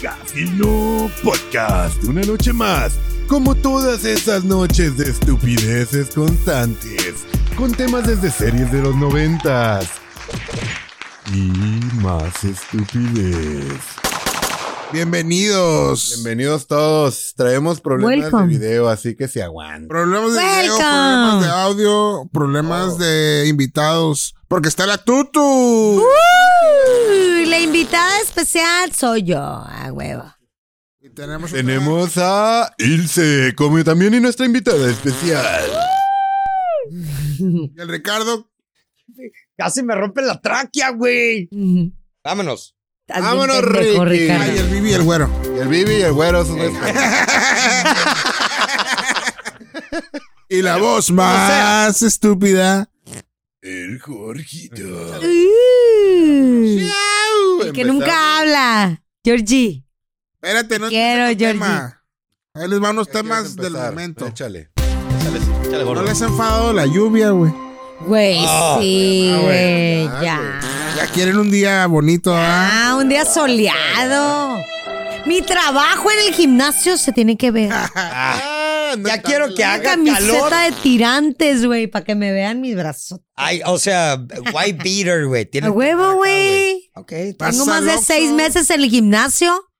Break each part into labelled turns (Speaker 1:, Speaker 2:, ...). Speaker 1: Cafino Podcast. Una noche más, como todas esas noches de estupideces constantes, con temas desde series de los noventas. Y más estupidez.
Speaker 2: Bienvenidos.
Speaker 1: Bienvenidos todos. Traemos problemas
Speaker 3: Welcome.
Speaker 1: de video, así que se aguantan.
Speaker 2: Problemas de video,
Speaker 3: Welcome.
Speaker 2: problemas de audio, problemas de invitados. Porque está la tutu.
Speaker 3: Uh. Uy, la invitada especial soy yo, a huevo.
Speaker 2: Y tenemos, otra-
Speaker 1: Tenemos a Ilse, como también y nuestra invitada especial.
Speaker 2: y el Ricardo.
Speaker 4: Casi me rompe la tráquea, güey. Vámonos.
Speaker 3: Estás bien
Speaker 1: Vámonos,
Speaker 3: pendejo,
Speaker 1: Ricky.
Speaker 3: Ricardo.
Speaker 2: Ay, el Vivi y el güero.
Speaker 1: Y el Bibi y el Güero son nuestros.
Speaker 2: Y la voz más estúpida.
Speaker 1: El Jorgito.
Speaker 3: Uy,
Speaker 1: Chau.
Speaker 3: que nunca habla. Georgie.
Speaker 2: Espérate, no
Speaker 3: Quiero,
Speaker 2: el
Speaker 3: Georgie.
Speaker 2: tema. Ahí les van los
Speaker 1: Empezar.
Speaker 2: temas del
Speaker 1: Empezar.
Speaker 2: momento.
Speaker 1: Échale.
Speaker 2: No les ha enfadado la lluvia, güey.
Speaker 3: Güey, sí, güey.
Speaker 1: bueno,
Speaker 3: Ya.
Speaker 1: ya,
Speaker 2: Ya quieren un día bonito, ¿ah?
Speaker 3: Ah, un día soleado. Mi trabajo en el gimnasio se tiene que ver.
Speaker 1: Ah, no
Speaker 4: Ya
Speaker 1: está
Speaker 4: quiero
Speaker 1: mal.
Speaker 4: que
Speaker 3: Una
Speaker 4: haga
Speaker 3: camiseta
Speaker 4: calor.
Speaker 3: de tirantes, güey, para que me vean mis brazos.
Speaker 4: Ay, o sea, white beater, güey. Tiene-
Speaker 3: A huevo, güey.
Speaker 4: Ok.
Speaker 3: Tengo
Speaker 2: Pasa
Speaker 3: más
Speaker 2: al
Speaker 3: de
Speaker 2: Oxxo.
Speaker 3: seis meses en el gimnasio.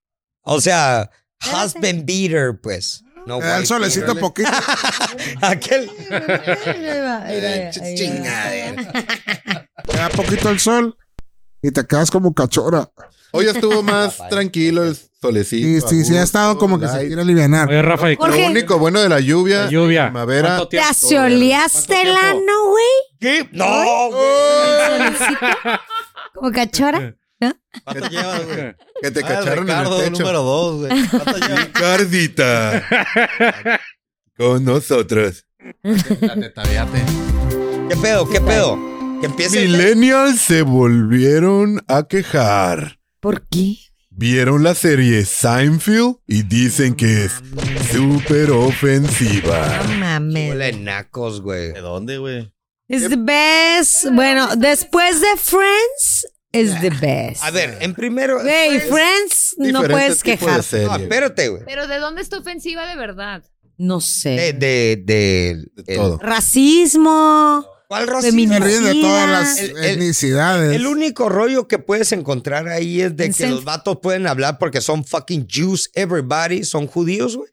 Speaker 4: O sea, husband beater, pues. No,
Speaker 1: Ah,
Speaker 2: Te da el
Speaker 4: wife
Speaker 2: solecito
Speaker 4: beater.
Speaker 2: poquito.
Speaker 4: Aquel.
Speaker 3: Chingadera.
Speaker 2: Te da poquito el sol. Y te quedas como cachora.
Speaker 1: Hoy estuvo más tranquilo el
Speaker 2: Sí,
Speaker 1: solecito.
Speaker 2: sí, sí, ha estado como que se
Speaker 1: light.
Speaker 2: quiere aliviar.
Speaker 5: Oye, Rafa, ¿y
Speaker 1: Lo
Speaker 3: Jorge.
Speaker 1: único bueno de la lluvia.
Speaker 5: La lluvia.
Speaker 1: Primavera.
Speaker 5: ¿Cuánto
Speaker 3: ¿Te
Speaker 5: tiempo?
Speaker 3: asoleaste el ano, güey?
Speaker 4: ¿Qué? No, güey.
Speaker 3: ¿Solecito? ¿Como cachora? ¿No?
Speaker 4: ¿Cuánto llevas, güey? Ah,
Speaker 1: Que te cacharon en el techo.
Speaker 4: dos, güey. ¿Cuánto llevas?
Speaker 1: Cardita. Con nosotros.
Speaker 4: ¿Qué pedo? ¿Qué pedo? Que empiece.
Speaker 1: Millennials se volvieron a quejar.
Speaker 3: ¿Por qué?
Speaker 1: Vieron la serie Seinfeld y dicen que es súper ofensiva.
Speaker 3: No mames.
Speaker 4: Huele nacos, güey.
Speaker 6: ¿De dónde, güey?
Speaker 3: Es the best. Bueno, después de Friends, es the best.
Speaker 4: A ver, en primero.
Speaker 3: Güey, Friends, no
Speaker 1: Diferente
Speaker 3: puedes
Speaker 1: tipo de
Speaker 3: quejar.
Speaker 1: serie.
Speaker 4: No, espérate, güey.
Speaker 7: Pero ¿de dónde está ofensiva de verdad?
Speaker 3: No
Speaker 4: De,
Speaker 3: sé.
Speaker 4: de, de,
Speaker 1: De todo.
Speaker 3: Racismo.
Speaker 4: ¿Cuál racismo?
Speaker 2: Se
Speaker 3: Feminicidio.
Speaker 2: ríen de todas las
Speaker 4: El- el-
Speaker 2: etnicidades.
Speaker 4: El único rollo que puedes encontrar ahí es de
Speaker 3: En
Speaker 4: que los
Speaker 3: Senf-
Speaker 4: vatos pueden hablar porque son fucking Jews, everybody, son judíos, güey.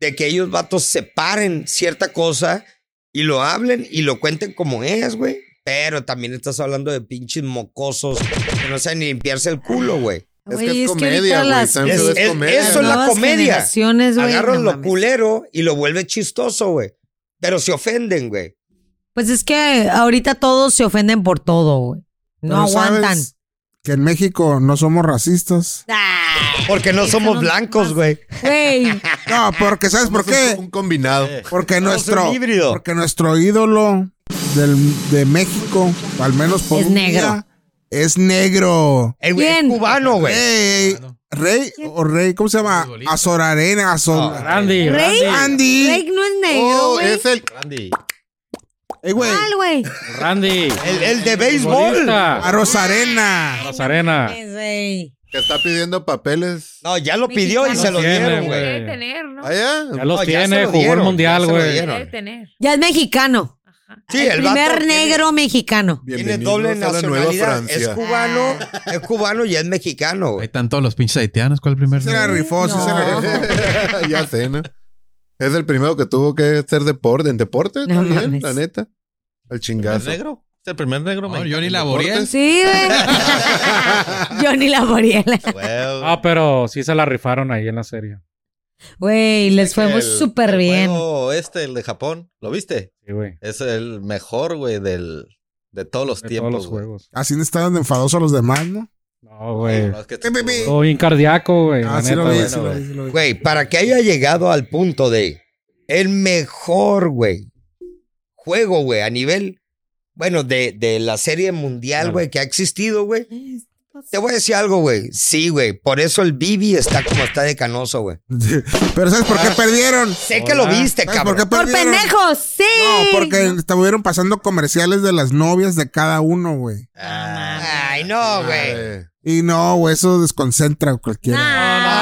Speaker 4: De que ellos vatos separen cierta cosa y lo hablen y lo cuenten como es, güey. Pero también estás hablando de pinches mocosos que no saben ni limpiarse el culo, güey.
Speaker 1: Es que
Speaker 3: Güey,
Speaker 1: es comedia,
Speaker 3: ahorita
Speaker 1: güey,
Speaker 3: las
Speaker 1: Seinfeld
Speaker 4: es
Speaker 3: pinches
Speaker 4: comedia. Eso es la
Speaker 3: nuevas
Speaker 4: comedia.
Speaker 3: generaciones, güey,
Speaker 4: Agarras
Speaker 3: no
Speaker 4: lo
Speaker 3: mames.
Speaker 4: culero y lo vuelve chistoso, güey. Pero se ofenden, güey.
Speaker 3: Pues es que ahorita todos se ofenden por todo, güey. No
Speaker 2: Pero ¿sabes
Speaker 3: aguantan.
Speaker 2: Que en México no somos racistas.
Speaker 3: Ah,
Speaker 4: Porque no
Speaker 3: Eso
Speaker 4: somos
Speaker 3: no-
Speaker 4: blancos, güey.
Speaker 3: Güey,
Speaker 2: No, porque ¿sabes por
Speaker 1: Somos un-
Speaker 2: qué?
Speaker 1: Un combinado.
Speaker 2: Porque nuestro,
Speaker 4: un híbrido.
Speaker 2: porque nuestro ídolo del- de México, al menos por
Speaker 3: Es
Speaker 2: un
Speaker 3: negro.
Speaker 2: día, es negro.
Speaker 4: El Eh, güey es
Speaker 3: ¿Quién?
Speaker 4: cubano, güey.
Speaker 2: Rey, rey o rey, ¿cómo se llama? Azor Arena, Azor.
Speaker 8: Ah,
Speaker 5: Randy,
Speaker 3: Rey.
Speaker 5: Randy,
Speaker 2: Andy.
Speaker 3: Drake no es negro,
Speaker 1: Oh,
Speaker 3: güey.
Speaker 1: es el
Speaker 6: Randy.
Speaker 2: Ey, güey,
Speaker 3: Mal, güey.
Speaker 5: Randy.
Speaker 4: El, el de béisbol.
Speaker 5: Futbolista.
Speaker 2: a Rosarena.
Speaker 5: Rosarena.
Speaker 8: Ah.
Speaker 3: Es, güey.
Speaker 1: que está pidiendo papeles.
Speaker 4: Ah, No, ya lo pidió y
Speaker 3: Mexicano.
Speaker 4: se lo
Speaker 5: Tiene,
Speaker 4: dieron, güey.
Speaker 5: güey.
Speaker 7: Debe tener, ¿no?
Speaker 1: Allá.
Speaker 5: Ya los
Speaker 4: No, ya se
Speaker 5: tiene,
Speaker 4: lo
Speaker 5: jugó
Speaker 4: dieron,
Speaker 5: el mundial,
Speaker 4: ya se lo
Speaker 5: güey.
Speaker 4: dieron.
Speaker 7: Debe tener.
Speaker 3: Ya es mexicano.
Speaker 7: Ajá.
Speaker 4: Sí,
Speaker 3: el,
Speaker 4: el vato
Speaker 3: primer
Speaker 4: tiene-
Speaker 3: negro mexicano.
Speaker 4: Tiene
Speaker 1: Bienvenidos
Speaker 4: doble
Speaker 1: a la nueva
Speaker 4: nacionalidad. Es
Speaker 1: Francia.
Speaker 4: cubano,
Speaker 3: Ah.
Speaker 4: es cubano y es mexicano,
Speaker 9: Ahí
Speaker 4: güey.
Speaker 9: están todos los pinches haitianos. ¿Cuál es el primer
Speaker 2: Se la
Speaker 9: nombre?
Speaker 2: rifó, sí se la
Speaker 3: No.
Speaker 2: rifó.
Speaker 1: ya sé, ¿no? Es el primero que tuvo que ser deporte, en deporte
Speaker 3: No
Speaker 1: también,
Speaker 3: mames.
Speaker 1: la neta. El
Speaker 6: ¿El
Speaker 1: chingazo.
Speaker 6: negro? ¿Es el primer negro?
Speaker 9: No,
Speaker 6: mexicano?
Speaker 9: yo ni la boreé.
Speaker 3: Sí, güey. Yo ni la Boriela.
Speaker 6: Huevo.
Speaker 5: Ah, pero sí se la rifaron ahí en la serie.
Speaker 3: Güey, les fue muy
Speaker 6: El-
Speaker 3: súper
Speaker 6: el
Speaker 3: bien.
Speaker 4: Oh,
Speaker 6: juego este, el de Japón. ¿Lo viste?
Speaker 5: Sí, güey.
Speaker 6: Es el mejor, güey, del... De todos los
Speaker 5: De todos
Speaker 6: tiempos,
Speaker 5: los
Speaker 6: güey.
Speaker 5: juegos.
Speaker 2: Así no están enfadosos los demás, ¿no?
Speaker 5: No, güey.
Speaker 6: No, es que-
Speaker 2: Eh, me- me-
Speaker 5: Todo bien cardíaco, güey.
Speaker 2: Ah,
Speaker 5: la
Speaker 2: sí lo
Speaker 5: neta,
Speaker 2: vi,
Speaker 5: güey.
Speaker 2: sí lo vi, sí lo vi.
Speaker 4: Güey, para que haya llegado al punto de el mejor, güey, juego, güey, a nivel, bueno, de, de la serie mundial,
Speaker 5: Claro.
Speaker 4: güey, que ha existido, güey. Te voy a decir algo, güey. Sí, güey. Por eso el Bibi está como está de canoso, güey.
Speaker 2: Pero ¿sabes por qué perdieron?
Speaker 4: Sé que lo
Speaker 5: Hola.
Speaker 4: viste,
Speaker 2: ¿Sabes por qué
Speaker 4: eh, cabrón.
Speaker 3: Por
Speaker 2: perdieron?
Speaker 3: pendejos, sí.
Speaker 2: No, porque estuvieron pasando comerciales de las novias de cada uno, güey.
Speaker 6: Ah,
Speaker 4: Ay, no, güey.
Speaker 5: Ah,
Speaker 1: Eh,
Speaker 2: Y no, güey, eso desconcentra a cualquiera.
Speaker 3: Nah.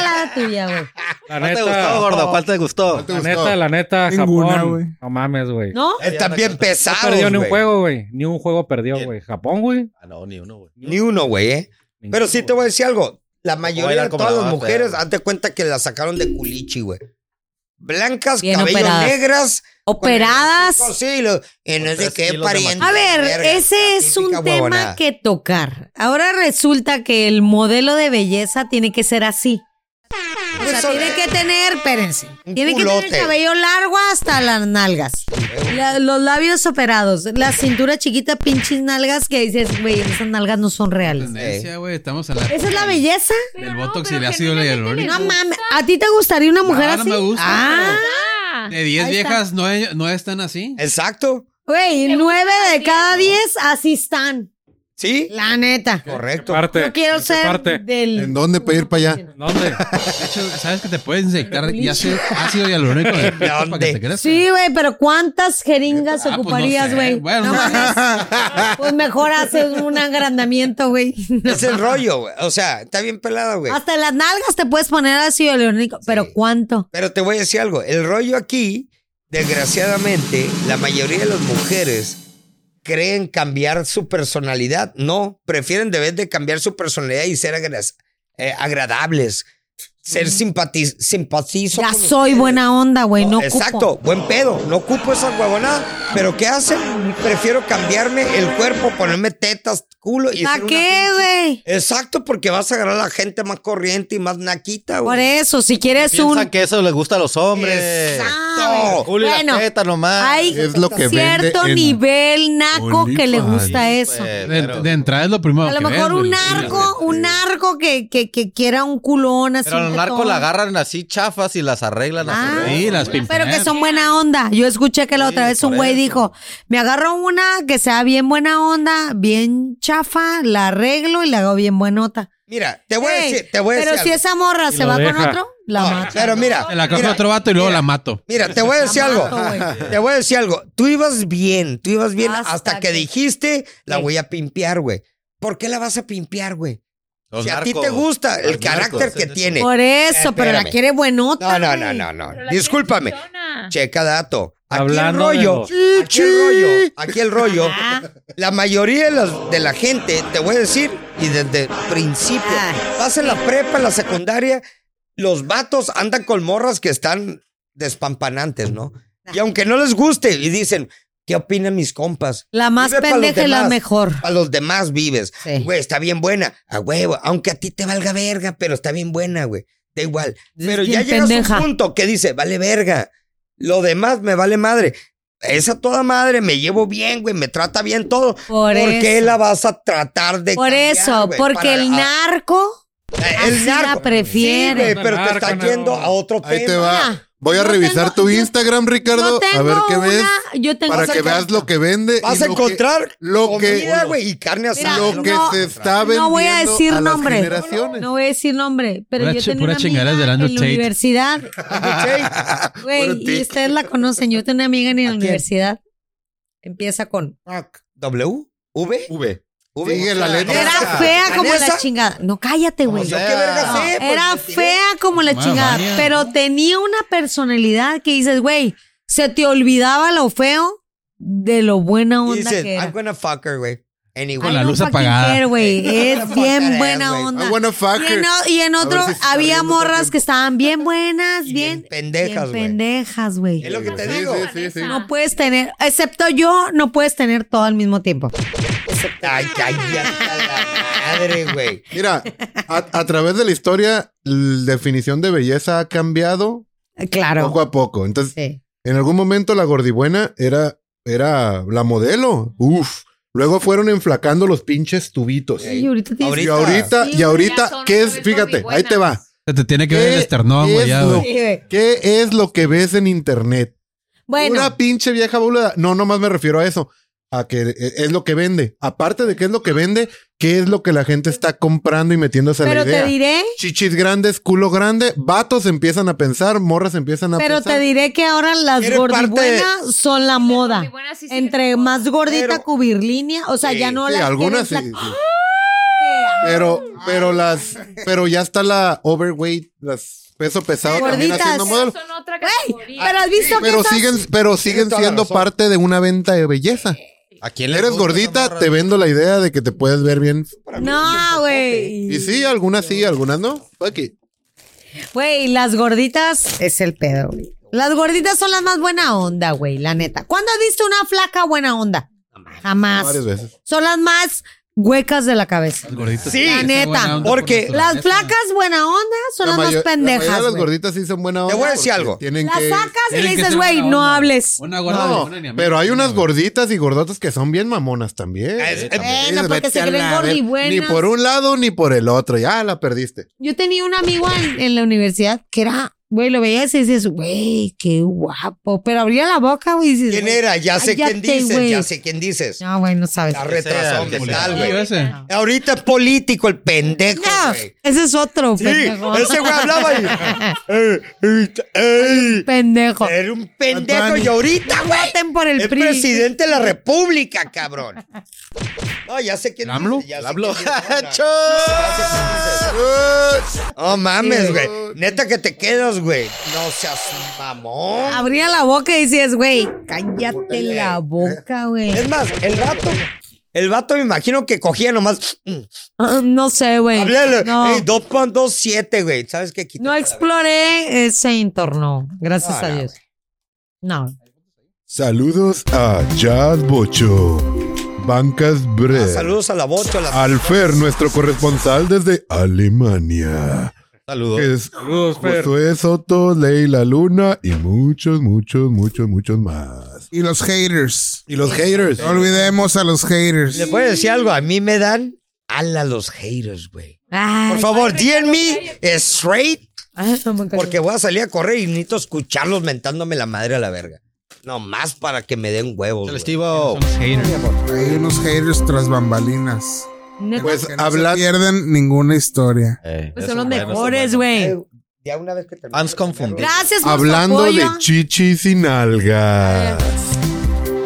Speaker 3: la tuya, güey.
Speaker 5: La
Speaker 6: ¿Cuál te gustó,
Speaker 5: neta,
Speaker 6: gordo? ¿Cuál te gustó?
Speaker 5: la neta, la neta,
Speaker 2: Ninguna, güey.
Speaker 5: Japón. No mames, güey. No
Speaker 3: ¿No?
Speaker 4: Están bien pesados,
Speaker 5: perdió ni un
Speaker 4: güey.
Speaker 5: juego, güey. Ni un juego perdió,
Speaker 6: Bien.
Speaker 5: güey. Japón, güey.
Speaker 6: Ah, no, ni uno, güey.
Speaker 4: Ni uno, güey, ¿eh? Pero sí te voy a decir algo. La mayoría
Speaker 6: bailar
Speaker 4: de
Speaker 6: como
Speaker 4: todas
Speaker 6: la
Speaker 4: las
Speaker 6: banda,
Speaker 4: mujeres,
Speaker 6: güey.
Speaker 4: hazte cuenta que las sacaron de culichi, güey. Blancas,
Speaker 3: Bien
Speaker 4: cabello
Speaker 3: operadas.
Speaker 4: negras. con el hocico,
Speaker 3: Operadas.
Speaker 4: Sí, lo- y no
Speaker 6: Con
Speaker 4: sé
Speaker 6: tres
Speaker 4: qué,
Speaker 6: kilos de
Speaker 4: pariente.
Speaker 3: A ver,
Speaker 4: Verga,
Speaker 3: ese es un
Speaker 4: típica
Speaker 3: tema
Speaker 4: huevonada.
Speaker 3: que tocar. Ahora resulta que el modelo de belleza tiene que ser así. O sea,
Speaker 4: Eso-
Speaker 3: tiene que tener, espérense,
Speaker 4: Un
Speaker 3: tiene que tener
Speaker 4: culote.
Speaker 3: el cabello largo hasta las nalgas. La- los labios operados, la cintura chiquita, pinches nalgas que dices, güey, esas nalgas no son reales.
Speaker 9: Tendencia, Pues, güey. Estamos en la.
Speaker 3: ¿Esa es la belleza?
Speaker 9: Del
Speaker 7: No,
Speaker 9: botox y
Speaker 7: pero
Speaker 9: el ácido
Speaker 7: genuinamente
Speaker 9: hialurónico.
Speaker 3: No
Speaker 7: les gusta.
Speaker 3: mames, ¿a ti te gustaría una mujer
Speaker 9: No, no
Speaker 3: así?
Speaker 9: me gusta,
Speaker 3: Ah,
Speaker 7: Ah,
Speaker 9: De 10
Speaker 3: Ahí está.
Speaker 9: viejas, no, no están así.
Speaker 4: Exacto.
Speaker 7: ¿Te
Speaker 3: güey,
Speaker 7: gusta
Speaker 3: nueve de
Speaker 7: así?
Speaker 3: cada diez así están.
Speaker 4: Sí,
Speaker 3: La neta.
Speaker 4: correcto.
Speaker 5: Parte.
Speaker 3: Yo quiero
Speaker 5: ¿En qué
Speaker 3: ser
Speaker 5: Parte.
Speaker 3: del...
Speaker 1: ¿En dónde para ir para allá?
Speaker 5: ¿Dónde?
Speaker 9: De hecho, sabes que te puedes inyectar ya sé, ácido hialurónico en el pito para que
Speaker 4: ¿Dónde?
Speaker 9: te crezca.
Speaker 3: Sí, güey, pero ¿cuántas jeringas
Speaker 9: Ah, pues, no
Speaker 3: ocuparías,
Speaker 9: sé.
Speaker 3: güey?
Speaker 9: Bueno,
Speaker 3: No
Speaker 9: no.
Speaker 3: mames. pues mejor haces un agrandamiento, güey.
Speaker 4: Es el rollo, güey. O sea, está bien pelada, güey.
Speaker 3: Hasta en las nalgas te puedes poner ácido hialurónico, pero ¿cuánto?
Speaker 4: Pero te voy a decir algo. El rollo aquí, desgraciadamente, la mayoría de las mujeres creen cambiar su personalidad. No, prefieren de vez de cambiar su personalidad y ser agra- eh, agradables, ser simpatiz simpatizo.
Speaker 3: Ya
Speaker 4: con
Speaker 3: soy
Speaker 4: ustedes.
Speaker 3: buena onda, güey, no, ocupo.
Speaker 4: Exacto, buen pedo. No ocupo esa huevonada. Pero ¿qué hacen? Prefiero cambiarme el cuerpo, ponerme tetas, culo y. ser
Speaker 3: ¿Para
Speaker 4: una
Speaker 3: qué,
Speaker 4: pinche-
Speaker 3: güey?
Speaker 4: Exacto, porque vas a agarrar a la gente más corriente y más naquita,
Speaker 3: Por e-
Speaker 4: güey.
Speaker 3: eso, si quieres
Speaker 6: Piensan
Speaker 3: un...
Speaker 6: que eso le gusta a los hombres.
Speaker 3: Exacto.
Speaker 6: Julio,
Speaker 3: Bueno,
Speaker 6: la teta nomás.
Speaker 3: Hay
Speaker 1: Es lo que
Speaker 3: cierto
Speaker 1: vende en
Speaker 3: nivel naco que le
Speaker 1: OnlyFans.
Speaker 3: gusta eso.
Speaker 6: Pues,
Speaker 9: De,
Speaker 6: pero-
Speaker 9: de entrada es lo primero
Speaker 3: A lo
Speaker 9: que
Speaker 3: mejor
Speaker 9: ves,
Speaker 3: un
Speaker 9: güey.
Speaker 3: narco, un narco que, que, que quiera un culón así.
Speaker 6: Pero a los
Speaker 3: un
Speaker 6: narcos
Speaker 3: tetón.
Speaker 6: la agarran así chafas y las arreglan. a su
Speaker 3: Ah.
Speaker 6: rollo.
Speaker 9: Sí, las
Speaker 3: Pero que
Speaker 9: pimpean.
Speaker 3: son buena onda. Yo escuché que la
Speaker 6: Sí,
Speaker 3: otra vez un
Speaker 6: por
Speaker 3: güey
Speaker 6: eso.
Speaker 3: dijo, me agarro una que sea bien buena onda, bien chafa, la arreglo y la hago bien buenota.
Speaker 4: Mira, te voy a
Speaker 3: Ey,
Speaker 4: decir, te voy a
Speaker 3: pero
Speaker 4: decir.
Speaker 3: si
Speaker 4: algo.
Speaker 3: esa morra
Speaker 5: Y
Speaker 3: se
Speaker 5: lo
Speaker 3: va con
Speaker 5: deja.
Speaker 3: otro, la
Speaker 4: No,
Speaker 3: mata.
Speaker 4: Pero mira,
Speaker 9: Se la coge
Speaker 4: mira,
Speaker 9: otro vato y luego
Speaker 4: mira.
Speaker 9: la mato.
Speaker 4: Mira, te voy a decir algo.
Speaker 3: mato, güey.
Speaker 4: Te voy a decir algo. Tú ibas bien, tú ibas bien hasta,
Speaker 3: Hasta
Speaker 4: que,
Speaker 3: que-
Speaker 4: dijiste, la
Speaker 3: Sí.
Speaker 4: voy a pimpear, güey. ¿Por qué la vas a pimpear, güey?
Speaker 6: Los
Speaker 4: si a ti
Speaker 6: narcos.
Speaker 4: te gusta el
Speaker 6: Los
Speaker 4: carácter
Speaker 6: narcos
Speaker 4: que
Speaker 6: hacen
Speaker 4: tiene.
Speaker 3: Por eso, pero la
Speaker 4: Espérame.
Speaker 3: quiere
Speaker 4: No,
Speaker 3: buenota.
Speaker 4: no, no,
Speaker 3: güey.
Speaker 4: no, no.
Speaker 7: pero la
Speaker 4: Discúlpame.
Speaker 7: gente chona.
Speaker 4: Checa dato. Aquí
Speaker 5: Hablando
Speaker 4: el
Speaker 5: de
Speaker 4: rollo,
Speaker 5: los-
Speaker 4: aquí el rollo, aquí el rollo,
Speaker 3: Ah,
Speaker 4: la mayoría de, las- de la gente, te voy a decir, y desde el principio,
Speaker 3: Ah.
Speaker 4: vas en la prepa, en la secundaria, los vatos andan con morras que están despampanantes, ¿no? Y aunque no les guste, y dicen, ¿qué opinan mis compas?
Speaker 3: la más
Speaker 4: Vive pa' los
Speaker 3: pendeja y la
Speaker 4: demás.
Speaker 3: mejor.
Speaker 4: A los demás vives.
Speaker 3: Sí.
Speaker 4: Güey, está bien buena. A huevo. Aunque a ti te valga verga, pero está bien buena, güey. Da igual. Pero ya
Speaker 3: bien
Speaker 4: llegas
Speaker 3: pendeja.
Speaker 4: a un punto que dice, vale verga. Lo demás me vale madre. Esa toda madre, me llevo bien, güey, me trata bien todo.
Speaker 3: Por
Speaker 4: qué
Speaker 3: eso.
Speaker 4: la vas a tratar de
Speaker 3: Por
Speaker 4: cambiar,
Speaker 3: eso,
Speaker 4: güey?
Speaker 3: porque
Speaker 4: Para-
Speaker 3: el
Speaker 4: a-
Speaker 3: narco
Speaker 4: a-
Speaker 3: así la
Speaker 4: Sí, güey,
Speaker 3: prefiere.
Speaker 4: pero te está
Speaker 5: Narco,
Speaker 4: yendo
Speaker 5: no.
Speaker 4: a otro
Speaker 1: Ahí te
Speaker 4: tema.
Speaker 1: va.
Speaker 3: Mira,
Speaker 1: Voy a
Speaker 3: yo
Speaker 1: revisar
Speaker 3: tengo-
Speaker 1: tu
Speaker 3: yo-
Speaker 1: Instagram,
Speaker 3: yo
Speaker 1: Ricardo,
Speaker 3: tengo
Speaker 1: a ver qué
Speaker 3: una-
Speaker 1: ves.
Speaker 3: yo tengo
Speaker 1: Para
Speaker 3: una
Speaker 1: que veas lo que vende.
Speaker 4: Vas
Speaker 1: y
Speaker 4: a
Speaker 1: lo que-
Speaker 4: encontrar
Speaker 1: lo que-
Speaker 4: comida, güey, y carne
Speaker 3: Mira,
Speaker 4: asada.
Speaker 1: lo que
Speaker 3: no,
Speaker 1: se está vendiendo.
Speaker 3: no voy a decir
Speaker 1: las
Speaker 3: nombre.
Speaker 1: generaciones.
Speaker 3: No voy a decir nombre, pero
Speaker 9: Pura
Speaker 3: yo
Speaker 9: chi-
Speaker 3: tenía
Speaker 9: pura
Speaker 3: una amiga
Speaker 9: chingadera del
Speaker 3: en la
Speaker 9: Undertaker.
Speaker 3: universidad.
Speaker 4: Puro
Speaker 3: Güey, y
Speaker 4: tic.
Speaker 3: ustedes la conocen. Yo tengo una amiga en la
Speaker 4: quién?
Speaker 3: universidad. Empieza con.
Speaker 4: ¿W? ¿V?
Speaker 6: V.
Speaker 4: ¿V?
Speaker 1: Sigue la letra.
Speaker 3: Era fea como
Speaker 4: ¿Vanessa?
Speaker 3: la chingada. No, cállate, güey.
Speaker 4: Yo qué verga
Speaker 3: No,
Speaker 4: sé. pues,
Speaker 3: era
Speaker 4: me tiré.
Speaker 3: fea como la
Speaker 9: Mamá,
Speaker 3: chingada,
Speaker 9: Vania.
Speaker 3: pero tenía una personalidad que dices, güey, se te olvidaba lo feo de lo buena
Speaker 4: Y
Speaker 3: onda
Speaker 4: dices,
Speaker 3: que
Speaker 4: I'm
Speaker 3: era.
Speaker 4: gonna fuck her, güey.
Speaker 9: Con
Speaker 4: Anyway.
Speaker 9: la
Speaker 3: I don't
Speaker 9: luz
Speaker 3: fucking
Speaker 9: apagada.
Speaker 3: care, güey. Es
Speaker 4: Fuck that
Speaker 3: bien
Speaker 4: ass,
Speaker 3: buena
Speaker 4: güey.
Speaker 1: I
Speaker 3: onda.
Speaker 1: wanna fuck
Speaker 3: Y en,
Speaker 1: her.
Speaker 3: o- y en
Speaker 1: Ah, A
Speaker 3: otro
Speaker 1: ver si se está
Speaker 3: había
Speaker 1: riendo todo el
Speaker 3: morras
Speaker 1: tiempo.
Speaker 3: que estaban bien buenas,
Speaker 4: Y
Speaker 3: bien,
Speaker 4: bien pendejas,
Speaker 3: bien
Speaker 4: güey. Ah.
Speaker 3: pendejas, güey.
Speaker 4: Es lo que te
Speaker 1: Sí,
Speaker 4: digo.
Speaker 1: sí, sí, sí.
Speaker 3: No puedes tener, excepto yo, no puedes tener todo al mismo tiempo.
Speaker 4: Ay, cállate a la madre, güey.
Speaker 1: Mira, a, a través de la historia, la definición de belleza ha cambiado
Speaker 3: Eh, Claro.
Speaker 1: poco a poco. Entonces,
Speaker 3: Sí.
Speaker 1: en algún momento la gordibuena era, era la modelo. Uf. Luego fueron enflacando los pinches tubitos.
Speaker 4: Sí.
Speaker 3: Y ahorita tienes
Speaker 1: Y
Speaker 4: Ahorita.
Speaker 1: ahorita,
Speaker 7: Sí,
Speaker 1: y
Speaker 7: güey, ya
Speaker 1: ahorita,
Speaker 7: son
Speaker 1: ¿qué
Speaker 7: otra
Speaker 1: es?
Speaker 7: vez
Speaker 1: Fíjate, ahí te va.
Speaker 9: Se te tiene que ver el
Speaker 1: ¿Qué
Speaker 9: esternón,
Speaker 1: es
Speaker 9: güey. ya,
Speaker 1: lo-
Speaker 9: güey.
Speaker 3: Sí, güey.
Speaker 1: ¿Qué es lo que ves en internet?
Speaker 3: Bueno,
Speaker 1: Una pinche vieja boluda. No, nomás me refiero a eso. A que e- es lo que vende. Aparte de qué es lo que vende, qué es lo que la gente está comprando y metiéndose a la
Speaker 3: pero te
Speaker 1: idea.
Speaker 3: diré,
Speaker 1: Chichis grandes, culo grande, vatos empiezan a pensar, morras empiezan a
Speaker 3: pero te
Speaker 1: pensar.
Speaker 3: diré que ahora las
Speaker 4: Eres parte de-
Speaker 3: gordibuenas son la moda. Entre más gordita,
Speaker 4: Pero-
Speaker 3: cubirlínea, o sea,
Speaker 4: Sí,
Speaker 3: ya no
Speaker 1: Sí,
Speaker 3: la
Speaker 1: algunas sí, sí. Pero, pero las, pero ya está la overweight, las peso pesado también
Speaker 3: Gorditas.
Speaker 1: haciendo modelo.
Speaker 7: Son otra
Speaker 3: Güey,
Speaker 7: categoría.
Speaker 3: pero has visto que
Speaker 1: Pero
Speaker 3: esas-
Speaker 1: siguen, pero siguen
Speaker 4: Tiene toda la
Speaker 1: siendo
Speaker 4: razón.
Speaker 1: parte de una venta de belleza.
Speaker 6: ¿A quién le
Speaker 1: Eres
Speaker 6: gusta esa
Speaker 1: gordita,
Speaker 6: morra?
Speaker 1: te vendo la idea de que te puedes ver bien.
Speaker 3: No, güey.
Speaker 1: Y sí, algunas sí, algunas no. Fuck it.
Speaker 3: Güey, las gorditas es el pedo, güey. Las gorditas son las más buena onda, güey, la neta. ¿Cuándo has visto una flaca buena onda? Jamás.
Speaker 1: Varias veces.
Speaker 3: Son las más huecas de la cabeza.
Speaker 4: Sí,
Speaker 3: La neta.
Speaker 4: porque
Speaker 3: Las flacas buena onda son
Speaker 1: La
Speaker 3: las más
Speaker 1: mayo- la mayoría
Speaker 3: pendejas.
Speaker 1: de las
Speaker 3: güey.
Speaker 1: gorditas sí son buena onda.
Speaker 4: voy a decir
Speaker 1: porque
Speaker 4: algo.
Speaker 1: Tienen
Speaker 3: Las
Speaker 1: que.
Speaker 3: sacas y le dices, güey, no hables.
Speaker 9: Una gorda
Speaker 1: No,
Speaker 9: de una ni a mí.
Speaker 1: pero hay unas gorditas y gordotas que son bien mamonas también.
Speaker 4: Ah, Es-
Speaker 1: Neta,
Speaker 4: Bueno,
Speaker 1: dices,
Speaker 3: porque
Speaker 1: "Vete
Speaker 3: se
Speaker 1: a
Speaker 3: creen
Speaker 1: la ver-". Ni
Speaker 3: gordibuenas.
Speaker 1: por un lado ni por el otro. Ya la perdiste.
Speaker 3: Yo tenía un amigo en, en la universidad que era, güey, lo veías y dices, güey, qué guapo. Pero abría la boca, güey, y dices,
Speaker 4: ¿Quién
Speaker 3: güey,
Speaker 4: era? Ya sé quién
Speaker 3: cállate,
Speaker 4: dices,
Speaker 3: güey.
Speaker 4: ya sé quién dices.
Speaker 3: No, güey, no sabes.
Speaker 4: Está
Speaker 6: que sea,
Speaker 4: retrasado
Speaker 6: que sea.
Speaker 4: mental, güey.
Speaker 9: Yo ese.
Speaker 4: Ahorita es político el pendejo,
Speaker 3: No,
Speaker 4: güey.
Speaker 3: ese es otro,
Speaker 4: Sí,
Speaker 3: pendejo.
Speaker 4: ese güey hablaba y... ey, ey, ey.
Speaker 3: pendejo.
Speaker 4: Era un pendejo
Speaker 1: Antoine.
Speaker 4: y ahorita, güey.
Speaker 3: Voten por el
Speaker 4: Eh, Es
Speaker 3: PRI.
Speaker 4: presidente de la república, cabrón. No, ya sé quién
Speaker 9: ¿AMLO?
Speaker 4: dices, ya sé
Speaker 6: Hablo.
Speaker 4: quién dices, ahora.
Speaker 6: ¡Chos!
Speaker 4: No mames, güey. Neta que te quedas, güey. No seas mamón.
Speaker 3: Abría la boca y dices, güey, cállate la boca, güey.
Speaker 4: Es más, el vato, el vato me imagino que cogía nomás. mm,
Speaker 3: Ah, No sé, güey.
Speaker 4: Háblale,
Speaker 3: No,
Speaker 4: ey, 2.27, güey. ¿Sabes qué? Quita
Speaker 3: no
Speaker 4: la-
Speaker 3: exploré ese entorno, gracias
Speaker 4: No,
Speaker 3: a
Speaker 4: no,
Speaker 3: Dios. No.
Speaker 1: Saludos a Jazz Bocho, Bancas
Speaker 4: Ah,
Speaker 1: Bread,
Speaker 4: Saludos a la bocho, a la.
Speaker 1: Alfer, nuestro corresponsal desde Alemania,
Speaker 6: Saludos.
Speaker 1: que es
Speaker 5: Saludos, Fer.
Speaker 1: Josué Soto, Leila Luna y muchos, muchos, muchos, muchos más.
Speaker 2: Y los haters.
Speaker 1: Y los haters.
Speaker 2: No olvidemos a los haters.
Speaker 4: Le voy a decir algo. A mí me dan ala a los haters, güey.
Speaker 3: Ay,
Speaker 4: Por favor, díganme straight,
Speaker 3: ay, no me
Speaker 4: porque voy a salir a correr y necesito escucharlos mentándome la madre a la verga. Nomás para que me den huevos.
Speaker 6: El
Speaker 4: güey.
Speaker 6: Estivo.
Speaker 2: Hay unos haters tras bambalinas.
Speaker 3: Neta,
Speaker 1: Pues
Speaker 2: Que no
Speaker 1: habla
Speaker 2: se pierden ninguna historia.
Speaker 6: eh,
Speaker 3: pues son los mejores, güey.
Speaker 4: Eh, Ya una vez que termine
Speaker 6: Fans
Speaker 4: de comer,
Speaker 6: confundidos.
Speaker 4: güey.
Speaker 3: Gracias por
Speaker 1: hablando
Speaker 3: su
Speaker 1: de
Speaker 3: apoyo.
Speaker 1: chichis y nalgas.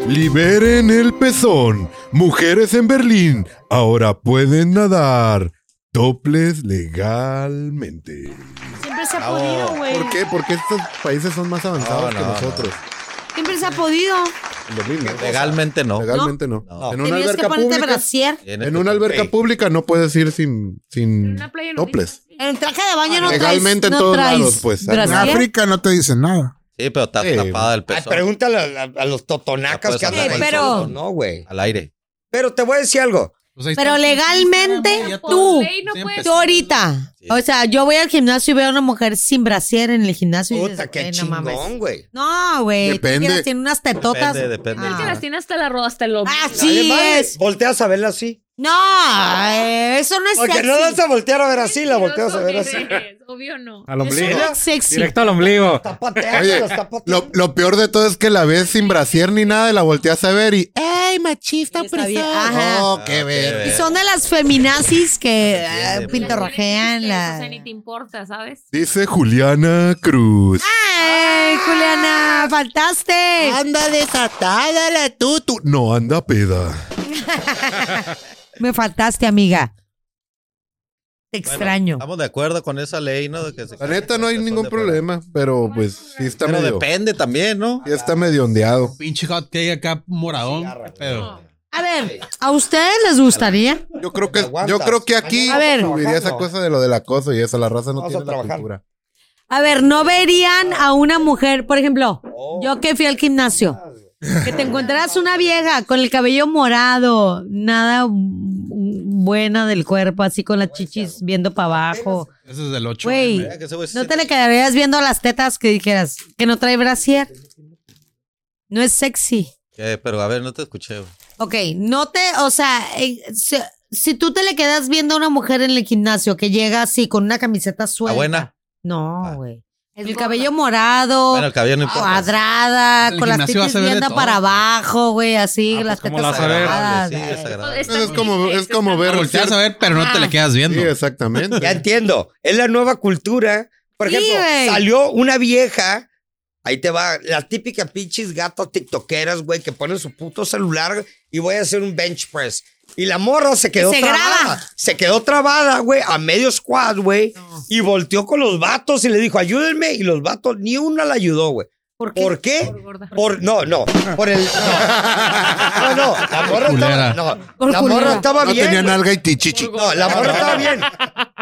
Speaker 1: Liberen el pezón. Mujeres en Berlín ahora pueden nadar toples legalmente.
Speaker 3: Siempre se ha
Speaker 6: Bravo.
Speaker 3: podido, güey.
Speaker 1: ¿Por qué? Porque estos países son más avanzados
Speaker 6: No,
Speaker 1: que
Speaker 6: no,
Speaker 1: nosotros.
Speaker 3: Siempre se ha podido.
Speaker 1: Lo mismo.
Speaker 6: Legalmente no.
Speaker 1: Legalmente no.
Speaker 6: No.
Speaker 1: En una
Speaker 3: Tenías que
Speaker 1: alberca
Speaker 3: ponerte
Speaker 1: pública.
Speaker 3: brasier.
Speaker 6: Tienes
Speaker 1: En
Speaker 6: que-
Speaker 1: una alberca
Speaker 6: Sí.
Speaker 1: pública no puedes ir sin, sin
Speaker 7: Una playa nudista,
Speaker 1: toples.
Speaker 7: sí.
Speaker 3: En el traje de baño no
Speaker 4: Ah,
Speaker 1: Legalmente
Speaker 3: traes,
Speaker 1: en
Speaker 3: no
Speaker 1: todos
Speaker 3: traes
Speaker 1: lados, pues.
Speaker 2: En
Speaker 3: brasier.
Speaker 2: África no te dicen nada.
Speaker 6: Sí, pero está
Speaker 1: Sí.
Speaker 6: tapada el
Speaker 4: Ay,
Speaker 6: peso.
Speaker 4: pregúntale a, a- a los totonacas
Speaker 6: Ya
Speaker 4: que
Speaker 6: puedes
Speaker 4: andan
Speaker 3: andar
Speaker 4: ahí
Speaker 3: con
Speaker 4: solos,
Speaker 3: todo.
Speaker 4: No, güey.
Speaker 6: Al aire.
Speaker 4: Pero te voy a decir algo.
Speaker 9: Pues ahí
Speaker 3: Pero
Speaker 9: está.
Speaker 3: legalmente,
Speaker 9: Ya todo-
Speaker 3: tú,
Speaker 7: Güey, Este, no
Speaker 9: Sí,
Speaker 7: puedes-
Speaker 9: empezó.
Speaker 3: tú ahorita.
Speaker 6: Sí.
Speaker 3: O sea, yo voy al gimnasio y veo a una mujer sin brasier en el gimnasio. y
Speaker 4: Puta,
Speaker 3: dices,
Speaker 4: qué
Speaker 3: "Güey, no mames.
Speaker 4: chingón, güey.
Speaker 3: No, güey. tú
Speaker 1: Depende.
Speaker 3: quieres, Tiene unas tetotas.
Speaker 6: Depende, depende.
Speaker 7: Es que
Speaker 3: Ah.
Speaker 7: las tiene hasta la ro- hasta el hombro.
Speaker 3: Así
Speaker 4: Dale, madre.
Speaker 3: es.
Speaker 4: Volteas a verla así.
Speaker 3: No, eh, eso no es
Speaker 4: Porque
Speaker 3: sexy.
Speaker 4: no vas a voltear a ver así, la volteas a ver así.
Speaker 7: Eres, Obvio no.
Speaker 1: Ah.
Speaker 5: Al ombligo.
Speaker 3: Eso no es sexy.
Speaker 5: Directo al ombligo.
Speaker 4: Está pateando,
Speaker 1: Oye,
Speaker 4: está pateando.
Speaker 1: Lo, lo peor de todo es que la ves sin brasier ni nada y la volteas a ver y. eh. ¡Ey, machista,
Speaker 3: Está bien.
Speaker 1: opresor!
Speaker 3: Ajá.
Speaker 1: Oh, qué
Speaker 6: Ah,
Speaker 1: ver.
Speaker 3: Y son de las feminazis que ah,
Speaker 6: Entiende,
Speaker 3: pintorrajean
Speaker 7: O sea,
Speaker 3: la.
Speaker 7: ni te importa, ¿sabes?
Speaker 1: Dice Juliana Cruz.
Speaker 3: ¡Ay, Juliana! ¡Faltaste!
Speaker 1: Anda desatada la tutu. No, anda peda.
Speaker 3: Me faltaste, amiga. Te extraño.
Speaker 6: Estamos de acuerdo con esa ley, ¿no? De que se-
Speaker 1: La neta no hay
Speaker 6: son
Speaker 1: ningún
Speaker 6: de
Speaker 1: problema, pero pues sí está
Speaker 6: Pero
Speaker 1: medio.
Speaker 6: depende también, ¿no?
Speaker 1: Sí está medio ondeado.
Speaker 9: Pinche hot cake acá moradón. Pero.
Speaker 3: A ver, ¿a ustedes les gustaría?
Speaker 1: Yo creo que,
Speaker 4: Aguantas.
Speaker 1: yo creo que aquí
Speaker 3: A ver.
Speaker 1: subiría esa cosa de lo del acoso y eso. La raza no
Speaker 4: Vamos a
Speaker 1: tiene la
Speaker 4: trabajar.
Speaker 1: cultura.
Speaker 3: A ver, ¿no verían a una mujer, por ejemplo,
Speaker 6: Oh.
Speaker 3: yo que fui al gimnasio, que te encontraras una vieja con el cabello morado, nada mm, buena del cuerpo, así con las chichis viendo para abajo?
Speaker 9: Ese es del 8.
Speaker 3: Güey,
Speaker 6: Mira que ese güey se
Speaker 3: ¿no te
Speaker 6: siente-
Speaker 3: le quedarías viendo las tetas que dijeras que no trae brasier? No es sexy.
Speaker 6: Eh, Pero a ver, no te escuché. güey.
Speaker 3: Ok, no te, o sea, eh, si, si tú te le quedas viendo a una mujer en el gimnasio que llega así con una camiseta
Speaker 6: ¿La
Speaker 3: suelta.
Speaker 6: Ah, buena? Ah.
Speaker 3: No, güey.
Speaker 7: Es
Speaker 3: El
Speaker 7: gorda.
Speaker 3: cabello morado,
Speaker 6: Bueno, el cabello no importa.
Speaker 3: cuadrada,
Speaker 9: En el
Speaker 3: con las
Speaker 9: gimnasio
Speaker 3: tetas
Speaker 9: vas a ver de
Speaker 3: viendo
Speaker 9: todo.
Speaker 3: para abajo, güey, así,
Speaker 5: Ah, pues,
Speaker 3: las
Speaker 5: ¿cómo
Speaker 3: tetas
Speaker 5: la vas a ver?
Speaker 3: agarradas,
Speaker 6: Sí,
Speaker 3: güey.
Speaker 6: desagradable.
Speaker 7: Está
Speaker 1: Es como,
Speaker 7: triste,
Speaker 1: es como
Speaker 7: está-
Speaker 1: ver.
Speaker 9: Volteas a ver, pero no te le quedas
Speaker 1: Sí,
Speaker 9: viendo.
Speaker 1: exactamente.
Speaker 4: Ya entiendo. Es la nueva cultura. Por
Speaker 3: Sí,
Speaker 4: ejemplo,
Speaker 3: güey.
Speaker 4: salió una vieja. Ahí te va, las típicas pinches gatas tiktokeras, güey, que ponen su puto celular y voy a hacer un bench press. Y la morra se quedó
Speaker 3: se
Speaker 4: trabada.
Speaker 3: graba.
Speaker 4: Se quedó trabada, güey, a medio squad, güey. Y volteó con los vatos y le dijo, ayúdenme. Y los vatos, ni una la ayudó, güey.
Speaker 3: ¿Por qué?
Speaker 4: ¿Por qué?
Speaker 7: Por gorda.
Speaker 4: Por, no, no, por el. No, no, no, la morra estaba,
Speaker 9: Culera.
Speaker 4: no,
Speaker 3: Por
Speaker 4: la
Speaker 3: culera.
Speaker 4: morra estaba
Speaker 2: No
Speaker 4: bien.
Speaker 2: tenía
Speaker 4: güey.
Speaker 2: nalga y tichichi.
Speaker 4: No, la morra estaba bien.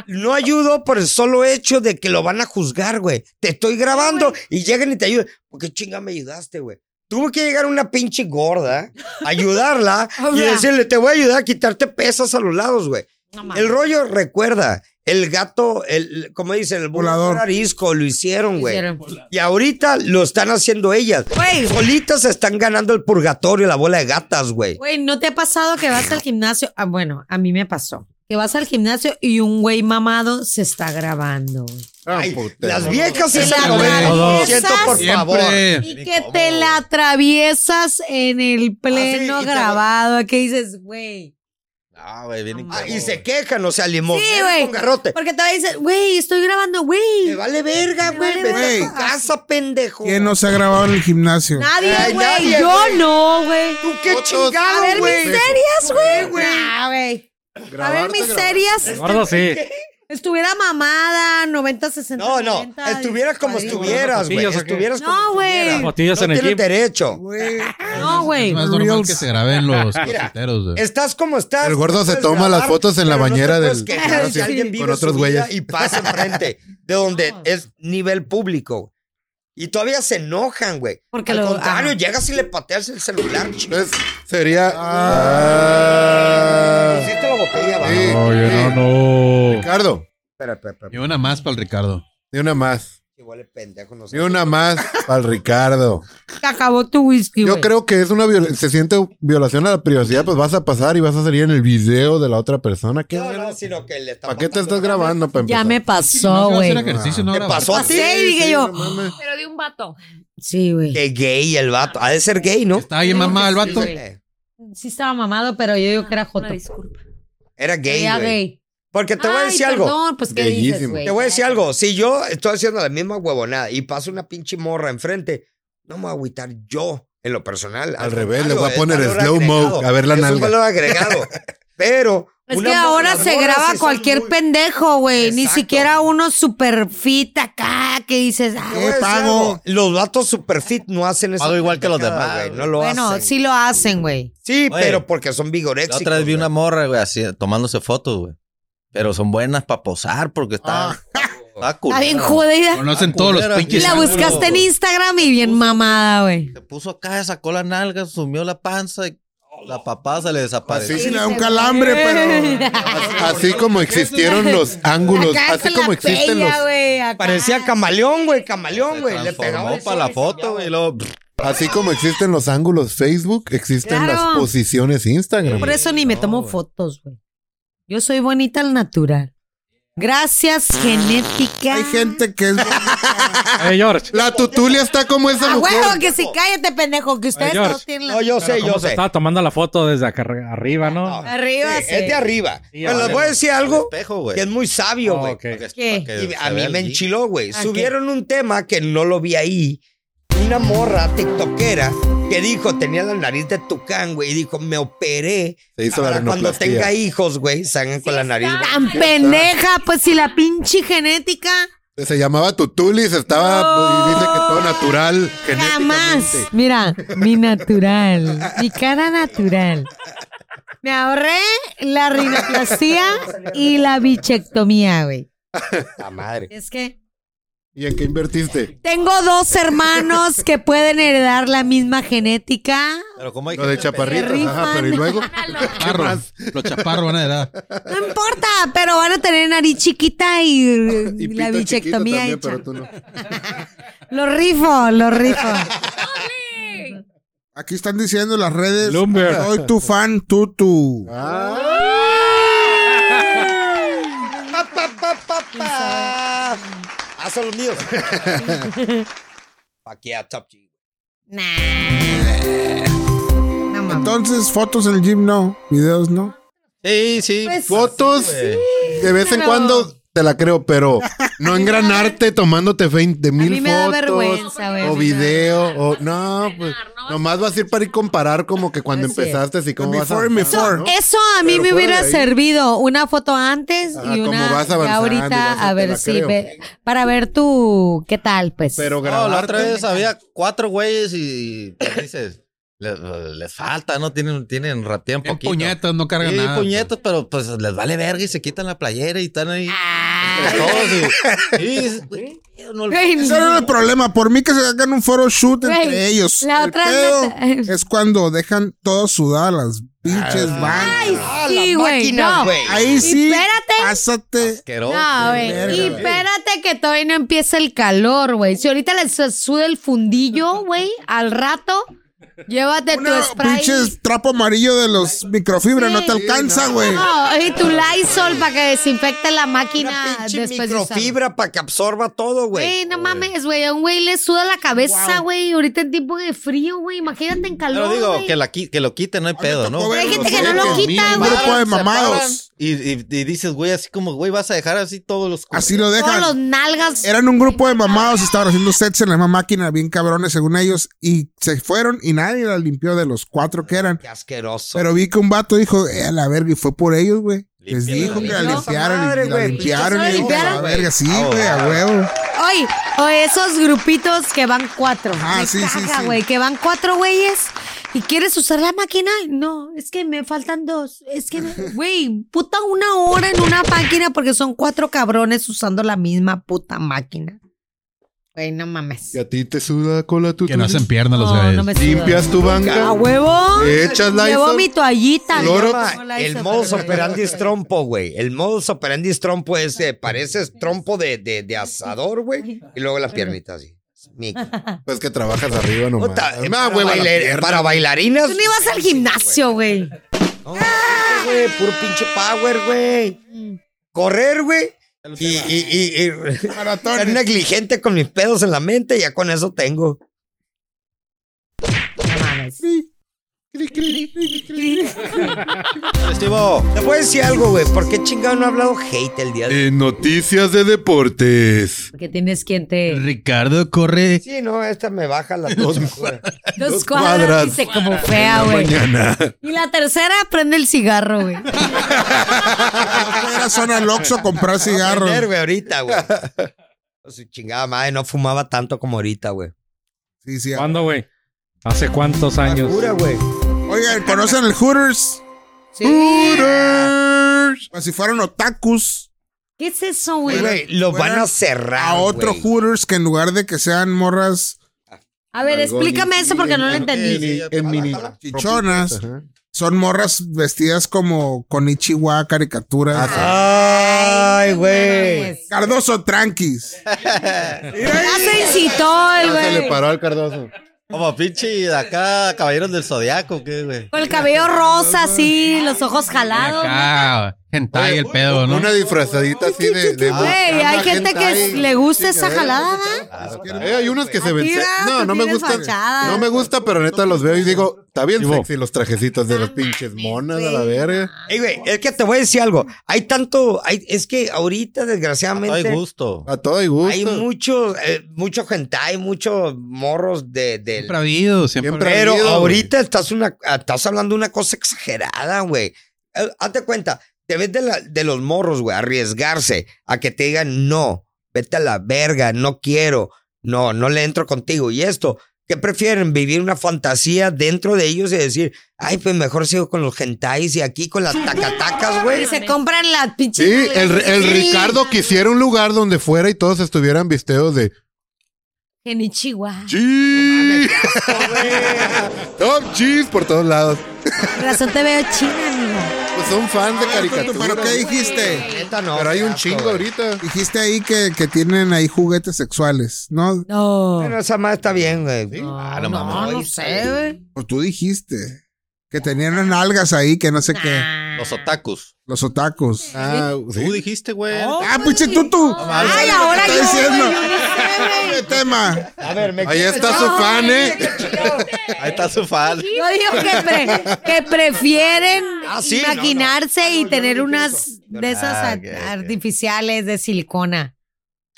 Speaker 4: No ayudó por el solo hecho de que lo van a juzgar, güey. Te estoy grabando y llegan y te ayudan. ¿Por qué chinga me ayudaste, güey? Tuve que llegar una pinche gorda, ayudarla
Speaker 3: O
Speaker 4: y
Speaker 3: sea.
Speaker 4: decirle, te voy a ayudar a quitarte pesas a los lados, güey.
Speaker 3: No mames.
Speaker 4: El rollo, recuerda, el gato, el, como dicen, el
Speaker 2: Volador.
Speaker 4: volador arisco, lo hicieron, güey.
Speaker 3: Hicieron.
Speaker 4: Y ahorita lo están haciendo ellas.
Speaker 3: Güey.
Speaker 4: Solitas se están ganando el purgatorio, la bola de gatas, güey.
Speaker 3: Güey, ¿no te ha pasado que vas al gimnasio? Ah, bueno, a mí me pasó. Que vas al gimnasio y un güey mamado se está grabando. güey.
Speaker 1: Ah,
Speaker 4: Ay, Las viejas
Speaker 3: Te
Speaker 4: se
Speaker 3: la
Speaker 4: novelas. Siento, por
Speaker 3: atraviesas
Speaker 4: favor.
Speaker 9: Siempre.
Speaker 3: y que te la atraviesas en el pleno
Speaker 4: y te-
Speaker 3: grabado. ¿Qué dices, güey?
Speaker 6: Ah, güey, bien
Speaker 4: Ah,
Speaker 6: incómodo,
Speaker 4: y se
Speaker 6: güey.
Speaker 4: quejan, o sea, limón
Speaker 3: Sí, güey.
Speaker 4: con garrote.
Speaker 3: Porque todavía dices, güey, estoy grabando,
Speaker 4: Me
Speaker 3: güey.
Speaker 4: vale verga,
Speaker 3: Me
Speaker 4: güey.
Speaker 3: vale
Speaker 4: Vete a tu
Speaker 2: verga.
Speaker 4: casa, pendejo.
Speaker 2: ¿Quién no se ha grabado en el gimnasio?
Speaker 3: Nadie,
Speaker 4: Ay,
Speaker 3: güey.
Speaker 4: nadie,
Speaker 3: Yo
Speaker 4: güey.
Speaker 3: no, güey.
Speaker 4: ¿Tú qué
Speaker 6: Fotos.
Speaker 3: A ver
Speaker 4: chingado,
Speaker 3: mis
Speaker 4: güey?
Speaker 3: series,
Speaker 4: Sí,
Speaker 3: güey.
Speaker 4: güey.
Speaker 3: Nah, güey. A ver mis series.
Speaker 5: Gordo, sí.
Speaker 3: Estuviera mamada, 90, 60.
Speaker 4: No, no.
Speaker 3: 90,
Speaker 4: Estuvieras como
Speaker 3: cuadritos.
Speaker 4: estuvieras, güey.
Speaker 5: Fotillos, ¿o qué?
Speaker 4: Estuvieras como
Speaker 3: No, güey.
Speaker 4: estuvieras.
Speaker 5: Fotillos
Speaker 4: No
Speaker 5: en el
Speaker 4: tienes
Speaker 5: gym.
Speaker 4: derecho.
Speaker 2: Güey,
Speaker 3: No, güey.
Speaker 9: Es más normal que se graben los coseteros, güey.
Speaker 4: Estás como estás.
Speaker 1: El gordo
Speaker 4: no
Speaker 1: se
Speaker 4: puedes
Speaker 1: toma las
Speaker 4: grabar,
Speaker 1: fotos en la
Speaker 4: pero no te
Speaker 1: bañera
Speaker 4: puedes
Speaker 1: del-
Speaker 4: quejar si
Speaker 3: Sí.
Speaker 4: alguien vive
Speaker 1: con otros
Speaker 4: su vida
Speaker 1: güeyes.
Speaker 4: Y pasa enfrente de donde
Speaker 3: No.
Speaker 4: es nivel público. Y todavía se enojan, güey.
Speaker 3: Porque
Speaker 4: Al
Speaker 3: lo- ah.
Speaker 4: contrario,
Speaker 3: ajá.
Speaker 4: llegas y le pateas el celular. chico.
Speaker 1: Entonces, sería. Ah.
Speaker 4: Pusiste la botella abajo.
Speaker 1: Sí.
Speaker 5: Oye, no, no.
Speaker 1: Ricardo,
Speaker 4: Espera, espera, espera.
Speaker 9: Y una más para el Ricardo.
Speaker 1: ni una más.
Speaker 4: Que huele pendejo, no sé.
Speaker 1: Ni una más para el Ricardo.
Speaker 3: Se acabó tu whisky,
Speaker 1: Yo
Speaker 3: güey.
Speaker 1: creo que es una viola- se siente violación a la privacidad, pues vas a pasar y vas a salir en el video de la otra persona. ¿Qué?
Speaker 4: No, no, sino que le está
Speaker 1: ¿Para qué te
Speaker 4: matando.
Speaker 1: estás grabando, para
Speaker 3: Ya
Speaker 1: empezar?
Speaker 3: me
Speaker 9: No,
Speaker 3: pasó,
Speaker 9: si va a
Speaker 3: güey.
Speaker 9: hacer ejercicio, no
Speaker 4: ¿Te
Speaker 9: graba.
Speaker 4: pasó a ti?
Speaker 3: Pasé y dije yo.
Speaker 7: Pero de un vato.
Speaker 3: Sí, güey.
Speaker 4: Qué gay el vato. Ha de ser gay, ¿no?
Speaker 9: Estaba bien mamá el vato.
Speaker 3: Sí,
Speaker 4: Eh,
Speaker 3: Sí estaba mamado, pero yo digo que era joto.
Speaker 7: Una disculpa.
Speaker 4: Era gay,
Speaker 3: Era
Speaker 4: güey.
Speaker 3: gay.
Speaker 4: Porque te voy a
Speaker 3: Ay,
Speaker 4: decir algo.
Speaker 3: Perdón, pues qué dices,
Speaker 1: Bellísimo.
Speaker 3: güey.
Speaker 4: Te voy a decir algo. Si yo estoy haciendo la misma huevonada y pasa una pinche morra enfrente, no me voy a agüitar yo en lo personal.
Speaker 1: Al revés, le voy a
Speaker 4: contrario,
Speaker 1: poner
Speaker 4: es valor
Speaker 1: slow-mo,
Speaker 4: agregado.
Speaker 1: a ver la
Speaker 4: Es un
Speaker 1: nalga.
Speaker 4: valor agregado. Pero...
Speaker 3: Es
Speaker 4: una
Speaker 3: que
Speaker 4: mo-
Speaker 3: ahora
Speaker 4: las
Speaker 3: se
Speaker 4: morras
Speaker 3: graba
Speaker 4: sí son
Speaker 3: cualquier
Speaker 4: muy-
Speaker 3: pendejo, güey. Ni
Speaker 4: Exacto.
Speaker 3: siquiera uno super fit acá que dices,
Speaker 4: Te
Speaker 3: ah,
Speaker 4: voy a decir
Speaker 2: pago?
Speaker 4: algo, Los vatos super fit no hacen eso.
Speaker 6: Pago igual que los demás,
Speaker 4: güey.
Speaker 6: güey.
Speaker 4: No lo
Speaker 3: bueno,
Speaker 4: hacen.
Speaker 3: sí lo hacen, güey.
Speaker 4: Sí,
Speaker 6: Oye,
Speaker 4: pero porque son
Speaker 6: La
Speaker 4: vigorexicos.
Speaker 6: otra vez vi
Speaker 4: güey.
Speaker 6: una morra, güey, así, tomándose fotos, güey. Pero son buenas para posar porque
Speaker 4: Ah.
Speaker 6: está. Está,
Speaker 3: Está bien
Speaker 6: culera.
Speaker 3: jodida.
Speaker 9: Conocen
Speaker 6: Ah,
Speaker 9: todos los
Speaker 6: culera.
Speaker 3: Y
Speaker 9: pinches.
Speaker 3: la
Speaker 6: ángulo.
Speaker 3: buscaste en Instagram y bien mamada, güey.
Speaker 6: Se puso acá, sacó la nalga, sumió la panza y la papá se le desapareció.
Speaker 4: Pues
Speaker 1: Así
Speaker 3: Sí,
Speaker 1: sí le da
Speaker 3: se
Speaker 1: un calambre,
Speaker 3: ve.
Speaker 1: pero así como existieron los ángulos,
Speaker 3: Acá
Speaker 1: así
Speaker 3: se
Speaker 1: como
Speaker 3: la
Speaker 1: existen los,
Speaker 3: pella, güey, acá.
Speaker 4: Parecía camaleón, güey, camaleón,
Speaker 6: Se
Speaker 4: güey. Le pegaba
Speaker 6: transformó
Speaker 4: el
Speaker 6: para la
Speaker 4: sol,
Speaker 6: foto, güey. y luego-
Speaker 1: así como existen los ángulos Facebook, existen las
Speaker 3: Claro.
Speaker 1: posiciones Instagram.
Speaker 3: Por eso ni me tomo fotos, güey. Yo soy bonita al natural. Gracias,
Speaker 4: Ah.
Speaker 3: genética.
Speaker 2: Hay gente que es.
Speaker 5: Eh, George.
Speaker 1: La tutulia está como esa
Speaker 3: A huevo
Speaker 1: mujer.
Speaker 3: que sí, cállate, pendejo, que ustedes
Speaker 5: Ay, George.
Speaker 3: todos tienen la...
Speaker 4: No, yo sé,
Speaker 5: Pero
Speaker 4: yo
Speaker 5: ¿cómo se
Speaker 4: sé.
Speaker 5: estaba tomando la foto desde acá arri- arriba, ¿no?
Speaker 4: No.
Speaker 3: Arriba,
Speaker 4: Sí,
Speaker 3: sí.
Speaker 4: es de arriba.
Speaker 5: Sí,
Speaker 4: Pero les
Speaker 5: vale.
Speaker 4: voy a decir
Speaker 6: Al
Speaker 4: algo
Speaker 6: pues, espejo, güey.
Speaker 4: que es muy sabio,
Speaker 5: Ah,
Speaker 4: güey.
Speaker 5: ok.
Speaker 6: Para que-
Speaker 3: ¿Qué?
Speaker 6: para que
Speaker 4: Y
Speaker 6: se
Speaker 4: a
Speaker 6: vea
Speaker 4: mí
Speaker 6: el
Speaker 4: me
Speaker 6: G.
Speaker 4: enchiló, güey.
Speaker 3: Ah, ¿qué?
Speaker 4: Subieron un tema que no lo vi ahí. Una morra tiktokera que dijo, tenía la nariz de tucán, güey, y dijo, me operé.
Speaker 1: Se hizo la
Speaker 4: Para cuando
Speaker 1: rinoplastia.
Speaker 4: tenga hijos, güey, salgan con la nariz.
Speaker 3: Tan pendeja, pues si la pinche genética
Speaker 1: Se llamaba tutulis, estaba pues,
Speaker 3: No.
Speaker 1: y dice que todo natural
Speaker 3: jamás.
Speaker 1: genéticamente.
Speaker 3: Mira, mi natural, mi cara natural. Me ahorré la rinoplastía y la bichectomía, güey.
Speaker 4: La madre.
Speaker 3: Es que
Speaker 1: ¿Y en qué invertiste?
Speaker 3: tengo dos hermanos que pueden heredar la misma genética.
Speaker 6: Pero ¿cómo hay
Speaker 1: Lo de
Speaker 6: gente
Speaker 1: chaparritas,
Speaker 3: Se
Speaker 1: ajá, pero y
Speaker 3: rifan.
Speaker 1: luego
Speaker 9: Chaparro. Los chaparros van a heredar.
Speaker 3: No importa, pero van a tener nariz chiquita y,
Speaker 1: y
Speaker 3: la
Speaker 1: pito chiquito
Speaker 3: bichectomía
Speaker 1: también,
Speaker 3: hecha.
Speaker 1: pero tú no.
Speaker 3: Lo rifo, lo rifo.
Speaker 2: Aquí están diciendo las redes.
Speaker 5: Lumber.
Speaker 2: Soy tu fan, tú, tú.
Speaker 1: Ah.
Speaker 4: Pa, pa, pa, pa, pa. Ah, son los míos. Pa' que a Top G.
Speaker 3: Nah. No mames.
Speaker 2: Entonces, fotos en el gym no, videos no.
Speaker 6: Sí, sí.
Speaker 3: Pues,
Speaker 1: Fotos
Speaker 6: güey.
Speaker 1: de vez en
Speaker 3: pero-
Speaker 1: cuando te la creo, pero no engranarte tomándote 20
Speaker 3: A
Speaker 1: mil
Speaker 3: mí me da
Speaker 1: fotos.
Speaker 3: vergüenza. saber.
Speaker 1: O video, o no, pues
Speaker 7: Cenar, ¿no?
Speaker 1: nomás vas a ir para ir comparar como que cuando
Speaker 3: Así es.
Speaker 1: empezaste, así como vas a
Speaker 2: Before and
Speaker 1: avanzar, ¿no?
Speaker 3: Eso a mí
Speaker 1: Pero
Speaker 3: me
Speaker 1: fuera
Speaker 3: hubiera
Speaker 1: de ahí.
Speaker 3: servido una foto antes
Speaker 1: Ajá,
Speaker 3: y
Speaker 1: como
Speaker 3: una
Speaker 1: vas
Speaker 3: ya
Speaker 1: avanzando, ya se
Speaker 3: ahorita a
Speaker 1: te la
Speaker 3: ver si
Speaker 1: creo.
Speaker 3: ve- para ver tu qué tal pues.
Speaker 1: Pero
Speaker 6: No, la otra
Speaker 1: grabarte.
Speaker 6: vez había cuatro güeyes y pues, dices, les, les falta, ¿no? Tienen, tienen ra- tienen
Speaker 9: En
Speaker 6: poquito.
Speaker 9: puñetas, no cargan
Speaker 6: Sí,
Speaker 9: nada.
Speaker 6: puñetas, pero pues les vale verga y se quitan la playera y están ahí. entre todos y, y dices, güey, no le-
Speaker 3: Güey,
Speaker 2: Ese era el problema. Por mí que se hagan un foro shoot
Speaker 3: Güey,
Speaker 2: entre ellos.
Speaker 3: la
Speaker 2: El
Speaker 3: otra
Speaker 2: pedo
Speaker 3: neta-
Speaker 2: es cuando dejan todo sudar las pinches
Speaker 3: Ay,
Speaker 2: bancas.
Speaker 3: sí,
Speaker 4: las
Speaker 3: güey.
Speaker 4: máquinas,
Speaker 3: No.
Speaker 4: güey.
Speaker 2: Ahí sí,
Speaker 3: espérate.
Speaker 2: pásate.
Speaker 6: asqueroso.
Speaker 3: No,
Speaker 2: verga,
Speaker 3: güey. Y
Speaker 2: güey.
Speaker 3: espérate que todavía no empieza el calor, güey. Si ahorita les suda el fundillo, güey, al rato, llévate
Speaker 2: Una
Speaker 3: tu spray.
Speaker 2: pinches trapo amarillo de los microfibra no
Speaker 3: Sí.
Speaker 2: te alcanza, güey.
Speaker 3: No, y tu Lysol para que desinfecte la máquina
Speaker 4: Una pinche
Speaker 3: después de usarla.
Speaker 4: microfibra para que absorba todo, güey.
Speaker 3: Güey, no mames, güey. A un güey le suda la cabeza, güey. Ahorita en tiempo de frío, güey. Imagínate en calor.
Speaker 6: Pero digo,
Speaker 3: güey.
Speaker 6: que, la, qui- que lo quiten, no hay pedo, ¿no?
Speaker 2: tocó ver
Speaker 3: Hay gente
Speaker 2: los
Speaker 3: que no lo
Speaker 2: hechos.
Speaker 3: quita,
Speaker 2: Un
Speaker 3: güey.
Speaker 2: grupo de
Speaker 6: Se paran
Speaker 2: mamados.
Speaker 6: Y, y- y dices, güey, así como, güey, vas a dejar así todos los.
Speaker 2: Así lo
Speaker 3: Todos
Speaker 2: dejan.
Speaker 3: los nalgas.
Speaker 2: Eran un grupo de mamados, estaban haciendo sets en la misma máquina, bien cabrones según ellos, y se fueron y nadie las limpió de los cuatro que eran.
Speaker 4: Qué asqueroso.
Speaker 2: Pero vi que un vato dijo, eh, a la verga, y fue por ellos, güey. Les
Speaker 6: Limpiaron,
Speaker 2: dijo que la
Speaker 4: limpiaron.
Speaker 2: limpiaron,
Speaker 4: Madre,
Speaker 2: y la
Speaker 4: güey,
Speaker 3: pinche
Speaker 2: limpiaron, y dijo, a la
Speaker 3: limpiaron,
Speaker 2: verga, sí,
Speaker 6: Ah,
Speaker 2: güey, a huevo.
Speaker 3: Oye, o esos grupitos que van cuatro.
Speaker 2: Ah,
Speaker 3: Me
Speaker 2: sí, sí,
Speaker 3: caga,
Speaker 2: sí.
Speaker 3: güey. Que van cuatro güeyes y quieres usar la máquina. No, es que me faltan dos. Es que, me- güey, puta una hora en una máquina porque son cuatro cabrones usando la misma puta máquina. Güey, no mames.
Speaker 1: Y a ti te suda cola tu
Speaker 9: Que no hacen piernas los
Speaker 3: No,
Speaker 9: bebés.
Speaker 3: no me suda.
Speaker 1: Limpias tu
Speaker 3: ¡A
Speaker 1: banca,
Speaker 3: huevo!
Speaker 1: le echas la
Speaker 3: Llevo mi toallita.
Speaker 4: Se
Speaker 1: Cloro.
Speaker 4: llama
Speaker 3: Llevo Lysol,
Speaker 4: el
Speaker 3: pero-
Speaker 4: modus operandi es trompo, güey. El modus operandi es trompo es, eh, pareces trompo de, de, de asador, güey. Y luego las piernitas así. Mi-
Speaker 1: pues que trabajas arriba nomás.
Speaker 4: Puta,
Speaker 1: Me
Speaker 4: eh,
Speaker 1: da
Speaker 4: para,
Speaker 1: hueva la
Speaker 4: baila-
Speaker 1: pierna.
Speaker 4: para bailarinas.
Speaker 3: Tú no ibas al gimnasio, güey.
Speaker 4: No, güey, puro pinche power,
Speaker 3: Mm.
Speaker 4: güey. Correr, güey. Y, y, y, y- ser negligente con mis pedos en la mente, ya con eso tengo.
Speaker 3: No mames.
Speaker 6: Estivo.
Speaker 4: Te puedo decir algo, güey. ¿Por qué chingado no ha hablado hate el día de hoy?
Speaker 1: En noticias de deportes.
Speaker 3: Porque tienes quien te.
Speaker 9: Ricardo corre.
Speaker 4: Sí, no, esta me baja las dos. güey.
Speaker 3: Dos
Speaker 1: Dos
Speaker 3: cuadras.
Speaker 1: cuadras.
Speaker 3: Dice como fea, güey.
Speaker 1: Mañana.
Speaker 3: Y la tercera prende el cigarro, güey.
Speaker 2: Era zona Loxo a comprar cigarros.
Speaker 4: Tener, güey, ahorita, güey. Su chingada madre, no fumaba tanto como ahorita, güey.
Speaker 2: Sí, sí.
Speaker 5: ¿Cuándo, güey? ¿Hace cuántos años?
Speaker 4: Pura, güey.
Speaker 2: Oigan, ¿conocen el Hooters? Hooters. Pues si fueron otakus
Speaker 3: ¿Qué es eso,
Speaker 4: Güey,
Speaker 3: güey?
Speaker 4: güey, lo
Speaker 2: fuera
Speaker 4: van a cerrar.
Speaker 2: a otro
Speaker 4: Ah, güey.
Speaker 2: Hooters que en lugar de que sean morras
Speaker 3: A ver, explícame eso porque no lo entendí.
Speaker 1: En mini.
Speaker 2: chichonas, son morras vestidas como con Ichiwa caricaturas.
Speaker 4: Ah, Ay, güey.
Speaker 3: Mames.
Speaker 2: Cardoso tranquis.
Speaker 3: pues, Ya se incitó el
Speaker 1: Ah, Se le
Speaker 3: güey.
Speaker 1: paró al Cardoso.
Speaker 6: Como pinche de acá, caballeros del zodiaco, ¿qué, güey?
Speaker 3: Con el cabello rosa, así, los ojos jalados.
Speaker 9: Acá, hentai el pedo, ¿no?
Speaker 1: Una disfrazadita así de. de
Speaker 3: Güey, hay gente que le gusta esa jalada, ¿verdad?
Speaker 1: Eh, hay unos que se ven.
Speaker 3: Mira,
Speaker 1: No,
Speaker 3: tú
Speaker 1: no me
Speaker 3: tienes
Speaker 1: gusta.
Speaker 3: fachada.
Speaker 1: No me gusta, pero neta los veo y digo, está bien
Speaker 5: Sí, bo.
Speaker 1: sexy los trajecitos de los pinches monas a la verga.
Speaker 4: Ey, güey, es que te voy a decir algo. Hay tanto, hay, es que ahorita,
Speaker 6: No hay
Speaker 4: desgraciadamente,
Speaker 6: gusto.
Speaker 1: A todo y gusto.
Speaker 4: hay muchos, eh, mucho hentai, muchos morros de, del-
Speaker 9: Siempre ha habido, siempre,
Speaker 1: Siempre
Speaker 9: ha
Speaker 4: Pero
Speaker 1: Perdido,
Speaker 4: ahorita estás, una, estás hablando de una cosa exagerada, güey. Eh, Hazte cuenta, te ves de, la- de los morros, güey, arriesgarse a que te digan no, vete a la verga, no quiero, no, no le entro contigo. Y esto, ¿qué prefieren? Vivir una fantasía dentro de ellos y decir, ay, pues mejor sigo con los gentais y aquí con las tacatacas, güey.
Speaker 3: Y se compran las pinches.
Speaker 1: Sí, el, el Ricardo quisiera un lugar donde fuera y todos estuvieran visteos de.
Speaker 3: Genichiwa.
Speaker 1: ¡Cheese! Top cheese por todos lados.
Speaker 3: Razón te veo china, amigo.
Speaker 1: Pues son fans
Speaker 4: Ah,
Speaker 1: de caricaturas.
Speaker 2: ¿Pero qué dijiste?
Speaker 4: Neta, no,
Speaker 1: Pero hay un
Speaker 4: asco,
Speaker 1: chingo
Speaker 4: güey.
Speaker 1: ahorita.
Speaker 2: Dijiste ahí que, que tienen ahí juguetes sexuales, ¿no?
Speaker 3: No.
Speaker 4: Bueno, esa madre está bien, güey.
Speaker 3: No,
Speaker 1: Ah,
Speaker 6: no
Speaker 3: no,
Speaker 6: mames.
Speaker 3: no sé, güey.
Speaker 2: O Pues tú dijiste que tenían unas nalgas ahí que no sé qué,
Speaker 6: Los otakus.
Speaker 2: los otacos.
Speaker 1: Ah,
Speaker 6: Tú
Speaker 1: sí.
Speaker 6: dijiste, güey.
Speaker 2: Ah, pinche tutu.
Speaker 3: Ay, ahora yo,
Speaker 2: ¿Qué está
Speaker 3: güey,
Speaker 2: diciendo?
Speaker 3: yo no sé, güey.
Speaker 2: ¿Qué tema?
Speaker 4: A ver, me
Speaker 1: Ahí está su
Speaker 3: No,
Speaker 1: fan, ¿eh?
Speaker 6: Ahí está su fan.
Speaker 3: Yo digo que, pre- que prefieren
Speaker 4: Ah, sí,
Speaker 3: imaginarse y tener unas de esas
Speaker 6: Ah,
Speaker 3: ar-
Speaker 6: ok, ok.
Speaker 3: artificiales de silicona.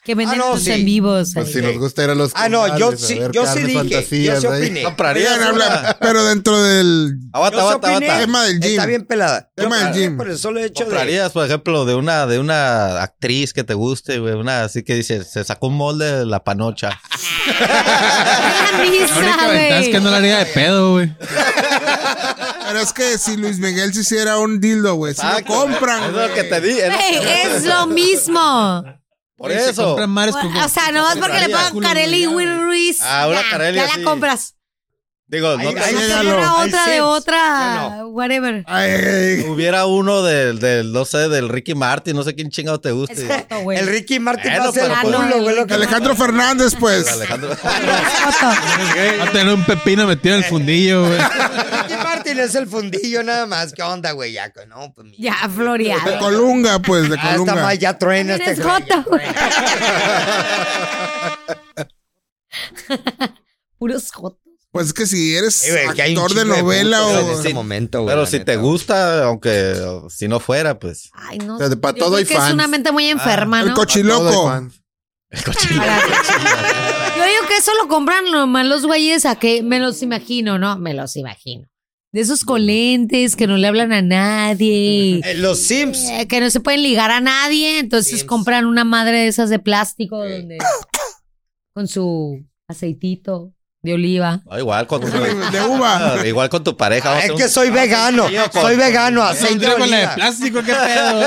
Speaker 3: Que venden
Speaker 4: Ah, no,
Speaker 3: los
Speaker 4: sí.
Speaker 3: en vivos.
Speaker 1: Pues
Speaker 3: ahí.
Speaker 1: si nos gusta ir a los
Speaker 4: Ah, no, yo
Speaker 1: comales, a
Speaker 4: sí,
Speaker 1: ver
Speaker 4: yo sí
Speaker 1: carnes,
Speaker 4: dije, yo
Speaker 1: fantasías,
Speaker 4: sí
Speaker 1: ahí.
Speaker 4: opiné.
Speaker 6: Comprarías
Speaker 2: Oigan,
Speaker 6: una.
Speaker 2: habla- pero dentro del
Speaker 4: Yo
Speaker 6: Aguanta,
Speaker 4: sí
Speaker 6: aguanta,
Speaker 4: opiné.
Speaker 6: aguanta.
Speaker 2: tema del gym.
Speaker 4: Está bien pelada. Yo
Speaker 2: Tema del
Speaker 4: creo que
Speaker 2: gym.
Speaker 4: Por el solo hecho de...
Speaker 6: ¿Comprarías, por ejemplo, de una, de una actriz que te guste, güey? Una así que dice, se sacó un molde de la panocha.
Speaker 3: Ay, la
Speaker 9: La única
Speaker 3: misa,
Speaker 9: ventaja es
Speaker 3: güey.
Speaker 9: que no la haría de pedo, güey.
Speaker 2: Pero es que si Luis Miguel se hiciera un dildo, güey, si lo
Speaker 6: Exacto.
Speaker 2: compran.
Speaker 6: Ah, Es lo
Speaker 2: güey.
Speaker 6: que te di. es lo
Speaker 3: Güey,
Speaker 6: que-
Speaker 3: es lo mismo.
Speaker 6: Por
Speaker 9: Oye, se
Speaker 6: eso.
Speaker 9: compran mares con-
Speaker 3: O sea, no vas porque le
Speaker 6: Compraría.
Speaker 3: pagan Carelli Will Ruiz.
Speaker 6: Ah, una
Speaker 3: ya,
Speaker 6: Carelli
Speaker 3: Ya
Speaker 6: así.
Speaker 3: la compras.
Speaker 6: Digo, no
Speaker 4: Ahí-
Speaker 6: te-
Speaker 4: ahí-
Speaker 3: Hay
Speaker 2: llégalo.
Speaker 3: una
Speaker 4: Hay
Speaker 3: otra de
Speaker 4: sets.
Speaker 3: otra.
Speaker 4: No,
Speaker 3: Whatever.
Speaker 2: Ay, ay, ay.
Speaker 6: hubiera uno del, del, no sé, del Ricky Martin, no sé quién chingado te guste.
Speaker 3: Es foto, güey.
Speaker 4: El Ricky Martin
Speaker 6: Bueno,
Speaker 4: va a ser
Speaker 6: pero
Speaker 4: el
Speaker 3: pues-
Speaker 4: culo, güey. lo que-
Speaker 2: Alejandro Fernández, pues.
Speaker 6: Alejandro.
Speaker 3: Es foto.
Speaker 9: Va a tener un pepino metido en el fundillo, güey.
Speaker 4: Ricky Martin es el fundillo nada más. ¿Qué onda, güey? Ya, no, pues... mira.
Speaker 3: Ya,
Speaker 2: De
Speaker 3: floreado.
Speaker 2: Colunga, pues, de
Speaker 4: Ah, esta
Speaker 2: Colunga.
Speaker 4: más ya truena este
Speaker 3: Eres
Speaker 4: güey, ya
Speaker 3: joto, güey.
Speaker 4: truena.
Speaker 3: Puros jotos.
Speaker 2: Pues es que si eres
Speaker 4: Sí, Eh, güey, que hay un
Speaker 2: actor de
Speaker 4: chingo
Speaker 2: novela
Speaker 4: putos En
Speaker 2: o.
Speaker 4: este
Speaker 6: Sí,
Speaker 4: momento, güey,
Speaker 6: Pero
Speaker 4: la
Speaker 6: si
Speaker 4: neta,
Speaker 6: te
Speaker 4: güey.
Speaker 6: gusta, aunque o, si no fuera, pues.
Speaker 3: Ay, no.
Speaker 1: O sea, de- para
Speaker 3: Yo
Speaker 1: todo
Speaker 3: creo
Speaker 1: hay
Speaker 3: que Es
Speaker 1: fans. Ah,
Speaker 3: una mente muy enferma,
Speaker 2: El
Speaker 3: Ah, ¿no?
Speaker 1: Todo
Speaker 2: cochiloco.
Speaker 1: hay fan.
Speaker 3: Para- Yo digo que eso lo compran nomás los güeyes a que me los imagino, ¿no? Me los imagino. De esos colentes que no le hablan a nadie.
Speaker 4: Eh, Los Sims.
Speaker 3: eh, Que no se pueden ligar a nadie, entonces
Speaker 4: Sí.
Speaker 3: compran una madre de esas de plástico
Speaker 4: Sí.
Speaker 3: donde- con su aceitito de oliva.
Speaker 6: no, igual con tu
Speaker 2: De
Speaker 6: pareja.
Speaker 2: uva.
Speaker 6: Igual con tu pareja.
Speaker 4: Ah,
Speaker 6: vamos a
Speaker 4: es
Speaker 6: hacer
Speaker 4: que
Speaker 6: un-
Speaker 4: soy vegano.
Speaker 6: tío, con-
Speaker 4: Soy vegano,
Speaker 9: Yo
Speaker 4: aceite de
Speaker 9: pondría con la de
Speaker 4: oliva.
Speaker 9: plástico, qué pedo.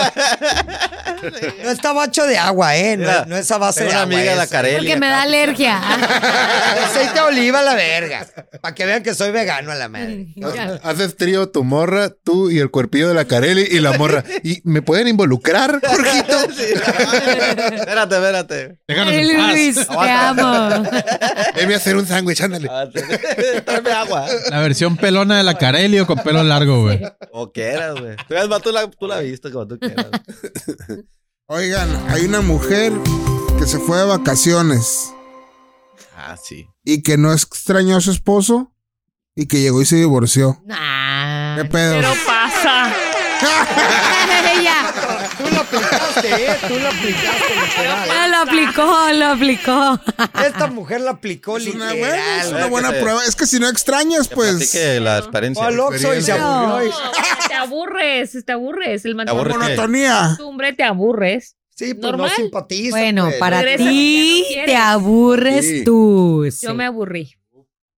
Speaker 4: No está bacho de agua, ¿eh? No,
Speaker 6: Mira,
Speaker 4: no es a base
Speaker 6: Tengo
Speaker 4: de
Speaker 6: una
Speaker 4: agua.
Speaker 6: amiga de la
Speaker 4: es-
Speaker 6: Carelia.
Speaker 3: Porque me da
Speaker 7: pues,
Speaker 3: alergia.
Speaker 4: Aceite de oliva a la verga. Para que vean que soy vegano a la madre.
Speaker 3: Ah, Ya.
Speaker 1: Haces trío tu morra, tú y el cuerpillo de la Carelli y la morra. ¿Y me pueden involucrar, Jorgito?
Speaker 6: Espérate, espérate.
Speaker 9: Déjanos en paz.
Speaker 3: Luis, te amo.
Speaker 1: Debe hacer un sándwich, ándale.
Speaker 4: Ah.
Speaker 6: Ah, Tráeme agua.
Speaker 9: La versión pelona de la Carelio con pelo largo, güey.
Speaker 6: O quieras, güey. Tú, es más, tú la, tú la viste como tú quieras.
Speaker 2: Oigan, hay una mujer que se fue de vacaciones
Speaker 6: Ah, sí.
Speaker 2: y que no extrañó a su esposo y que llegó y se divorció.
Speaker 3: Nah.
Speaker 2: ¿Qué pedo?
Speaker 7: Pero pasa.
Speaker 3: Ella.
Speaker 4: Tú lo aplicaste, ¿eh? Tú lo aplicaste, literal.
Speaker 3: Ah, lo aplicó, lo aplicó.
Speaker 4: Esta mujer la aplicó
Speaker 2: Es una, buena, es
Speaker 4: literal.
Speaker 2: una buena prueba. Es que si no extrañas,
Speaker 6: Pues. Así
Speaker 2: pues.
Speaker 6: que la experiencia.
Speaker 4: Fue al Oxxo y se aburrió. y-
Speaker 7: No, te aburres, te aburres. El
Speaker 6: aburres
Speaker 7: matrimonio
Speaker 6: qué?
Speaker 2: Monotonía.
Speaker 7: costumbre te aburres.
Speaker 4: Sí, pues
Speaker 7: Normal.
Speaker 4: no simpatiza.
Speaker 3: Bueno,
Speaker 4: pues.
Speaker 3: para
Speaker 7: Regresa porque
Speaker 3: ti
Speaker 7: ya no quieres.
Speaker 3: te aburres
Speaker 1: Sí.
Speaker 3: tú. sí.
Speaker 7: Yo me aburrí.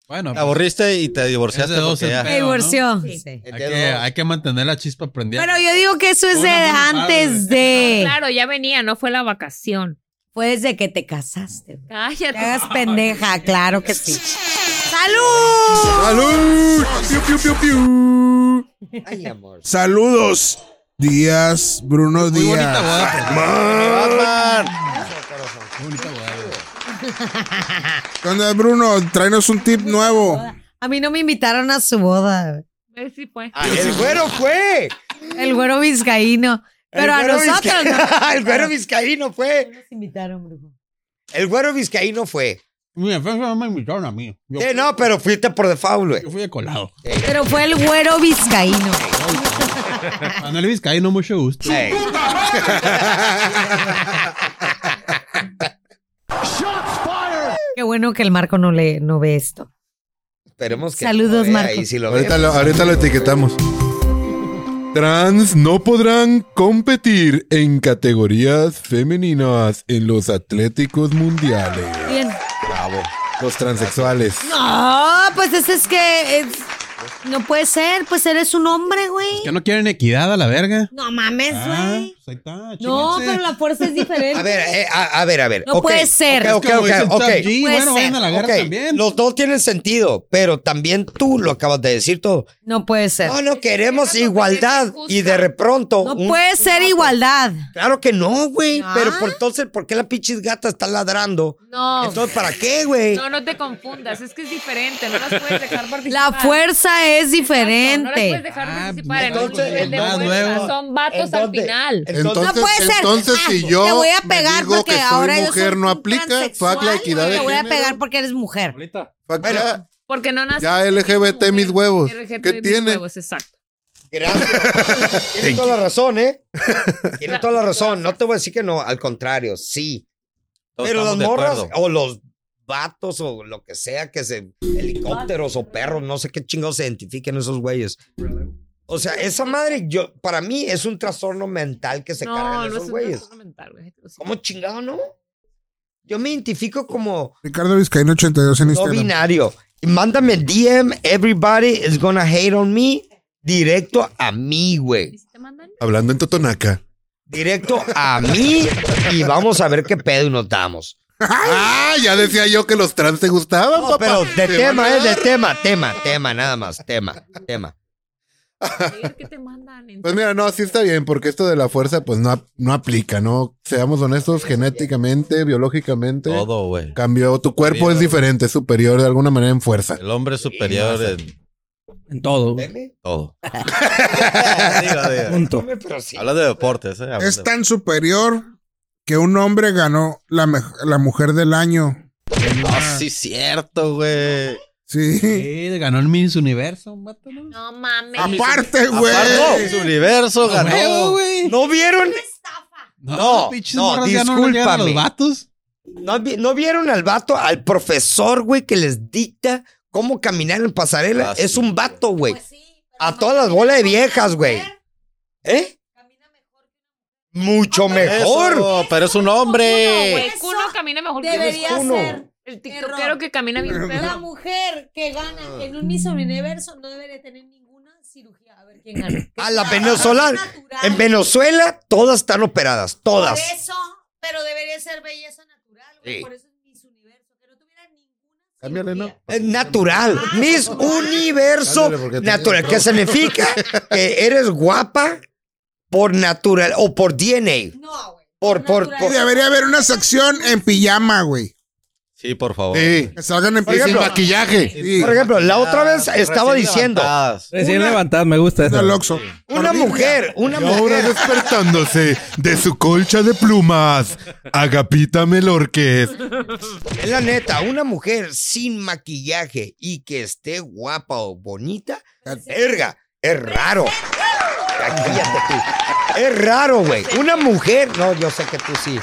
Speaker 9: Bueno,
Speaker 6: Te aburriste y te
Speaker 9: Es
Speaker 6: divorciaste.
Speaker 9: de dos
Speaker 6: porque ya-
Speaker 9: en
Speaker 3: Me
Speaker 9: pedo, ¿no?
Speaker 3: divorció.
Speaker 7: Sí.
Speaker 3: Sí.
Speaker 9: hay que, hay que mantener la chispa prendida.
Speaker 3: Pero yo digo que eso es de
Speaker 9: Una buena madre.
Speaker 3: antes de.
Speaker 7: Claro, ya venía, no fue la vacación.
Speaker 3: Fue desde que te casaste. güey. Te
Speaker 7: Cállate.
Speaker 3: hagas pendeja, claro que sí. ¡Salud!
Speaker 2: ¡Salud! Piu, piu, piu, piu.
Speaker 4: Ay, amor.
Speaker 2: Saludos. Díaz, Bruno
Speaker 9: Muy bonita
Speaker 2: Díaz.
Speaker 9: boda. pero-
Speaker 6: Batman.
Speaker 2: ¿Qué onda, Bruno? Tráenos un tip nuevo.
Speaker 3: A mí no me invitaron a su boda.
Speaker 7: Eh, Sí, pues.
Speaker 4: Ah, el güero fue.
Speaker 3: El güero vizcaíno.
Speaker 4: El
Speaker 3: Pero a
Speaker 4: güero
Speaker 3: nosotros no
Speaker 4: vizca- el güero vizcaíno fue.
Speaker 3: nos invitaron, brujo.
Speaker 4: El güero vizcaíno fue.
Speaker 9: Mi defensa no me invitaron a mí. Yo,
Speaker 4: Sí, no, pero fuiste por default, güey.
Speaker 9: yo fui de colado.
Speaker 3: Pero fue el güero vizcaíno.
Speaker 9: Manuel Vizcaíno, mucho gusto.
Speaker 4: Ey.
Speaker 3: Qué bueno que el Marco no le no ve esto.
Speaker 4: Esperemos que.
Speaker 3: Saludos,
Speaker 4: no, eh,
Speaker 3: Marco.
Speaker 4: ahí sí lo
Speaker 1: Ahorita
Speaker 4: vemos.
Speaker 1: lo, ahorita lo etiquetamos. Trans no podrán competir en categorías femeninas en los Atléticos Mundiales.
Speaker 3: Bien.
Speaker 1: Bravo. Los transexuales.
Speaker 3: No, pues ese es que es- no puede ser, pues eres un hombre, güey.
Speaker 9: Que no quieren equidad a la verga.
Speaker 3: No mames,
Speaker 9: Ah,
Speaker 3: güey.
Speaker 9: pues ahí está,
Speaker 3: no,
Speaker 9: chíquense.
Speaker 3: pero la fuerza es diferente.
Speaker 4: A ver, eh, a, a ver, a ver.
Speaker 3: No
Speaker 4: Ok,
Speaker 3: puede ser.
Speaker 4: Ok,
Speaker 9: Como
Speaker 4: ok,
Speaker 9: dice el
Speaker 4: ok.
Speaker 9: Top G,
Speaker 3: Puede
Speaker 9: bueno, vayan a la
Speaker 4: ok.
Speaker 9: guerra también.
Speaker 4: Los dos tienen sentido, pero también tú lo acabas de decir todo.
Speaker 3: No puede ser.
Speaker 4: No, no queremos
Speaker 7: Esa competencia
Speaker 4: igualdad
Speaker 7: injusta.
Speaker 4: y de repronto.
Speaker 3: No
Speaker 4: un-
Speaker 3: puede ser igualdad.
Speaker 4: Claro que no, güey.
Speaker 3: No.
Speaker 4: Pero por entonces, ¿por qué la pinches gata está ladrando?
Speaker 7: No.
Speaker 4: Entonces, ¿para qué, güey?
Speaker 7: No, no te confundas, es que es diferente, no las puedes dejar participar.
Speaker 3: La fuerza
Speaker 7: Exacto, No
Speaker 3: es
Speaker 7: las puedes
Speaker 3: diferente.
Speaker 7: dejar
Speaker 9: Ah,
Speaker 7: participar en un
Speaker 4: entonces,
Speaker 7: nivel de
Speaker 9: más
Speaker 7: fuerza.
Speaker 9: luego.
Speaker 7: Son vatos al
Speaker 4: Entonces-
Speaker 7: final.
Speaker 1: Entonces,
Speaker 3: No puede ser.
Speaker 1: entonces
Speaker 3: Ah,
Speaker 1: si yo
Speaker 3: te voy a
Speaker 1: me
Speaker 3: pegar
Speaker 1: digo
Speaker 3: porque
Speaker 1: que soy
Speaker 3: ahora yo
Speaker 1: mujer
Speaker 3: soy
Speaker 1: no
Speaker 3: un
Speaker 1: aplica, fuck la
Speaker 3: transexual,
Speaker 1: equidad de
Speaker 3: Te voy a
Speaker 1: género.
Speaker 3: pegar porque eres mujer.
Speaker 1: Fuck
Speaker 4: Bueno,
Speaker 1: ya.
Speaker 7: Porque no nací.
Speaker 1: Ya LGBT mis huevos.
Speaker 7: LGBT
Speaker 1: ¿Qué
Speaker 7: mis
Speaker 1: tiene?
Speaker 7: huevos, exacto.
Speaker 4: Gracias. Tienes toda la razón, ¿eh? Tienes toda la razón. No te voy a decir que no. Al contrario, sí.
Speaker 6: Todos
Speaker 4: Pero oh, las
Speaker 6: estamos de
Speaker 4: morras
Speaker 6: acuerdo.
Speaker 4: o los vatos o lo que sea que se helicópteros o perros, no sé qué chingados se identifiquen esos güeyes. O sea, esa madre yo para mí es un trastorno mental que se
Speaker 7: No,
Speaker 4: cargan
Speaker 7: no es
Speaker 4: esos
Speaker 7: un
Speaker 4: güeyes.
Speaker 7: trastorno mental, güey. O sea,
Speaker 4: ¿Cómo chingado no? Yo me identifico como
Speaker 2: Ricardo Vizcaíno 82 en
Speaker 4: no
Speaker 2: Instagram.
Speaker 4: binario. Y Mándame DM, everybody is gonna hate on me, directo a mí, güey.
Speaker 7: ¿y si te mandan?
Speaker 1: Hablando en Totonaca.
Speaker 4: Directo a mí y vamos a ver qué pedo nos damos.
Speaker 1: ¡Ah! Ya decía yo que los trans te gustaban,
Speaker 4: No,
Speaker 1: papá.
Speaker 4: pero de
Speaker 1: Te
Speaker 4: tema,
Speaker 1: van a
Speaker 3: eh,
Speaker 4: es de
Speaker 1: dar.
Speaker 4: tema, tema, tema, nada más, tema, tema.
Speaker 7: A ver, ¿Qué te mandan? En-
Speaker 1: Pues mira, no, sí está bien, porque esto de la fuerza, pues no, ap- no aplica, ¿no? Seamos honestos, genéticamente, biológicamente.
Speaker 6: Todo, güey.
Speaker 1: Cambió, tu cuerpo es
Speaker 6: Vida.
Speaker 1: diferente, es superior de alguna manera en fuerza.
Speaker 6: El hombre es superior en
Speaker 8: En todo. güey.
Speaker 6: todo. Digo, digo.
Speaker 8: Punto.
Speaker 4: Pero sí.
Speaker 6: Habla de deportes, ¿eh? Habla
Speaker 2: Es
Speaker 6: de-
Speaker 2: tan superior que un hombre ganó la, me- la mujer del año.
Speaker 6: Ah, sí, cierto, güey.
Speaker 2: Sí.
Speaker 9: Eh, ganó el Miss Universo, un vato, ¿no?
Speaker 7: No mames.
Speaker 2: Aparte,
Speaker 6: Aparte,
Speaker 2: güey.
Speaker 6: su universo
Speaker 9: Huevo,
Speaker 6: ganó.
Speaker 9: güey.
Speaker 4: ¿No vieron? No,
Speaker 9: pinches
Speaker 4: no,
Speaker 9: morras ya no le llegan a los
Speaker 4: discúlpame.
Speaker 9: vatos.
Speaker 4: ¿No, vi- no vieron al vato, al profesor, güey, que les dicta cómo caminar en pasarela?
Speaker 6: Ah,
Speaker 4: es
Speaker 6: sí.
Speaker 4: un vato, güey.
Speaker 7: Pues sí, pero
Speaker 4: A
Speaker 7: no
Speaker 4: todas las
Speaker 7: camina
Speaker 4: bolas de
Speaker 7: mejor
Speaker 4: viejas,
Speaker 7: que
Speaker 4: güey.
Speaker 7: mujer,
Speaker 4: ¿Eh?
Speaker 7: camina mejor que
Speaker 4: Mucho mejor.
Speaker 6: Eso, pero es un
Speaker 7: uno,
Speaker 6: hombre.
Speaker 7: güey. El cuno camina mejor que
Speaker 3: Debería
Speaker 7: el
Speaker 4: uno.
Speaker 3: ser
Speaker 7: El tiktokero que camina bien
Speaker 3: la
Speaker 7: feo.
Speaker 3: mujer que gana en un Miss Universo no debería tener ninguna cirugía. A ver quién gana.
Speaker 4: A la venezolana.
Speaker 3: Natural.
Speaker 4: En Venezuela, todas están operadas, todas.
Speaker 3: Por eso, pero debería ser belleza natural. güey,
Speaker 4: Sí.
Speaker 3: Por eso es Miss Universo. Que no tuviera ninguna.
Speaker 1: Cámbiale, ¿no?
Speaker 3: cirugía.
Speaker 4: Es natural.
Speaker 3: Ah,
Speaker 4: Miss Universo
Speaker 1: Ándale, porque te-
Speaker 4: natural. ¿Qué significa? Que eres guapa por natural o por DNA.
Speaker 3: No, güey.
Speaker 4: Por, por,
Speaker 3: Natural.
Speaker 4: por-
Speaker 2: Y Debería haber una sección en pijama, güey.
Speaker 6: Sí, por favor.
Speaker 1: Sí.
Speaker 2: Que salgan en
Speaker 4: Por ejemplo,
Speaker 2: pijama.
Speaker 1: Maquillaje.
Speaker 2: Sí.
Speaker 4: por ejemplo, la otra vez estaba
Speaker 6: Recién
Speaker 4: diciendo,
Speaker 6: levantadas.
Speaker 8: Recién
Speaker 4: Una-
Speaker 8: levantado, me gusta eso.
Speaker 2: Del Oxxo.
Speaker 4: una mujer, una
Speaker 1: Y ahora
Speaker 4: mujer.
Speaker 1: despertándose de su colcha de plumas, Agapita Melorquez.
Speaker 4: Es la neta, una mujer sin maquillaje y que esté guapa o bonita, verga, es raro. Maquíllate tú. Es raro, güey. Una mujer, no, yo sé que tú sí.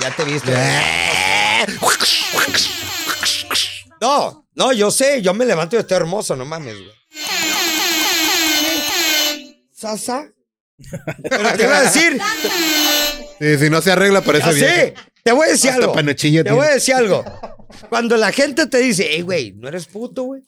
Speaker 4: Ya te viste. No, no, yo sé, yo me levanto y estoy hermoso, no mames, güey. Sasa. Pero te iba a decir,
Speaker 1: Sí, si no se arregla, parece
Speaker 4: así,
Speaker 1: bien.
Speaker 4: te voy a decir
Speaker 1: Hasta
Speaker 4: algo.
Speaker 1: panochilla
Speaker 4: Te
Speaker 1: tiene.
Speaker 4: voy a decir algo. Cuando la gente te dice, hey, güey, no eres puto, güey.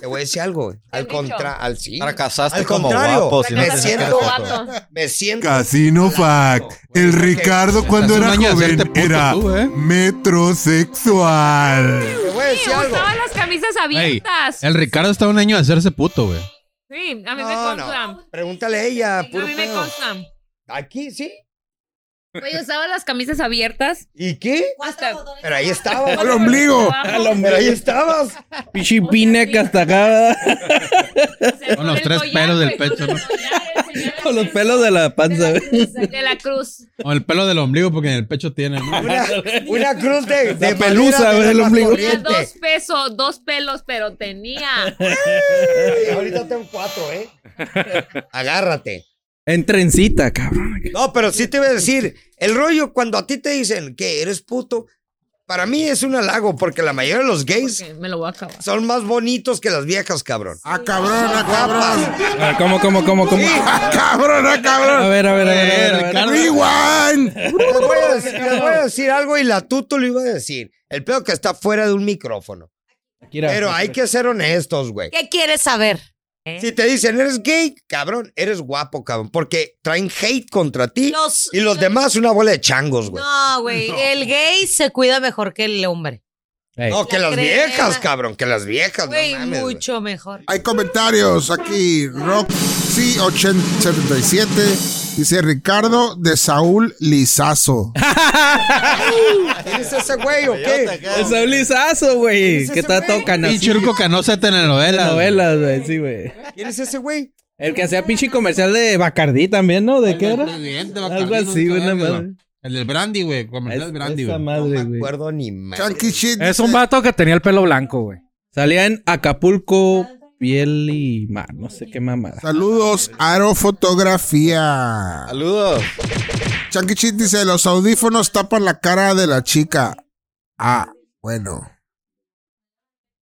Speaker 4: Te voy a decir algo, güey. Al
Speaker 7: Te han dicho.
Speaker 4: contra, al sí.
Speaker 6: Fracasaste
Speaker 4: Al
Speaker 6: como
Speaker 4: contrario,
Speaker 6: guapo. si no
Speaker 4: me
Speaker 6: te
Speaker 4: siento-
Speaker 6: sacas
Speaker 7: Vato.
Speaker 6: foto.
Speaker 4: Me siento.
Speaker 1: Casino Fact. El Ricardo cuando
Speaker 9: Hace un
Speaker 1: era
Speaker 9: año de
Speaker 1: joven
Speaker 9: hacerte puto
Speaker 1: era
Speaker 9: tú, ¿eh?
Speaker 1: metrosexual.
Speaker 4: Te voy a decir algo.
Speaker 7: Usaban las camisas
Speaker 9: Ey,
Speaker 7: abiertas.
Speaker 9: el Ricardo está un año de hacerse puto, güey.
Speaker 7: Sí, a mí me
Speaker 4: No,
Speaker 7: consta.
Speaker 4: no. Pregúntale a ella,
Speaker 7: A
Speaker 4: puro
Speaker 7: mí me
Speaker 4: pedo.
Speaker 7: consta.
Speaker 4: Aquí, sí.
Speaker 7: Güey, usaba las camisas abiertas.
Speaker 4: ¿Y qué?
Speaker 3: Cuatro botones.
Speaker 4: Pero ahí estabas.
Speaker 2: Al ombligo.
Speaker 7: Al
Speaker 4: Pero ahí estabas.
Speaker 8: Pichi pineca hasta acá.
Speaker 9: Con los tres pelos del pecho, ¿no?
Speaker 8: Con los pelos de la panza. güey.
Speaker 7: De la cruz.
Speaker 9: O el pelo del ombligo, porque en el pecho tiene, ¿no?
Speaker 4: Una, una cruz de, de
Speaker 8: La pelusa,
Speaker 4: madera de
Speaker 8: güey, el
Speaker 4: la
Speaker 8: ombligo.
Speaker 7: Tenía
Speaker 4: corriente.
Speaker 7: dos pesos, dos pelos, pero tenía.
Speaker 4: Y Ahorita tengo cuatro, ¿eh? Agárrate.
Speaker 8: En trencita, cabrón.
Speaker 4: No, pero sí te voy a decir, el rollo cuando a ti te dicen que eres puto, para mí es un halago porque la mayoría de los gays
Speaker 7: Ok, me lo voy a acabar.
Speaker 4: son más bonitos que las viejas, cabrón.
Speaker 2: Ah, cabrón, ah, cabrón.
Speaker 8: A ver, ¿cómo, cómo, cómo, cómo?
Speaker 2: Ah, cabrón, ah,
Speaker 8: A
Speaker 2: cabrón.
Speaker 8: ver, a ver, a ver, a ver, a ver.
Speaker 9: Ricardo.
Speaker 2: Rewind.
Speaker 4: Les voy a decir, les voy a decir algo y la tuto lo iba a decir. El pedo que está fuera de un micrófono.
Speaker 8: Mira.
Speaker 4: Pero hay que ser honestos, güey.
Speaker 3: ¿Qué quieres saber?
Speaker 4: Si te dicen eres gay, cabrón, eres guapo, cabrón, porque traen hate contra ti
Speaker 3: Los-
Speaker 4: y los demás una bola de changos, güey.
Speaker 3: No, güey. El gay se cuida mejor que el hombre.
Speaker 8: Ey.
Speaker 4: No, que
Speaker 3: La
Speaker 4: las
Speaker 3: crema.
Speaker 4: viejas, cabrón, que las viejas,
Speaker 3: Güey,
Speaker 4: no mames. güey.
Speaker 3: mucho mejor.
Speaker 2: Hay comentarios aquí. Roxy8077. Dice Ricardo de Saúl Lizazo.
Speaker 4: ¿Quién es ese güey o qué?
Speaker 8: Es un lizazo, güey. Que está todo
Speaker 9: Pinche
Speaker 8: canacito.
Speaker 9: Urco Canosa telenovela.
Speaker 8: Novelas, güey. Sí, güey.
Speaker 4: ¿Quién es ese güey?
Speaker 8: El que hacía pinche comercial de Bacardí también, ¿no? ¿De qué era? Algo así, güey, una madre.
Speaker 9: El del Brandy, güey. Comercial del Brandy,
Speaker 8: Esa
Speaker 9: güey.
Speaker 8: madre,
Speaker 4: No me
Speaker 8: güey.
Speaker 4: acuerdo ni más.
Speaker 2: Chunky shit.
Speaker 8: Es un vato que tenía el pelo blanco, güey. Salía en Acapulco, piel y mar. No sé qué mamada.
Speaker 2: Saludos, Aro Fotografía.
Speaker 6: Saludos.
Speaker 2: Chunky Cheat dice, los audífonos tapan la cara de la chica. Ah, bueno.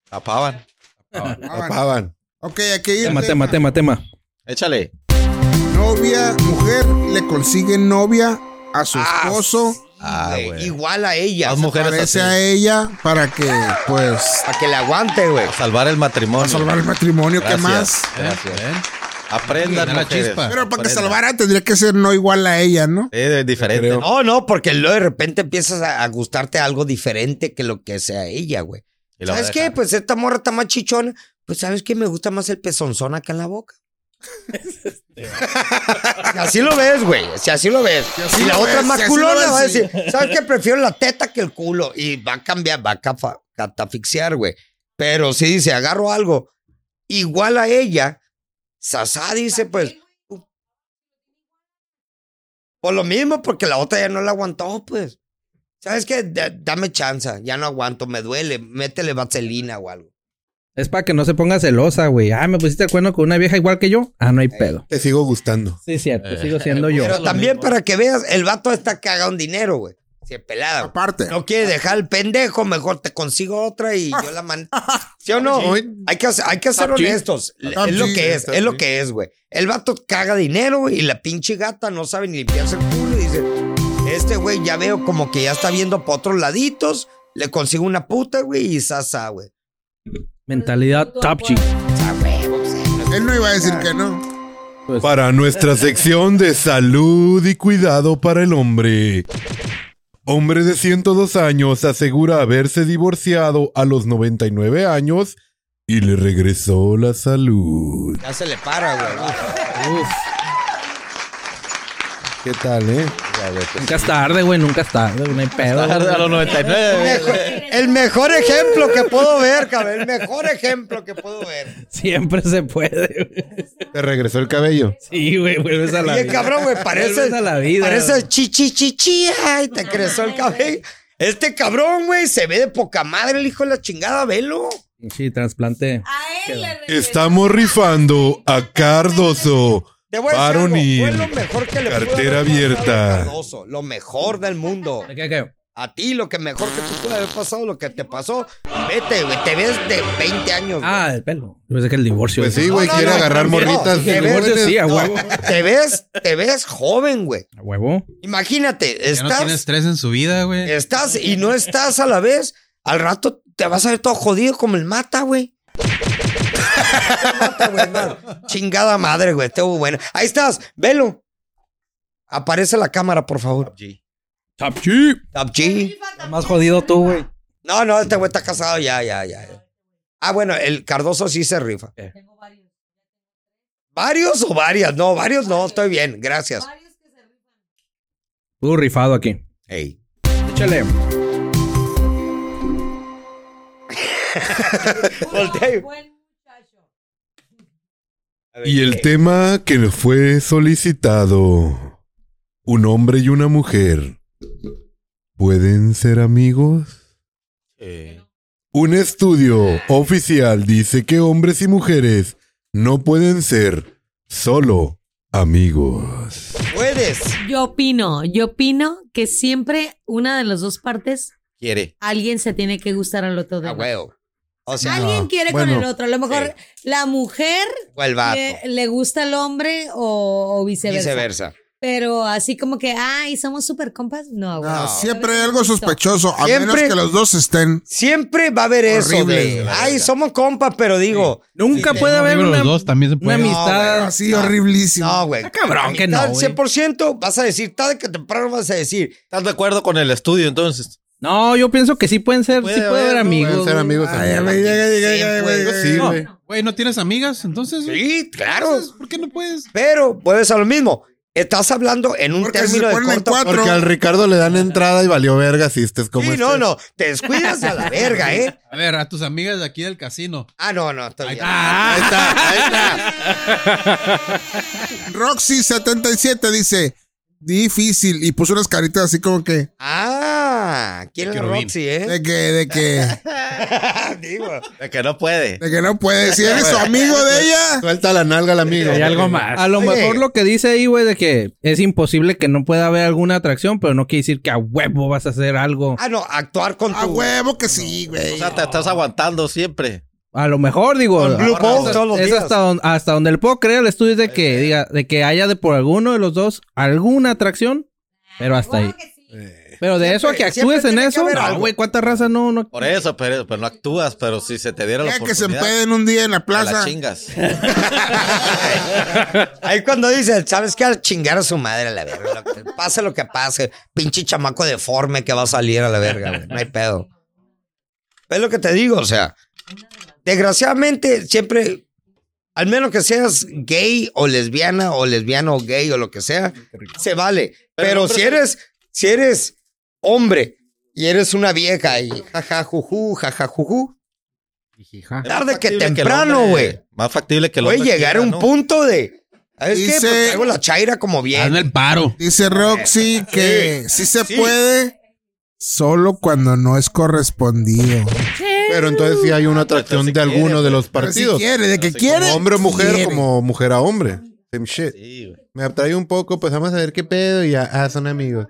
Speaker 6: Tapaban.
Speaker 4: Tapaban.
Speaker 2: Ok, aquí hay un
Speaker 8: Tema,
Speaker 2: tema.
Speaker 8: tema, tema, tema.
Speaker 6: Échale.
Speaker 2: novia, mujer, le consigue novia a su esposo,
Speaker 6: Ah,
Speaker 4: Güey,
Speaker 6: güey.
Speaker 4: Igual a ella.
Speaker 6: Las
Speaker 4: o sea,
Speaker 6: mujeres así.
Speaker 2: parece a ella para que, pues,
Speaker 4: Para que la aguante, güey.
Speaker 6: A salvar el matrimonio.
Speaker 2: a salvar el matrimonio, ¿qué
Speaker 6: Gracias,
Speaker 2: más?
Speaker 6: Gracias.
Speaker 9: ¿Eh?
Speaker 6: Aprendan
Speaker 9: Tiene la
Speaker 6: mujeres.
Speaker 9: chispa.
Speaker 2: Pero para que
Speaker 6: Aprendan.
Speaker 2: salvara tendría que ser no igual a ella, ¿no?
Speaker 6: Sí, de- diferente.
Speaker 1: Creo.
Speaker 4: No,
Speaker 6: ¿no?
Speaker 4: no, porque luego de repente empiezas a, a gustarte algo diferente que lo que sea ella, güey.
Speaker 6: Y la
Speaker 4: ¿Sabes
Speaker 6: voy a
Speaker 4: qué?
Speaker 6: dejar.
Speaker 4: Pues esta morra está más chichona. Pues ¿sabes qué? Me gusta más el pezonzón acá en la boca.
Speaker 2: Este.
Speaker 4: Si así lo ves, güey. Si así lo ves.
Speaker 2: así
Speaker 4: Si la
Speaker 2: lo
Speaker 4: otra es
Speaker 2: ves,
Speaker 4: más
Speaker 2: si así lo
Speaker 4: culona,
Speaker 2: ves,
Speaker 4: va a
Speaker 2: sí.
Speaker 4: decir, ¿sabes qué? Prefiero la teta que el culo. Y va a cambiar, va a cafa- catafixiar, güey. Pero si dice, agarro algo igual a ella, Sasá dice, pues... Por lo mismo, porque la otra ya no la aguantó, pues. ¿Sabes qué? Da- dame chanza, ya no aguanto, me duele, métele vaselina o algo.
Speaker 8: Es para que no se ponga celosa, güey. Ah, me pusiste de acuerdo con una vieja igual que yo. Ah, no hay pedo.
Speaker 1: Te sigo gustando.
Speaker 8: Sí, cierto. Sigo siendo yo.
Speaker 4: Eh. Pero también para que veas, el vato está cagado en dinero, güey. Si es pelada. güey.
Speaker 2: Aparte.
Speaker 4: No quiere dejar el pendejo, mejor te consigo otra y yo la man. ¿Sí o no? Hay que, hacer- hay que ser honestos.
Speaker 2: Top
Speaker 4: es lo
Speaker 2: G,
Speaker 4: que es,
Speaker 2: top
Speaker 4: es lo
Speaker 2: G.
Speaker 4: que es, güey. El vato caga dinero güey, y la pinche gata no sabe ni limpiarse el culo y dice, este güey ya veo como que ya está viendo por otros laditos, le consigo una puta, güey, y sasa, güey.
Speaker 8: Mentalidad top chick.
Speaker 2: Él no iba a decir que no.
Speaker 1: Para nuestra sección de salud y cuidado para el hombre. Hombre de 102 años asegura haberse divorciado a los 99 años y le regresó la salud.
Speaker 4: Ya se le para, güey.
Speaker 1: ¿Qué tal, eh?
Speaker 8: Nunca es tarde, güey. Nunca es tarde. No hay pedo.
Speaker 6: A los 99.
Speaker 4: Mejor- el mejor ejemplo que puedo ver, cabrón. El mejor ejemplo que puedo ver.
Speaker 8: Siempre se puede, güey.
Speaker 1: Te regresó el cabello.
Speaker 8: Sí, güey. Vuelves a la
Speaker 4: Oye,
Speaker 8: vida.
Speaker 4: cabrón, güey, parece.
Speaker 8: Vuelves a la vida.
Speaker 4: Parece chi, chi, chi, chi, ay, te creció el cabello. Este cabrón, güey, se ve de poca madre el hijo de la chingada, velo.
Speaker 8: Sí, trasplante.
Speaker 4: Ah,
Speaker 7: A él le regresó.
Speaker 1: Estamos rifando a Cardoso.
Speaker 4: Te voy a decir algo,
Speaker 1: Varonil.
Speaker 4: fue lo mejor que le pudo
Speaker 1: Cartera
Speaker 4: haber pasado
Speaker 1: abierta.
Speaker 4: a Cardoso, Lo mejor del mundo.
Speaker 8: ¿Qué, qué?
Speaker 4: A ti, lo que mejor que te pudo haber pasado, lo que te pasó. Vete, güey, te ves de 20 años. güey.
Speaker 8: Ah, el pelo. Yo pensé que el divorcio.
Speaker 1: Pues sí, güey,
Speaker 4: No, no,
Speaker 1: quiere
Speaker 4: no,
Speaker 1: agarrar
Speaker 4: no,
Speaker 1: morritas.
Speaker 4: no, que
Speaker 8: El divorcio sí, a huevo.
Speaker 4: Te ves, te ves joven, güey.
Speaker 8: A huevo.
Speaker 4: Imagínate,
Speaker 9: Ya no
Speaker 4: estás,
Speaker 9: tiene estrés en su vida,
Speaker 8: Eh,
Speaker 9: güey.
Speaker 4: estás y no estás a la vez. Al rato te vas a ver todo jodido como el mata, güey. Mata, güey, no. Chingada madre, güey. Te bueno. Ahí estás, velo. Aparece la cámara, por favor.
Speaker 8: Top chick.
Speaker 4: Top G.
Speaker 8: Más jodido tú, güey.
Speaker 4: No, no, este güey está casado ya, ya, ya. ya. Ah, bueno, el Cardoso sí se rifa. ¿Varios o varias? No, varios no, estoy bien, gracias.
Speaker 8: Tú rifado aquí.
Speaker 4: Ey.
Speaker 8: Échale.
Speaker 4: Voltea y-
Speaker 1: Y el tema que le fue solicitado. Un hombre y una mujer. ¿Pueden ser amigos? Un estudio oficial dice que hombres y mujeres no pueden ser solo amigos.
Speaker 4: Puedes.
Speaker 3: Yo opino, yo opino que siempre una de las dos partes,
Speaker 6: Quiere.
Speaker 3: alguien se tiene que gustar al otro. De
Speaker 4: A huevo. O sea,
Speaker 3: Alguien quiere
Speaker 1: Bueno,
Speaker 3: con el otro. A lo mejor la mujer
Speaker 4: o eh, el vato.
Speaker 3: le, le gusta al hombre o, o viceversa.
Speaker 4: Viceversa.
Speaker 3: Pero así como que, ay, somos super compas. No, güey.
Speaker 2: No, siempre hay algo sospechoso, a
Speaker 4: Siempre.
Speaker 2: menos que los dos estén.
Speaker 4: Siempre va a haber eso
Speaker 2: Horrible,
Speaker 4: de,
Speaker 2: la verdad.
Speaker 4: ay, somos compas, pero digo,
Speaker 8: Nunca
Speaker 4: Sí,
Speaker 8: puede haber
Speaker 9: Pero
Speaker 8: una,
Speaker 9: los dos también se
Speaker 8: una
Speaker 9: pueden.
Speaker 8: amistad.
Speaker 2: Así horriblísimo.
Speaker 4: no, güey.
Speaker 8: cabrón que
Speaker 4: Amistad,
Speaker 8: no, güey.
Speaker 4: 100% vas a decir, tarde que temprano vas a decir,
Speaker 6: ¿Estás de acuerdo con el estudio entonces?
Speaker 8: No, yo pienso que sí pueden ser, sí puede haber
Speaker 6: ¿no?
Speaker 8: amigos.
Speaker 1: Pueden ser
Speaker 8: güey.
Speaker 1: amigos.
Speaker 2: Ay,
Speaker 1: amigos.
Speaker 2: güey, llega, llega, llega,
Speaker 1: Yo
Speaker 2: güey.
Speaker 1: sí,
Speaker 8: No.
Speaker 1: güey.
Speaker 9: Güey, ¿no tienes amigas? Entonces, güey?
Speaker 4: sí, claro,
Speaker 9: Entonces, ¿por qué no puedes?
Speaker 4: pero puedes a lo mismo. Estás hablando en un
Speaker 2: Porque si se
Speaker 4: término de
Speaker 2: ponen en
Speaker 4: corto.
Speaker 2: cuatro.
Speaker 1: Porque al Ricardo le dan entrada y valió verga si estés como este.
Speaker 4: Sí, no, no, te descuidas a la verga, ¿eh?
Speaker 9: A ver, a tus amigas de aquí del casino.
Speaker 4: Ah, no, no, estoy
Speaker 9: Ahí
Speaker 4: bien. Ah.
Speaker 9: está.
Speaker 2: Roxy77 dice, difícil. Y puso unas caritas así como que,
Speaker 4: Ah, Ah, aquí en la
Speaker 9: Querubín.
Speaker 4: Roxy, ¿eh? Ah,
Speaker 2: De que, de que,
Speaker 4: Digo,
Speaker 6: De que no puede.
Speaker 2: de que no puede. Si eres su amigo de ella.
Speaker 1: Suelta la nalga al amigo.
Speaker 5: Hay algo más.
Speaker 8: A lo
Speaker 4: Oye.
Speaker 8: mejor lo que dice ahí, güey, de que es imposible que no pueda haber alguna atracción, pero no quiere decir que a huevo vas a hacer algo.
Speaker 4: ah, no, actuar con tu...
Speaker 2: A huevo que sí, güey.
Speaker 6: O sea, te estás aguantando siempre.
Speaker 8: A lo mejor, digo.
Speaker 4: Con Blue
Speaker 8: ahora,
Speaker 4: Balls
Speaker 8: es-
Speaker 4: todos los
Speaker 8: es
Speaker 4: días. Eh.
Speaker 8: hasta donde, hasta donde el puedo creer el estudio es de que diga, de que haya de por alguno de los dos alguna atracción, pero hasta ahí. Pero de eso a que
Speaker 4: Eh. Siempre-
Speaker 8: actúes
Speaker 4: siempre
Speaker 8: en
Speaker 4: tiene que
Speaker 8: eso,
Speaker 4: haber
Speaker 8: no,
Speaker 4: algo.
Speaker 8: güey, ¿cuánta raza no? no
Speaker 6: Por eso, pero, pero no actúas, pero si se te diera la
Speaker 2: Ya que se
Speaker 6: oportunidad,
Speaker 2: empeden un día en la
Speaker 6: te la
Speaker 2: plaza.
Speaker 6: chingas.
Speaker 4: Ahí cuando dicen, ¿sabes qué? A chingar a su madre a la verga. lo que- Pase lo que pase. Pinche chamaco deforme que va a salir a la verga, güey. No hay pedo. Es lo que te digo, o sea. Desgraciadamente, siempre, al menos que seas gay o lesbiana o lesbiano o gay o lo que sea, se vale. Pero, si eres, si eres hombre y eres una vieja y jaja, juju, jaja, juju,
Speaker 6: Es
Speaker 4: Tarde
Speaker 6: más
Speaker 4: que
Speaker 6: factible el
Speaker 4: temprano,
Speaker 6: hombre-
Speaker 4: güey.
Speaker 6: Más factible que lo
Speaker 4: puede llegar a un punto de. ¿Sabes qué?
Speaker 2: Dice-
Speaker 4: Pues traigo la chaira como bien.
Speaker 9: Hazme el paro.
Speaker 2: Dice Roxy que sí se puede, solo cuando no es correspondido.
Speaker 1: Pero entonces sí hay una atracción de alguno de los
Speaker 2: Pero si
Speaker 1: partidos.
Speaker 2: quiere, de que
Speaker 6: Así
Speaker 2: quiere.
Speaker 1: Como hombre o mujer,
Speaker 2: quiere.
Speaker 1: como mujer a hombre. Same shit.
Speaker 6: Sí, güey.
Speaker 1: Me atrae un poco, pues vamos a ver qué pedo y ya, ah, son amigos.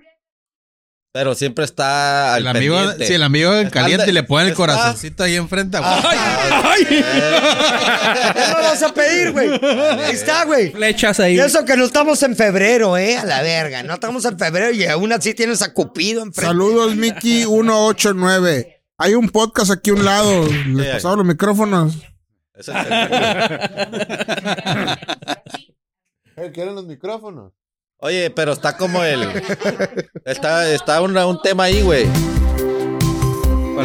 Speaker 6: Pero siempre está al
Speaker 9: El amigo,
Speaker 6: pendiente.
Speaker 9: si el amigo
Speaker 6: Está-
Speaker 9: caliente y le pone el
Speaker 6: está-
Speaker 9: corazoncito ahí enfrente. güey.
Speaker 4: Ah, ¿Qué me vas a pedir, güey? Ahí está, güey.
Speaker 8: Flechas ahí.
Speaker 4: Y eso que no estamos en febrero, ¿eh? A la verga. No estamos en febrero y aún así tienes a Cupido enfrente.
Speaker 2: Saludos, Miki 189. Hay un podcast aquí a un lado. Les
Speaker 6: Sí,
Speaker 2: pasaron los micrófonos.
Speaker 6: Es el tercero.
Speaker 1: Eh, ¿Quieren los micrófonos?
Speaker 6: Oye, pero está como el. Está, está un, un tema ahí, güey.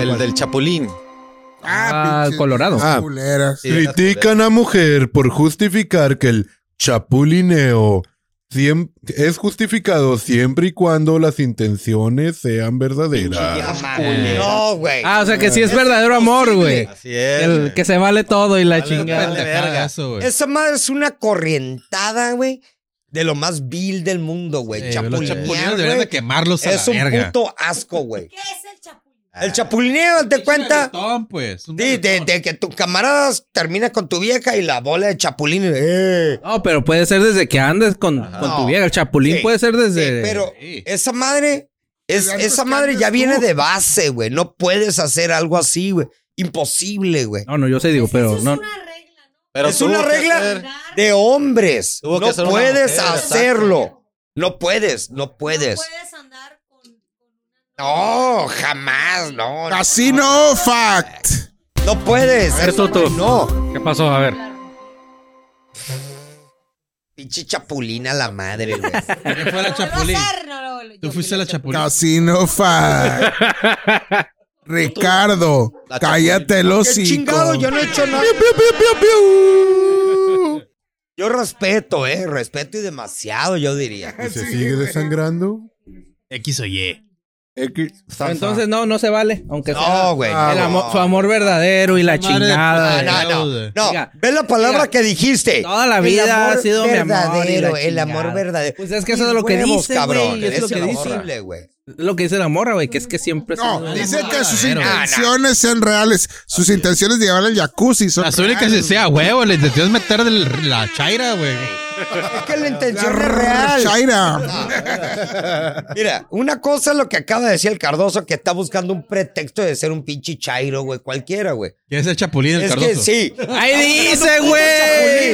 Speaker 6: El del chapulín.
Speaker 8: Ah,
Speaker 2: pinches
Speaker 8: Colorado.
Speaker 1: Ah.
Speaker 2: culeras.
Speaker 6: Sí,
Speaker 1: Critican a mujer por justificar que el chapulineo siem- es justificado siempre y cuando las intenciones sean verdaderas.
Speaker 9: Ah,
Speaker 4: No, güey.
Speaker 8: Ah, o sea que sí es verdadero amor, güey.
Speaker 6: Así es.
Speaker 8: El
Speaker 6: güey.
Speaker 8: que se vale todo y la chingada.
Speaker 6: vale.
Speaker 9: Pendejada eso, güey.
Speaker 4: Esa madre es una corrientada, güey. De lo más vil del mundo, güey.
Speaker 9: Eh, Los
Speaker 4: Chapulinear,
Speaker 9: chapulineos
Speaker 4: güey,
Speaker 9: deberían de quemarlos a
Speaker 4: Es
Speaker 9: la
Speaker 4: un
Speaker 9: verga.
Speaker 4: puto asco, güey.
Speaker 3: ¿Qué es el chapulín?
Speaker 4: El chapulineo, te cuenta.
Speaker 9: Reggaetón, pues. un
Speaker 4: De, de-
Speaker 9: reggaetón.
Speaker 4: de que tu camarada termina con tu vieja y la bola de chapulín. ¡Eh!
Speaker 8: No, pero puede ser desde que andes con, con tu vieja. El chapulín
Speaker 4: Sí.
Speaker 8: puede ser
Speaker 4: Sí,
Speaker 8: desde.
Speaker 4: pero
Speaker 9: Sí.
Speaker 4: esa madre, es,
Speaker 2: Pero antes
Speaker 4: esa
Speaker 2: que
Speaker 4: madre ya
Speaker 2: antes
Speaker 4: viene
Speaker 2: tú.
Speaker 4: de base, güey. No puedes hacer algo así, güey. Imposible, güey.
Speaker 8: No, no, yo sé, digo, pero no.
Speaker 3: regla,
Speaker 6: Pero
Speaker 4: es
Speaker 6: tuvo
Speaker 4: una
Speaker 6: que
Speaker 4: regla
Speaker 6: hacer-
Speaker 4: De hombres.
Speaker 6: Tuvo que
Speaker 4: no
Speaker 6: ser una
Speaker 4: puedes
Speaker 6: mujer,
Speaker 4: hacerlo. No puedes, no puedes.
Speaker 3: puedes andar con.
Speaker 4: No, jamás, no. No,
Speaker 2: Casino Fact.
Speaker 4: no puedes.
Speaker 5: ver, Toto.
Speaker 4: No.
Speaker 5: ¿Qué pasó? A ver.
Speaker 4: Pinche chapulina la madre, güey.
Speaker 9: ¿Quién fue la chapulín? Tú fuiste la chapulín.
Speaker 2: Casino Fact. Ricardo,
Speaker 6: La
Speaker 2: cállate los
Speaker 4: Qué chingado, yo no he hecho nada. Yo respeto, eh. Respeto y demasiado, yo diría.
Speaker 1: ¿Y se sigue desangrando?
Speaker 9: X o Y.
Speaker 1: X- Salsa.
Speaker 8: Entonces, no, no se vale. Aunque sea
Speaker 4: No, güey.
Speaker 8: Ah, el
Speaker 4: no.
Speaker 8: amor- su amor verdadero y la
Speaker 9: Madre de
Speaker 8: chingada.
Speaker 9: puta,
Speaker 8: güey.
Speaker 4: no, no,
Speaker 9: güey.
Speaker 4: no.
Speaker 8: Mira,
Speaker 4: Ve la palabra
Speaker 8: mira,
Speaker 4: que dijiste.
Speaker 8: Toda la
Speaker 4: El
Speaker 8: vida ha
Speaker 4: amor
Speaker 8: sido mi amor. y la
Speaker 4: verdadero, el amor
Speaker 8: chingada.
Speaker 4: verdadero.
Speaker 8: Pues es que eso
Speaker 4: Mis
Speaker 8: es lo que
Speaker 4: huevos,
Speaker 8: dice,
Speaker 4: cabrón.
Speaker 8: güey. Es lo que dice.
Speaker 4: imposible, güey.
Speaker 8: Lo que dice la morra, güey, que es que siempre se-
Speaker 2: No, dice que sus
Speaker 9: Verdadero.
Speaker 2: intenciones sean reales. Sus intenciones de llevar al jacuzzi son
Speaker 9: Las únicas que
Speaker 2: reales.
Speaker 9: sea huevo, les decías meter de la chaira, güey.
Speaker 4: Es que la intención es
Speaker 2: La
Speaker 4: real.
Speaker 2: Shaira.
Speaker 4: Mira, una cosa es lo que acaba de decir el Cardoso, que está buscando un pretexto de ser un pinche chairo, güey, cualquiera, güey.
Speaker 9: ¿Quién es el chapulín el
Speaker 4: Es
Speaker 9: cardoso?
Speaker 4: que sí.
Speaker 8: Ahí dice,
Speaker 4: Chapulín, a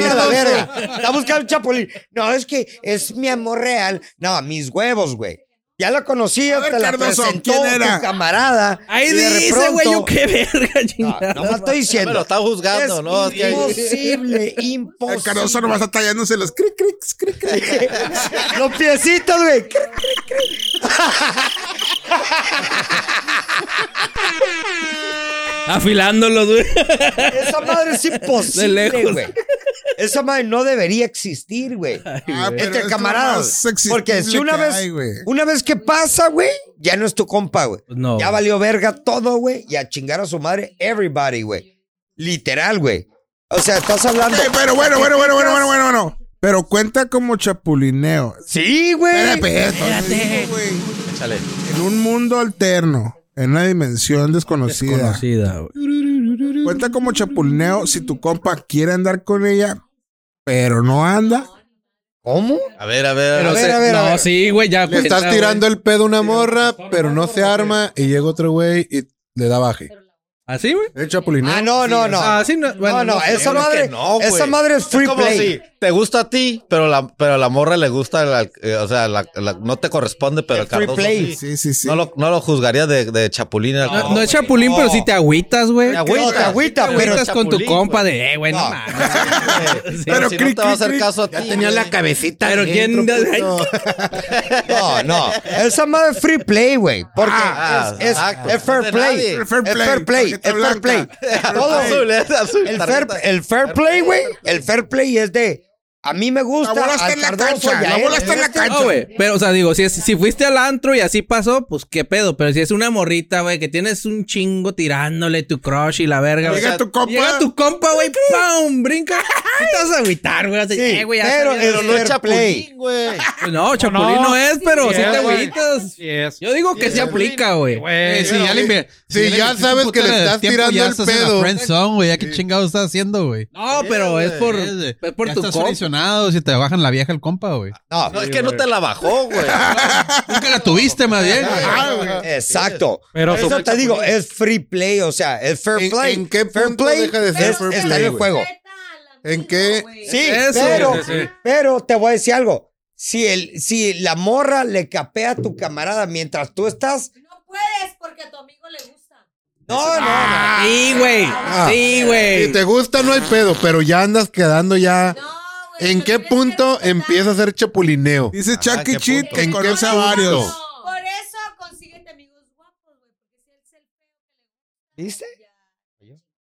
Speaker 8: güey.
Speaker 4: la verga. Está buscando un chapulín. No, es que es mi amor real. No, mis huevos, güey. Ya la
Speaker 2: A
Speaker 4: conocía,
Speaker 2: ver,
Speaker 4: te la
Speaker 2: Cardoso,
Speaker 4: presentó
Speaker 2: ¿quién era?
Speaker 4: tu camarada.
Speaker 8: Ahí
Speaker 4: y de
Speaker 8: dice, güey, yo
Speaker 4: pronto-
Speaker 8: qué verga, chingada.
Speaker 4: No, no me estoy
Speaker 6: Pero lo
Speaker 4: diciendo.
Speaker 6: está juzgando,
Speaker 4: es
Speaker 6: ¿no? Es que-
Speaker 4: imposible, imposible.
Speaker 2: El Cardoso nomás está tallándose los cric, cric, cric, cric.
Speaker 4: Los piecitos, güey.
Speaker 8: Afilándolos, güey.
Speaker 4: Esa madre es
Speaker 8: De
Speaker 4: imposible,
Speaker 8: lejos.
Speaker 4: güey. Esa madre no debería existir, güey.
Speaker 2: Ah, pero
Speaker 4: Este
Speaker 2: es lo
Speaker 4: camarada.
Speaker 2: más exigible
Speaker 4: Porque si una
Speaker 2: que
Speaker 4: vez,
Speaker 2: hay, güey.
Speaker 4: una vez que pasa, güey, ya no es tu compa, güey.
Speaker 8: No.
Speaker 4: Ya valió verga todo, güey. Y a chingar a su madre, everybody, güey. Literal, güey. O sea, estás hablando.
Speaker 2: Eh, pero bueno, bueno, bueno, bueno, bueno, bueno, bueno. Pero cuenta como chapulineo.
Speaker 4: Sí, güey.
Speaker 2: Espérate, espérate.
Speaker 6: Échale.
Speaker 2: En un mundo alterno, en una dimensión desconocida.
Speaker 8: Conocida, güey.
Speaker 2: Cuenta como chapulineo si tu compa quiere andar con ella, pero no anda.
Speaker 4: ¿Cómo?
Speaker 6: A ver, a ver.
Speaker 4: Pero
Speaker 6: no
Speaker 4: se-
Speaker 6: sé.
Speaker 4: a ver, a
Speaker 8: No,
Speaker 4: ver.
Speaker 8: sí, güey, ya.
Speaker 1: Le estás tirando el pedo a una morra, pero eh. no se arma y llega otro güey y le da baje.
Speaker 8: ¿Así, güey?
Speaker 1: El chapulineo.
Speaker 4: Ah, no, no, no.
Speaker 8: Ah, sí, no. Bueno,
Speaker 4: no, no,
Speaker 8: sé,
Speaker 4: esa
Speaker 6: creo
Speaker 8: güey.
Speaker 4: madre,
Speaker 6: que no, güey.
Speaker 4: esa madre es free
Speaker 6: Es como
Speaker 4: play.
Speaker 6: si te gusta a ti, pero la, pero la morra le gusta, la- eh, o sea, la- la- no te corresponde, pero el
Speaker 4: free
Speaker 6: Cardoso
Speaker 4: play.
Speaker 6: sí.
Speaker 2: Sí, sí, sí.
Speaker 6: No, lo, no lo juzgaría de, de chapulín. al
Speaker 8: No,
Speaker 6: Cardoso.
Speaker 8: no es chapulín, pero sí te agüitas, güey.
Speaker 6: Te
Speaker 8: Te
Speaker 6: agüitas,
Speaker 4: No, te agüita, pero
Speaker 8: agüitas con tu
Speaker 6: chapulín,
Speaker 8: compa
Speaker 6: güey.
Speaker 8: de, eh, güey, no,
Speaker 4: No.
Speaker 8: mames.
Speaker 6: Sí,
Speaker 2: Pero
Speaker 6: si
Speaker 2: cri,
Speaker 6: no te va a
Speaker 2: cri, cri.
Speaker 6: hacer caso a ti. güey.
Speaker 1: cabecita.
Speaker 8: Pero quién.
Speaker 4: No, no. Esa madre es free play, güey. Porque
Speaker 6: Ah,
Speaker 4: es, es-
Speaker 6: ah, ah,
Speaker 4: es fair
Speaker 6: de
Speaker 4: play.
Speaker 6: nadie.
Speaker 4: Es
Speaker 2: Fair play,
Speaker 4: fair play.
Speaker 2: tarjeta
Speaker 4: Es fair play.
Speaker 2: blanca.
Speaker 6: Todo azul, es azul.
Speaker 4: El fair,
Speaker 6: tarjeta.
Speaker 4: el fair play, güey. El fair play es de. A mí me gusta.
Speaker 2: La bola está
Speaker 4: al
Speaker 2: en la
Speaker 4: Cardoso
Speaker 2: cancha,
Speaker 4: y a
Speaker 2: la
Speaker 4: él,
Speaker 2: bola está en la
Speaker 4: este-
Speaker 2: cancha.
Speaker 8: No, güey. Pero, o sea, digo, si, es- si fuiste al antro y así pasó, pues qué pedo. Pero si es una morrita, güey, que tienes un chingo tirándole tu crush y la verga, güey.
Speaker 2: Llega tu compa.
Speaker 8: Llega tu compa, güey, ¡pum! Brinca. Sí te vas a agüitar, güey. así,
Speaker 4: Sí,
Speaker 8: eh, güey, ya
Speaker 4: pero
Speaker 8: está
Speaker 4: el-
Speaker 8: bien, güey.
Speaker 6: No es chapulín, güey.
Speaker 8: Pues no, chapulín no,
Speaker 9: no.
Speaker 8: es, pero sí,
Speaker 9: Sí,
Speaker 8: te
Speaker 9: güey.
Speaker 8: agüitas.
Speaker 9: Sí es.
Speaker 8: Yo digo que se aplica, güey.
Speaker 9: Güey, si Eh, ya le inve-
Speaker 1: si ya
Speaker 9: invertiste
Speaker 1: sabes
Speaker 9: un
Speaker 1: que le
Speaker 9: putero de
Speaker 1: estás
Speaker 9: tiempo,
Speaker 1: tirando
Speaker 9: ya
Speaker 1: el
Speaker 9: estás en la
Speaker 1: pedo.
Speaker 9: friend zone, güey. Ya qué chingado estás haciendo, güey.
Speaker 8: No, pero es por, es por
Speaker 9: ya
Speaker 8: tu
Speaker 9: estás
Speaker 8: compa.
Speaker 9: traicionado si te bajan la vieja el compa, güey.
Speaker 4: No,
Speaker 6: No, es que no te la bajó, güey.
Speaker 9: Nunca la tuviste, más bien. güey.
Speaker 4: Exacto.
Speaker 5: Pero
Speaker 4: Por eso te digo, es free play, o sea, es fair
Speaker 1: ¿En-
Speaker 4: play.
Speaker 1: en qué
Speaker 4: fair
Speaker 1: punto deja de ser
Speaker 4: es-
Speaker 1: fair
Speaker 4: está
Speaker 1: play,
Speaker 4: en el
Speaker 1: güey?
Speaker 4: juego.
Speaker 1: ¿En qué?
Speaker 4: Sí,
Speaker 8: Eso,
Speaker 4: pero,
Speaker 8: sí, sí.
Speaker 4: pero te voy a decir algo. Si, el, si la morra le capea a tu camarada mientras tú estás.
Speaker 3: No puedes porque a tu amigo le gusta.
Speaker 4: No, no, no.
Speaker 8: Sí, güey. Sí, güey.
Speaker 1: Ah, Si te gusta, no hay pedo, pero ya andas quedando ya.
Speaker 3: güey.
Speaker 1: ¿En qué punto empieza a ser chapulineo?
Speaker 2: Dice
Speaker 6: qué
Speaker 2: Chucky Cheat
Speaker 6: punto.
Speaker 2: que
Speaker 1: ¿En Ah, qué
Speaker 2: conoce a
Speaker 1: punto?
Speaker 2: varios.
Speaker 3: Por eso consíguete amigos guapos, güey. Porque si es el feo que le
Speaker 4: ¿Viste?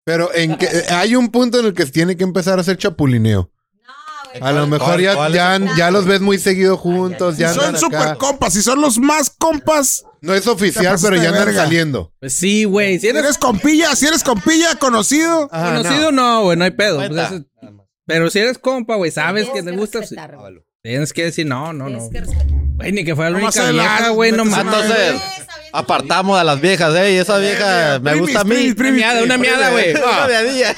Speaker 1: Pero en que hay un punto en el que tiene que empezar a ser chapulineo.
Speaker 3: No, güey.
Speaker 1: A lo mejor ya,
Speaker 6: cuál
Speaker 1: ya, ya los ves muy seguido juntos,
Speaker 2: Si
Speaker 1: ya
Speaker 2: son
Speaker 1: andan
Speaker 2: super
Speaker 1: acá.
Speaker 2: compas, si son los más compas.
Speaker 1: No es
Speaker 2: Te
Speaker 1: oficial,
Speaker 2: pasaste
Speaker 1: pero
Speaker 2: de
Speaker 1: ya andan
Speaker 2: verga.
Speaker 1: saliendo.
Speaker 8: Pues sí, güey. Si
Speaker 2: Si
Speaker 8: eres
Speaker 2: eres compilla, si eres compilla, conocido.
Speaker 1: Ah,
Speaker 8: conocido, no, güey, no, hay pedo. Pues
Speaker 6: Cuenta.
Speaker 8: eso- pero si eres compa, güey, sabes Pues que
Speaker 3: Tienes
Speaker 8: te gusta.
Speaker 3: respetar, güey.
Speaker 8: Tienes que decir, no, no, no.
Speaker 3: Tienes que respetar.
Speaker 8: Güey, ni que fuera la
Speaker 2: Nomás
Speaker 8: única
Speaker 2: se la-
Speaker 8: vieja, güey, no
Speaker 2: metes
Speaker 8: mames.
Speaker 2: una
Speaker 6: Entonces, apartamos a las viejas, ¿eh? Y esa vieja me gusta a mí.
Speaker 8: Una miada, una miada, güey.
Speaker 6: Una miadilla.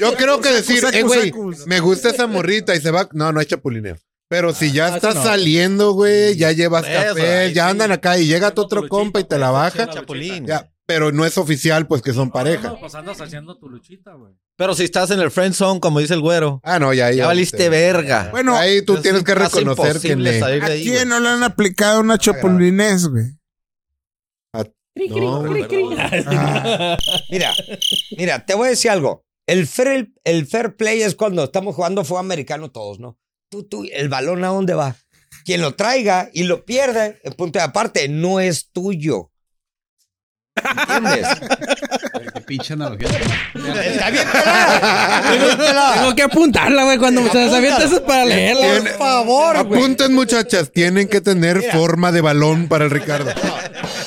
Speaker 1: Yo creo que decir,
Speaker 2: Sacu,
Speaker 1: eh, güey,
Speaker 2: sacu, sacu.
Speaker 1: me gusta esa morrita y se va. No, no es chapulineo. Pero si ya
Speaker 8: eso
Speaker 1: estás
Speaker 8: no.
Speaker 1: saliendo, güey, ya llevas
Speaker 6: Eso,
Speaker 1: café,
Speaker 6: ahí
Speaker 1: ya
Speaker 6: sí.
Speaker 1: andan acá y llega tu otro compa y te la baja.
Speaker 6: Chapulín.
Speaker 1: Ya, pero no es oficial, pues que son pareja.
Speaker 5: Pues andas haciendo tu luchita, güey.
Speaker 6: Pero si estás en el friend zone, como dice el güero,
Speaker 1: Ah, no, ya.
Speaker 6: ya valiste verga.
Speaker 2: Bueno,
Speaker 1: Ahí tú
Speaker 6: Es
Speaker 1: tienes que
Speaker 6: casi
Speaker 1: reconocer que
Speaker 6: imposible
Speaker 1: le-
Speaker 6: salir
Speaker 2: ¿a
Speaker 6: de ahí,
Speaker 2: quién
Speaker 6: güey.
Speaker 2: no le han aplicado una chapulinés, güey?
Speaker 1: No, güey.
Speaker 4: Mira, mira, te voy a decir algo. El fair, el fair play es cuando estamos jugando fútbol americano todos, ¿no? Tú, tú, el balón a dónde va. Quien lo traiga y lo pierde, el punto de aparte, no es tuyo. ¿Entiendes?
Speaker 9: Qué pinche analogía.
Speaker 4: Está bien pelada. Está bien pelada.
Speaker 8: Tengo que apuntarla, güey, cuando me se las avientas es para leerla.
Speaker 4: Por favor, güey.
Speaker 1: Apunten, muchachas, tienen que tener
Speaker 4: Mira.
Speaker 1: forma de balón para el Ricardo.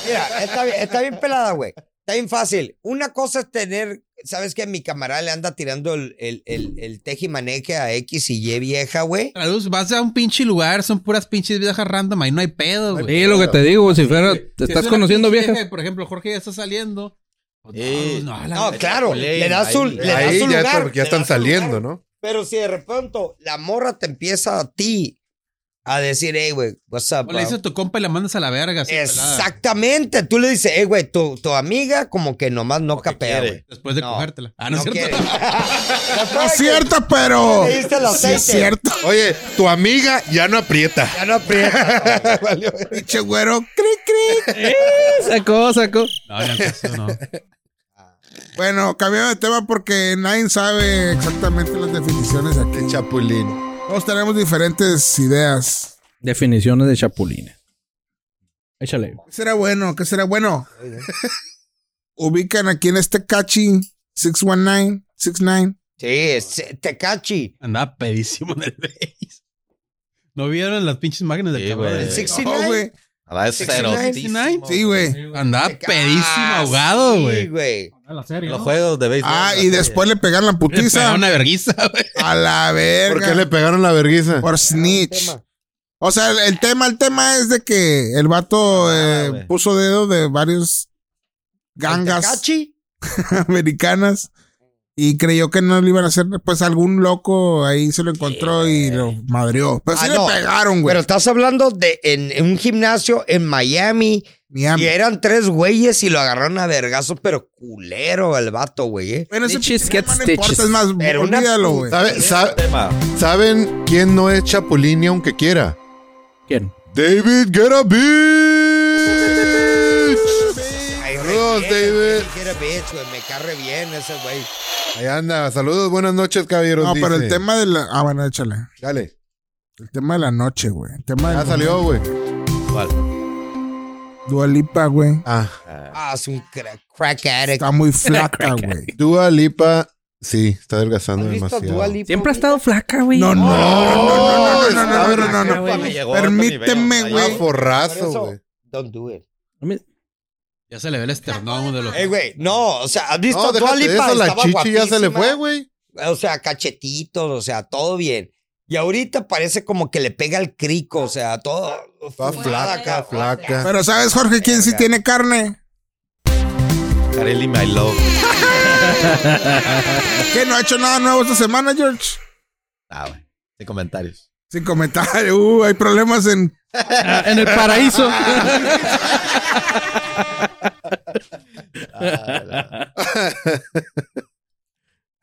Speaker 4: Mira, está bien, está bien pelada, güey. Está bien fácil. Una cosa es tener, ¿sabes que Mi camarada le anda tirando el, el, el, el tejimaneje a X y Y vieja, güey.
Speaker 9: Traduz, vas a un pinche lugar, son puras pinches viejas random, ahí no hay pedo, güey.
Speaker 8: Sí, lo que te digo, güey, si fuera,
Speaker 9: Sí,
Speaker 8: te
Speaker 9: si
Speaker 8: estás
Speaker 9: es una
Speaker 8: conociendo
Speaker 9: pinche
Speaker 8: viejas.
Speaker 9: Por ejemplo, Jorge ya está saliendo. Pues,
Speaker 6: Sí.
Speaker 9: No, no, a la
Speaker 4: No,
Speaker 9: verga.
Speaker 4: claro, le das un, le das
Speaker 1: Ahí
Speaker 4: un
Speaker 1: ya,
Speaker 4: lugar.
Speaker 1: porque ya
Speaker 4: le
Speaker 1: están
Speaker 4: das un
Speaker 1: saliendo,
Speaker 4: lugar.
Speaker 1: ¿no?
Speaker 4: Pero si de repente la morra te empieza a ti a decir, hey, güey, what's up,
Speaker 9: O le
Speaker 4: bro?"
Speaker 9: dices a tu compa y la mandas a la verga. así, pelada.
Speaker 4: Exactamente. Tú le dices, hey, güey, tu, tu amiga como que nomás no capea,
Speaker 6: quiere.
Speaker 4: güey.
Speaker 9: Después de
Speaker 4: No,
Speaker 9: cogértela. Ah, no,
Speaker 4: No
Speaker 9: es cierto.
Speaker 4: quiere.
Speaker 2: No es cierto, pero.
Speaker 4: Le diste el
Speaker 2: Sí es
Speaker 4: aceite.
Speaker 2: cierto.
Speaker 1: Oye, tu amiga ya no aprieta.
Speaker 4: Ya no aprieta. Valió.
Speaker 2: Pinche güero, cri, cri.
Speaker 8: Sacó, sacó.
Speaker 9: No, no, eso no.
Speaker 2: Bueno, cambiamos de tema porque nadie sabe exactamente las definiciones aquí.
Speaker 1: Chapulín.
Speaker 2: Todos tenemos diferentes ideas.
Speaker 8: Definiciones de chapulines. Échale.
Speaker 2: ¿Qué será bueno? ¿Qué será bueno? Ubican aquí en este cachi 619, 69.
Speaker 4: Sí, es- eh, te cachi.
Speaker 9: Andaba pedísimo en el base. ¿No vieron las pinches máquinas del
Speaker 6: Sí,
Speaker 9: cabrón?
Speaker 6: güey.
Speaker 9: El
Speaker 4: Six-
Speaker 9: six-
Speaker 2: No,
Speaker 4: 69.
Speaker 2: güey.
Speaker 6: Ah, es
Speaker 4: 69.
Speaker 6: erotísimo.
Speaker 2: Sí, güey.
Speaker 9: Andaba
Speaker 4: Te
Speaker 9: pedísimo,
Speaker 4: casas,
Speaker 9: ahogado,
Speaker 4: ah, sí,
Speaker 9: güey.
Speaker 4: güey.
Speaker 5: A la serie.
Speaker 6: Los
Speaker 5: ¿no?
Speaker 6: juegos de béisbol.
Speaker 2: Ah, y después le pegaron la
Speaker 9: Era
Speaker 2: putiza
Speaker 9: una verguiza, güey.
Speaker 2: a la
Speaker 1: ¿Por qué le
Speaker 2: verga.
Speaker 1: pegaron la vergüenza?
Speaker 2: Por snitch. O sea, el, el tema, el tema es de que el vato
Speaker 6: Ah,
Speaker 2: eh,
Speaker 6: güey.
Speaker 2: puso dedo de varios gangas
Speaker 4: Cachi.
Speaker 2: americanas y creyó que no le iban a hacer, pues algún loco ahí se lo encontró y lo madrió. Pero sí
Speaker 4: Ah,
Speaker 2: le
Speaker 4: no.
Speaker 2: pegaron,
Speaker 4: Pero
Speaker 2: güey.
Speaker 4: estás hablando de en, en un gimnasio en Miami
Speaker 2: Miami.
Speaker 4: y eran tres güeyes y lo agarraron a vergazos, pero culero el vato, güey. ¿eh?
Speaker 2: Bueno, ese
Speaker 8: Snitches
Speaker 2: tema
Speaker 8: get
Speaker 2: no importa,
Speaker 8: stitches.
Speaker 2: es más,
Speaker 4: Pero una
Speaker 2: olvídalo, güey.
Speaker 1: ¿Sabe- sa-
Speaker 6: tema.
Speaker 1: ¿Saben quién no es chapulín ni aunque quiera?
Speaker 8: ¿Quién?
Speaker 1: David get a bitch.
Speaker 4: Ay,
Speaker 1: Saludos,
Speaker 4: re bien,
Speaker 1: David.
Speaker 4: güey, era bitch, güey, Me carre bien ese güey.
Speaker 1: Ahí anda. Saludos, buenas noches, caballeros.
Speaker 2: No, pero el
Speaker 1: dice.
Speaker 2: tema de la. Ah, bueno, échale.
Speaker 1: Dale.
Speaker 2: El tema de la noche, güey. El tema de
Speaker 1: Ya salió, güey.
Speaker 2: Dualipa, güey.
Speaker 1: Ah,
Speaker 4: Ah, es un crack, crack addict.
Speaker 2: Está muy flaca, güey.
Speaker 1: Dua Lipa. Sí, está adelgazando
Speaker 4: ¿Has visto a
Speaker 1: demasiado.
Speaker 4: Dua Lipa,
Speaker 8: Siempre ha
Speaker 4: güey?
Speaker 8: estado flaca, güey.
Speaker 2: No, no, no, no, no, no, no, no, no, no,
Speaker 8: Ah,
Speaker 2: no.
Speaker 6: Opa, me llegó a otro
Speaker 2: Permíteme,
Speaker 6: nivel.
Speaker 1: Ah,
Speaker 2: güey.
Speaker 1: forrazo,
Speaker 4: Por eso-
Speaker 1: güey.
Speaker 4: Don't do it.
Speaker 9: Ya se le ve el esternón de los.
Speaker 4: Ey, güey, no, o sea, ¿has visto
Speaker 1: No,
Speaker 4: a Dua
Speaker 1: déjate de
Speaker 4: Lipa?
Speaker 1: eso, la
Speaker 4: Estaba
Speaker 1: chichi ya se le
Speaker 4: guapísima.
Speaker 1: fue, güey.
Speaker 4: O sea, cachetitos, o sea, todo bien. Y ahorita parece como que le pega el crico, o sea, todo.
Speaker 1: Está flaca, flaca.
Speaker 2: Pero ¿sabes, Jorge, quién sí tiene carne?
Speaker 6: Carelli, my love.
Speaker 2: ¿Qué? ¿No ha hecho nada nuevo esta semana, George?
Speaker 6: Ah, güey. Sin comentarios.
Speaker 2: Sin comentario. Uh, hay problemas en...
Speaker 8: Ah, en el paraíso.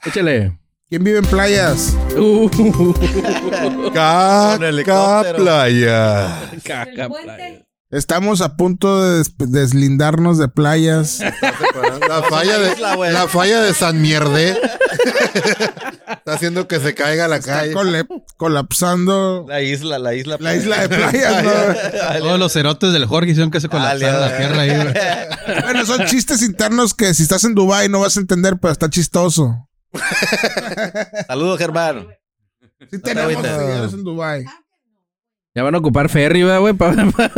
Speaker 8: Échale.
Speaker 2: ¿Quién vive en playas?
Speaker 8: Uh,
Speaker 6: Con
Speaker 1: Caca
Speaker 6: helicóptero.
Speaker 1: playa.
Speaker 8: caca, playa.
Speaker 3: puente.
Speaker 2: Estamos a punto de des- deslindarnos de playas.
Speaker 1: La falla de, la falla de San Mierde. Está haciendo que se caiga la
Speaker 2: Está
Speaker 1: calle.
Speaker 2: cole- colapsando
Speaker 6: La isla, la isla.
Speaker 2: la isla de playas, ¿no?
Speaker 9: Todos los cerotes del Jorge hicieron que se colapsara
Speaker 6: Dale,
Speaker 9: la tierra ahí, güey.
Speaker 2: Bueno, son chistes internos que si estás en Dubai no vas a entender, pero está chistoso.
Speaker 6: Saludos, Germán.
Speaker 2: Sí
Speaker 6: te
Speaker 2: tenemos
Speaker 6: agüites.
Speaker 2: seguidores en Dubai.
Speaker 8: Ya van a ocupar ferry, ¿verdad, güey, Pa- pa-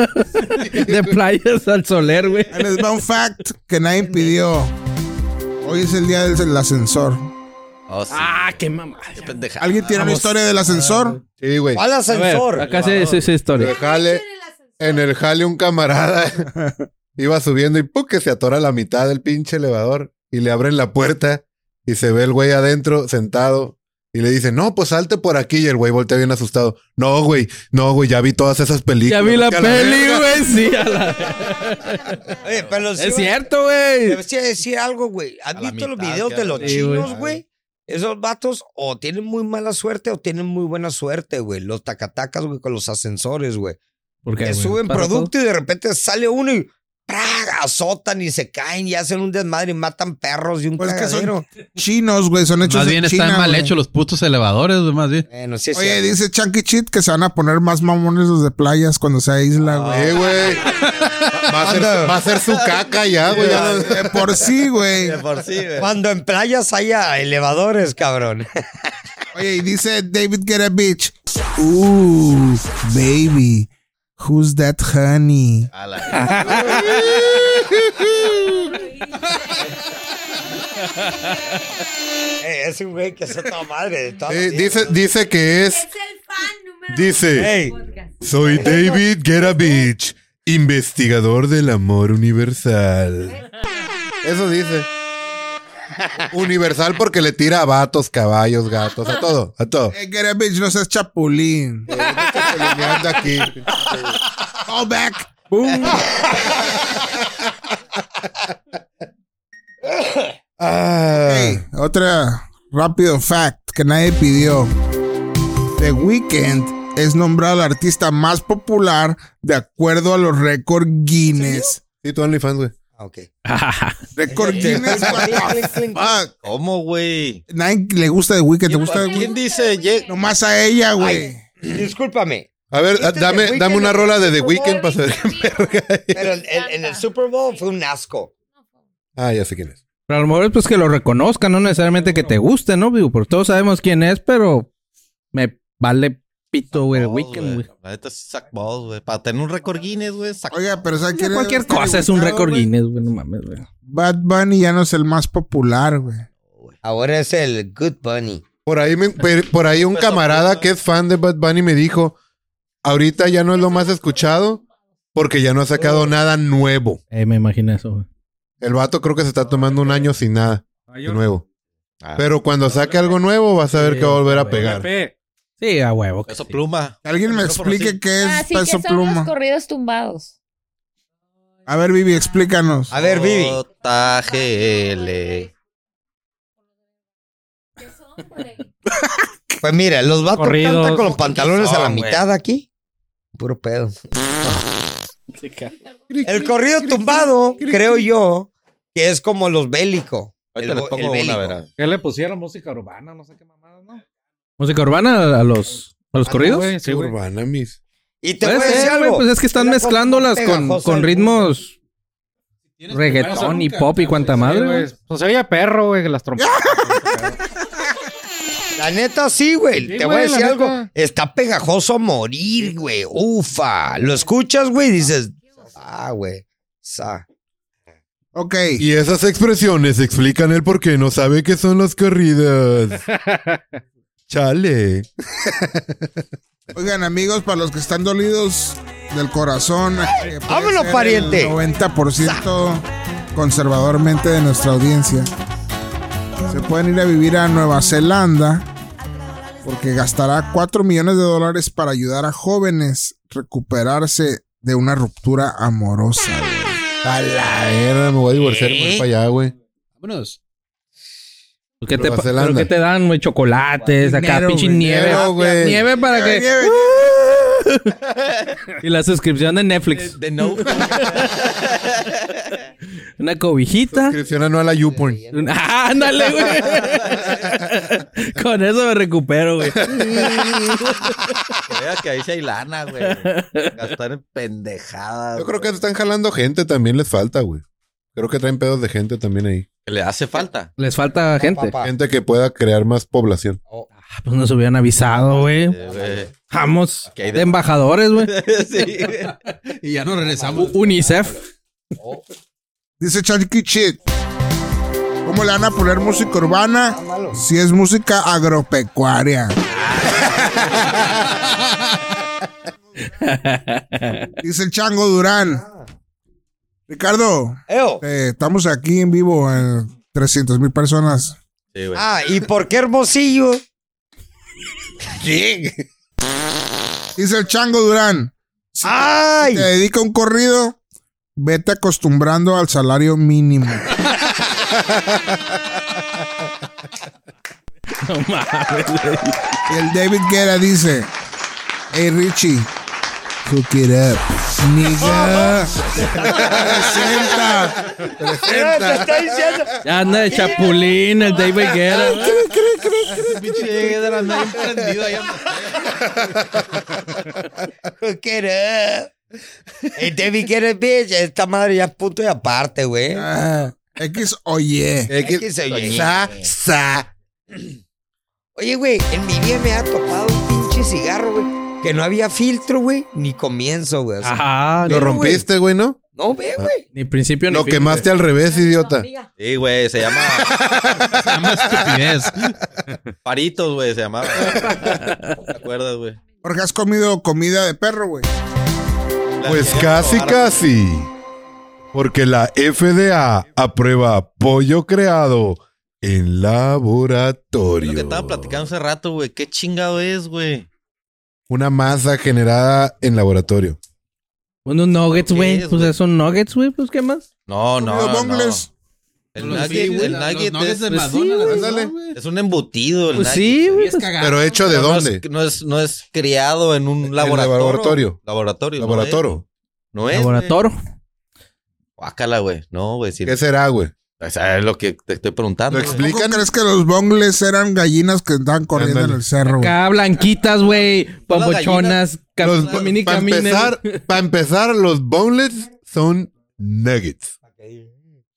Speaker 8: de playas al soler, güey.
Speaker 2: Ahí les va un fact que nadie pidió. Hoy es el día del del ascensor.
Speaker 6: Oh, sí.
Speaker 8: Ah, qué mamá.
Speaker 6: Qué pendeja.
Speaker 2: ¿Alguien tiene eh. una historia del ascensor?
Speaker 1: Sí, güey.
Speaker 4: ¿Cuál ascensor?
Speaker 8: Acá se dice esa historia.
Speaker 1: Dejale en el jale un camarada. Iba subiendo y ¡pum! que se atora la mitad del pinche elevador. Y le abren la puerta y se ve el güey adentro sentado. Y le dice, no, pues salte por aquí. Y el güey voltea bien asustado. No, güey, no, güey, ya vi todas esas
Speaker 8: Ya
Speaker 1: películas.
Speaker 8: vi la
Speaker 1: Que a
Speaker 8: peli,
Speaker 1: verga".
Speaker 8: güey. Sí, a la-
Speaker 4: Oye, pero sí,
Speaker 8: Es
Speaker 4: güey,
Speaker 8: cierto, güey.
Speaker 4: Te voy a decir algo, güey. ¿Has
Speaker 6: A la
Speaker 4: visto los
Speaker 6: mitad,
Speaker 4: videos de los
Speaker 8: cabrón. Sí, güey.
Speaker 4: chinos, güey? Esos vatos o tienen muy mala suerte o tienen muy buena suerte, güey. Los tacatacas, güey, con los ascensores, güey.
Speaker 8: ¿Por qué,
Speaker 4: Que
Speaker 8: güey?
Speaker 4: suben
Speaker 8: ¿Pasa
Speaker 4: producto y de repente sale uno y ¡praga! azotan y se caen y hacen un desmadre y matan perros y un
Speaker 2: Pues es que
Speaker 4: cagadero.
Speaker 2: son chinos, güey. Son hechos
Speaker 9: Más
Speaker 2: en
Speaker 9: bien
Speaker 2: China,
Speaker 9: están mal
Speaker 2: güey.
Speaker 9: hechos los putos elevadores, güey, más bien.
Speaker 4: Bueno, sí es
Speaker 2: Oye,
Speaker 4: cierto.
Speaker 2: dice Chunky Cheat que se van a poner más mamones los de playas cuando sea
Speaker 6: Ah,
Speaker 2: isla, güey.
Speaker 1: Eh, güey. Va a ser- va a ser su caca ya, güey. ya no-
Speaker 2: De por sí, güey.
Speaker 6: De por sí,
Speaker 2: eh,
Speaker 6: güey.
Speaker 4: Cuando en playas haya elevadores, cabrón.
Speaker 2: Oye, y dice David Get a Bitch. Ooh, baby. Who's that honey?
Speaker 6: A la-
Speaker 4: Eh, es un güey que se toma madre de todo.
Speaker 1: Eh, dice, dice que es
Speaker 3: Es el fan número
Speaker 1: Dice-
Speaker 3: uno del
Speaker 4: Ey.
Speaker 3: podcast.
Speaker 1: Soy David Gerabich, investigador del amor universal. Eso dice. Universal porque le tira a vatos, caballos, gatos, a todo, a todo.
Speaker 2: Hey, Get a Bitch, no seas chapulín.
Speaker 6: Eh.
Speaker 1: Peleando aquí.
Speaker 2: Call back. Boom.
Speaker 1: Ah,
Speaker 2: Hey, otra rápido fact que nadie pidió. The Weeknd es nombrado el artista más popular de acuerdo a los récord Guinness.
Speaker 1: sí, tu OnlyFans, güey.
Speaker 4: Ah, ok.
Speaker 2: Récord Guinness. what the fuck?
Speaker 6: ¿Cómo, güey?
Speaker 2: Nadie le gusta The Weeknd. ¿Te gusta The
Speaker 6: ¿Quién
Speaker 2: Weeknd?
Speaker 6: dice? Ye-
Speaker 2: Nomás a ella, güey.
Speaker 4: Discúlpame,
Speaker 1: A ver,
Speaker 4: Este The
Speaker 1: dame,
Speaker 4: Weeknd
Speaker 1: dame una
Speaker 4: es
Speaker 1: rola de
Speaker 4: el
Speaker 1: The
Speaker 4: Super Bowl.
Speaker 1: Weeknd para saber qué verga.
Speaker 4: pero en, en- en el Super Bowl fue un asco.
Speaker 1: Ah, ya sé quién es.
Speaker 8: Pero a lo mejor es pues que lo pues, reconozcan, no necesariamente que te guste, ¿no? Digo, porque todos sabemos quién es, pero me vale pito, güey, el
Speaker 6: Balls,
Speaker 8: weekend, güey.
Speaker 6: La neta sí sac balls, güey. Para tener un récord Guinness, güey. sac-
Speaker 2: Oiga, pero ¿sabes quién
Speaker 8: Cualquier
Speaker 2: el más
Speaker 8: cosa es un
Speaker 2: ubicado,
Speaker 8: récord
Speaker 2: güey?
Speaker 8: Guinness, güey, no mames, güey.
Speaker 2: Bad Bunny ya no es el más popular, güey.
Speaker 4: Ahora es el Good Bunny.
Speaker 1: Por ahí, me- per- por ahí un
Speaker 6: Pues,
Speaker 1: camarada
Speaker 6: apunta.
Speaker 1: que es fan de Bad Bunny me dijo, ahorita ya no es lo más escuchado porque ya no ha sacado nada nuevo.
Speaker 8: Eh, me imagino eso, güey.
Speaker 1: El vato creo que se está tomando un año sin nada de nuevo.
Speaker 6: Ah.
Speaker 1: Pero cuando saque algo nuevo vas a ver
Speaker 8: Sí,
Speaker 1: que va a volver a
Speaker 8: güey.
Speaker 1: pegar.
Speaker 8: Sí, a huevo. que
Speaker 6: Peso
Speaker 8: sí.
Speaker 6: pluma.
Speaker 2: Que Alguien me
Speaker 6: Pero por
Speaker 2: explique
Speaker 6: sí.
Speaker 2: qué es
Speaker 7: Así Ah, que
Speaker 2: peso
Speaker 7: son
Speaker 2: pluma.
Speaker 7: los corridos tumbados.
Speaker 2: A ver, Vivi, explícanos.
Speaker 4: A ver, Vivi.
Speaker 6: JGL.
Speaker 4: Pues mira, los vatos
Speaker 5: Corridos.
Speaker 4: cantan con los pantalones a la
Speaker 6: Son, güey.
Speaker 4: mitad aquí. Puro pedo. El corrido tumbado, creo yo, que es como los bélicos.
Speaker 6: Ahorita
Speaker 4: El
Speaker 6: les
Speaker 4: bo-
Speaker 6: pongo
Speaker 4: el
Speaker 6: una,
Speaker 4: bélico.
Speaker 6: verá.
Speaker 5: ¿Qué le pusieron? Música urbana, no sé qué mamadas, ¿no? Ah,
Speaker 8: ¿Música urbana a, a los, a los corridos?
Speaker 5: güey, sí, güey.
Speaker 1: Urbana, mis.
Speaker 4: Y te
Speaker 8: Puede
Speaker 4: voy a decir
Speaker 8: ser, güey,
Speaker 4: algo.
Speaker 8: pues es que están
Speaker 4: La
Speaker 8: mezclándolas
Speaker 4: cosa
Speaker 8: con,
Speaker 4: pegajosa
Speaker 8: con
Speaker 4: del
Speaker 8: ritmos
Speaker 9: Tienes
Speaker 8: reggaetón y
Speaker 9: nunca,
Speaker 8: pop y cuanta madre,
Speaker 5: Sí,
Speaker 8: güey.
Speaker 5: güey. Pues se oye perro, güey, que las trompetas.
Speaker 4: La neta, sí, güey.
Speaker 5: Sí,
Speaker 4: Te voy
Speaker 5: güey,
Speaker 4: a
Speaker 5: la
Speaker 4: decir algo.
Speaker 5: neta.
Speaker 4: Está pegajoso a morir, güey. Ufa. Lo escuchas, güey, y dices, ah, güey. Sa.
Speaker 2: Ok.
Speaker 1: Y esas expresiones explican el por qué no sabe qué son las corridas. Chale.
Speaker 2: Oigan, amigos, para los que están dolidos del corazón, que puede
Speaker 4: vámonos,
Speaker 2: ser el
Speaker 4: pariente.
Speaker 2: 90% conservadormente de nuestra audiencia. Se pueden ir a vivir a Nueva Zelanda porque gastará 4 millones de dólares para ayudar a jóvenes recuperarse de una ruptura amorosa.
Speaker 1: A la verga, me voy a divorciar me voy
Speaker 4: ¿Eh?
Speaker 1: para allá, güey.
Speaker 9: Vámonos.
Speaker 8: ¿Qué te,
Speaker 1: Nueva
Speaker 8: pa- pero
Speaker 1: Zelanda.
Speaker 8: qué te dan, güey? Chocolates, acá,
Speaker 2: Dinero,
Speaker 8: pinche
Speaker 2: güey,
Speaker 8: nieve.
Speaker 1: dinero, güey.
Speaker 8: Nieve para que...
Speaker 2: Nieve.
Speaker 8: Y la suscripción de Netflix.
Speaker 6: De no.
Speaker 5: Eh,
Speaker 8: Una cobijita.
Speaker 1: Suscripción anual a YouPorn.
Speaker 8: Un- ¡Ah, ándale, güey. Con eso me recupero, güey.
Speaker 6: Que veas que ahí sí hay lana, güey. Gastar en pendejadas.
Speaker 1: Yo creo que
Speaker 6: güey.
Speaker 1: están jalando gente, también les falta, güey. Creo que traen pedos de gente también ahí.
Speaker 6: Que le hace falta.
Speaker 8: Les falta gente.
Speaker 4: Papá.
Speaker 1: Gente que pueda crear más población.
Speaker 8: Ah, Pues nos hubieran avisado, güey.
Speaker 6: Eh, güey.
Speaker 8: Vamos.
Speaker 6: Aquí hay
Speaker 8: De
Speaker 6: de-
Speaker 8: embajadores, güey.
Speaker 6: sí.
Speaker 9: Y ya nos regresamos.
Speaker 8: U- UNICEF.
Speaker 2: Dice Chucky Chick. ¿Cómo le van a poner música urbana si es música agropecuaria? Dice el Chango Durán. Ricardo,
Speaker 4: Eo.
Speaker 2: eh, estamos aquí en vivo en 300 mil personas.
Speaker 6: Sí, güey.
Speaker 4: Ah, ¿y por qué Hermosillo? ¿Quién?
Speaker 2: Dice el Chango Durán. Si
Speaker 4: ¡Ay!
Speaker 2: te dedica un corrido, vete acostumbrando al salario mínimo.
Speaker 8: No mames, güey.
Speaker 2: Y el David Guerra dice: Hey Richie, hook it up. Nigga. presenta.
Speaker 4: Te está diciendo.
Speaker 8: Ya anda de chapulín, el David Guerra. güey.
Speaker 6: Pinche Edra, me han prendido ahí.
Speaker 4: Get up. Hey, David, get a bitch. Esta madre ya es punto y aparte, güey.
Speaker 2: Ah, X oye.
Speaker 4: Es que se oye. Oye, güey, en mi vida me ha topado un pinche cigarro, güey. Que no había filtro, güey. Ni comienzo, güey. o sea,
Speaker 8: Ajá,
Speaker 1: Lo
Speaker 8: no,
Speaker 1: rompiste, güey, ¿no?
Speaker 4: No, ve, güey.
Speaker 8: ni principio ni
Speaker 1: Lo
Speaker 8: fin.
Speaker 1: quemaste al revés, idiota.
Speaker 6: Sí, güey, se llama
Speaker 9: Se llama estupidez.
Speaker 6: Paritos, güey, se llamaba. ¿Te acuerdas, güey?
Speaker 2: Porque has comido comida de perro, güey.
Speaker 1: Pues casi, casi. Porque la FDA aprueba pollo creado en
Speaker 6: Es
Speaker 1: laboratorio.
Speaker 6: Lo que estaba platicando hace rato, güey. ¿Qué chingado es, güey?
Speaker 1: Una masa generada en laboratorio.
Speaker 8: Unos nuggets,
Speaker 6: ¿Qué
Speaker 8: güey.
Speaker 6: es,
Speaker 8: Pues
Speaker 6: güey?
Speaker 8: son nuggets, güey. Pues qué más.
Speaker 6: No, no,
Speaker 2: Los
Speaker 6: no.
Speaker 2: bongles.
Speaker 6: El
Speaker 9: Los
Speaker 6: nugget,
Speaker 9: fifis,
Speaker 6: el
Speaker 9: la- los
Speaker 6: nugget
Speaker 9: nuggets
Speaker 6: es,
Speaker 9: de
Speaker 8: pues
Speaker 9: Madonna.
Speaker 8: sí,
Speaker 9: la
Speaker 8: güey.
Speaker 9: verdad,
Speaker 1: Ándale.
Speaker 9: güey.
Speaker 6: es un embutido. El
Speaker 8: Pues
Speaker 6: nugget,
Speaker 8: sí,
Speaker 9: Y
Speaker 8: güey.
Speaker 9: es cagado.
Speaker 1: Pero hecho de
Speaker 6: No es-
Speaker 1: dónde?
Speaker 6: No es, no es criado en un
Speaker 1: el
Speaker 6: laboratorio.
Speaker 1: laboratorio.
Speaker 6: Laboratorio. no
Speaker 1: Laboratorio.
Speaker 6: es- No es. Laboratorio.
Speaker 8: Laboratorio.
Speaker 6: Guácala, güey. No, güey. sí.
Speaker 1: ¿Qué será, güey?
Speaker 6: O sea, es lo que te estoy preguntando.
Speaker 1: Lo
Speaker 6: güey.
Speaker 2: ¿Cómo
Speaker 1: explican.
Speaker 2: crees que los bongles eran gallinas que andaban corriendo
Speaker 1: Ándale.
Speaker 2: en el cerro, güey?
Speaker 8: Acá blanquitas, güey. Pambochonas.
Speaker 1: Los-
Speaker 8: cam- mini
Speaker 1: para
Speaker 8: camines.
Speaker 1: empezar, para empezar, los boneless son nuggets.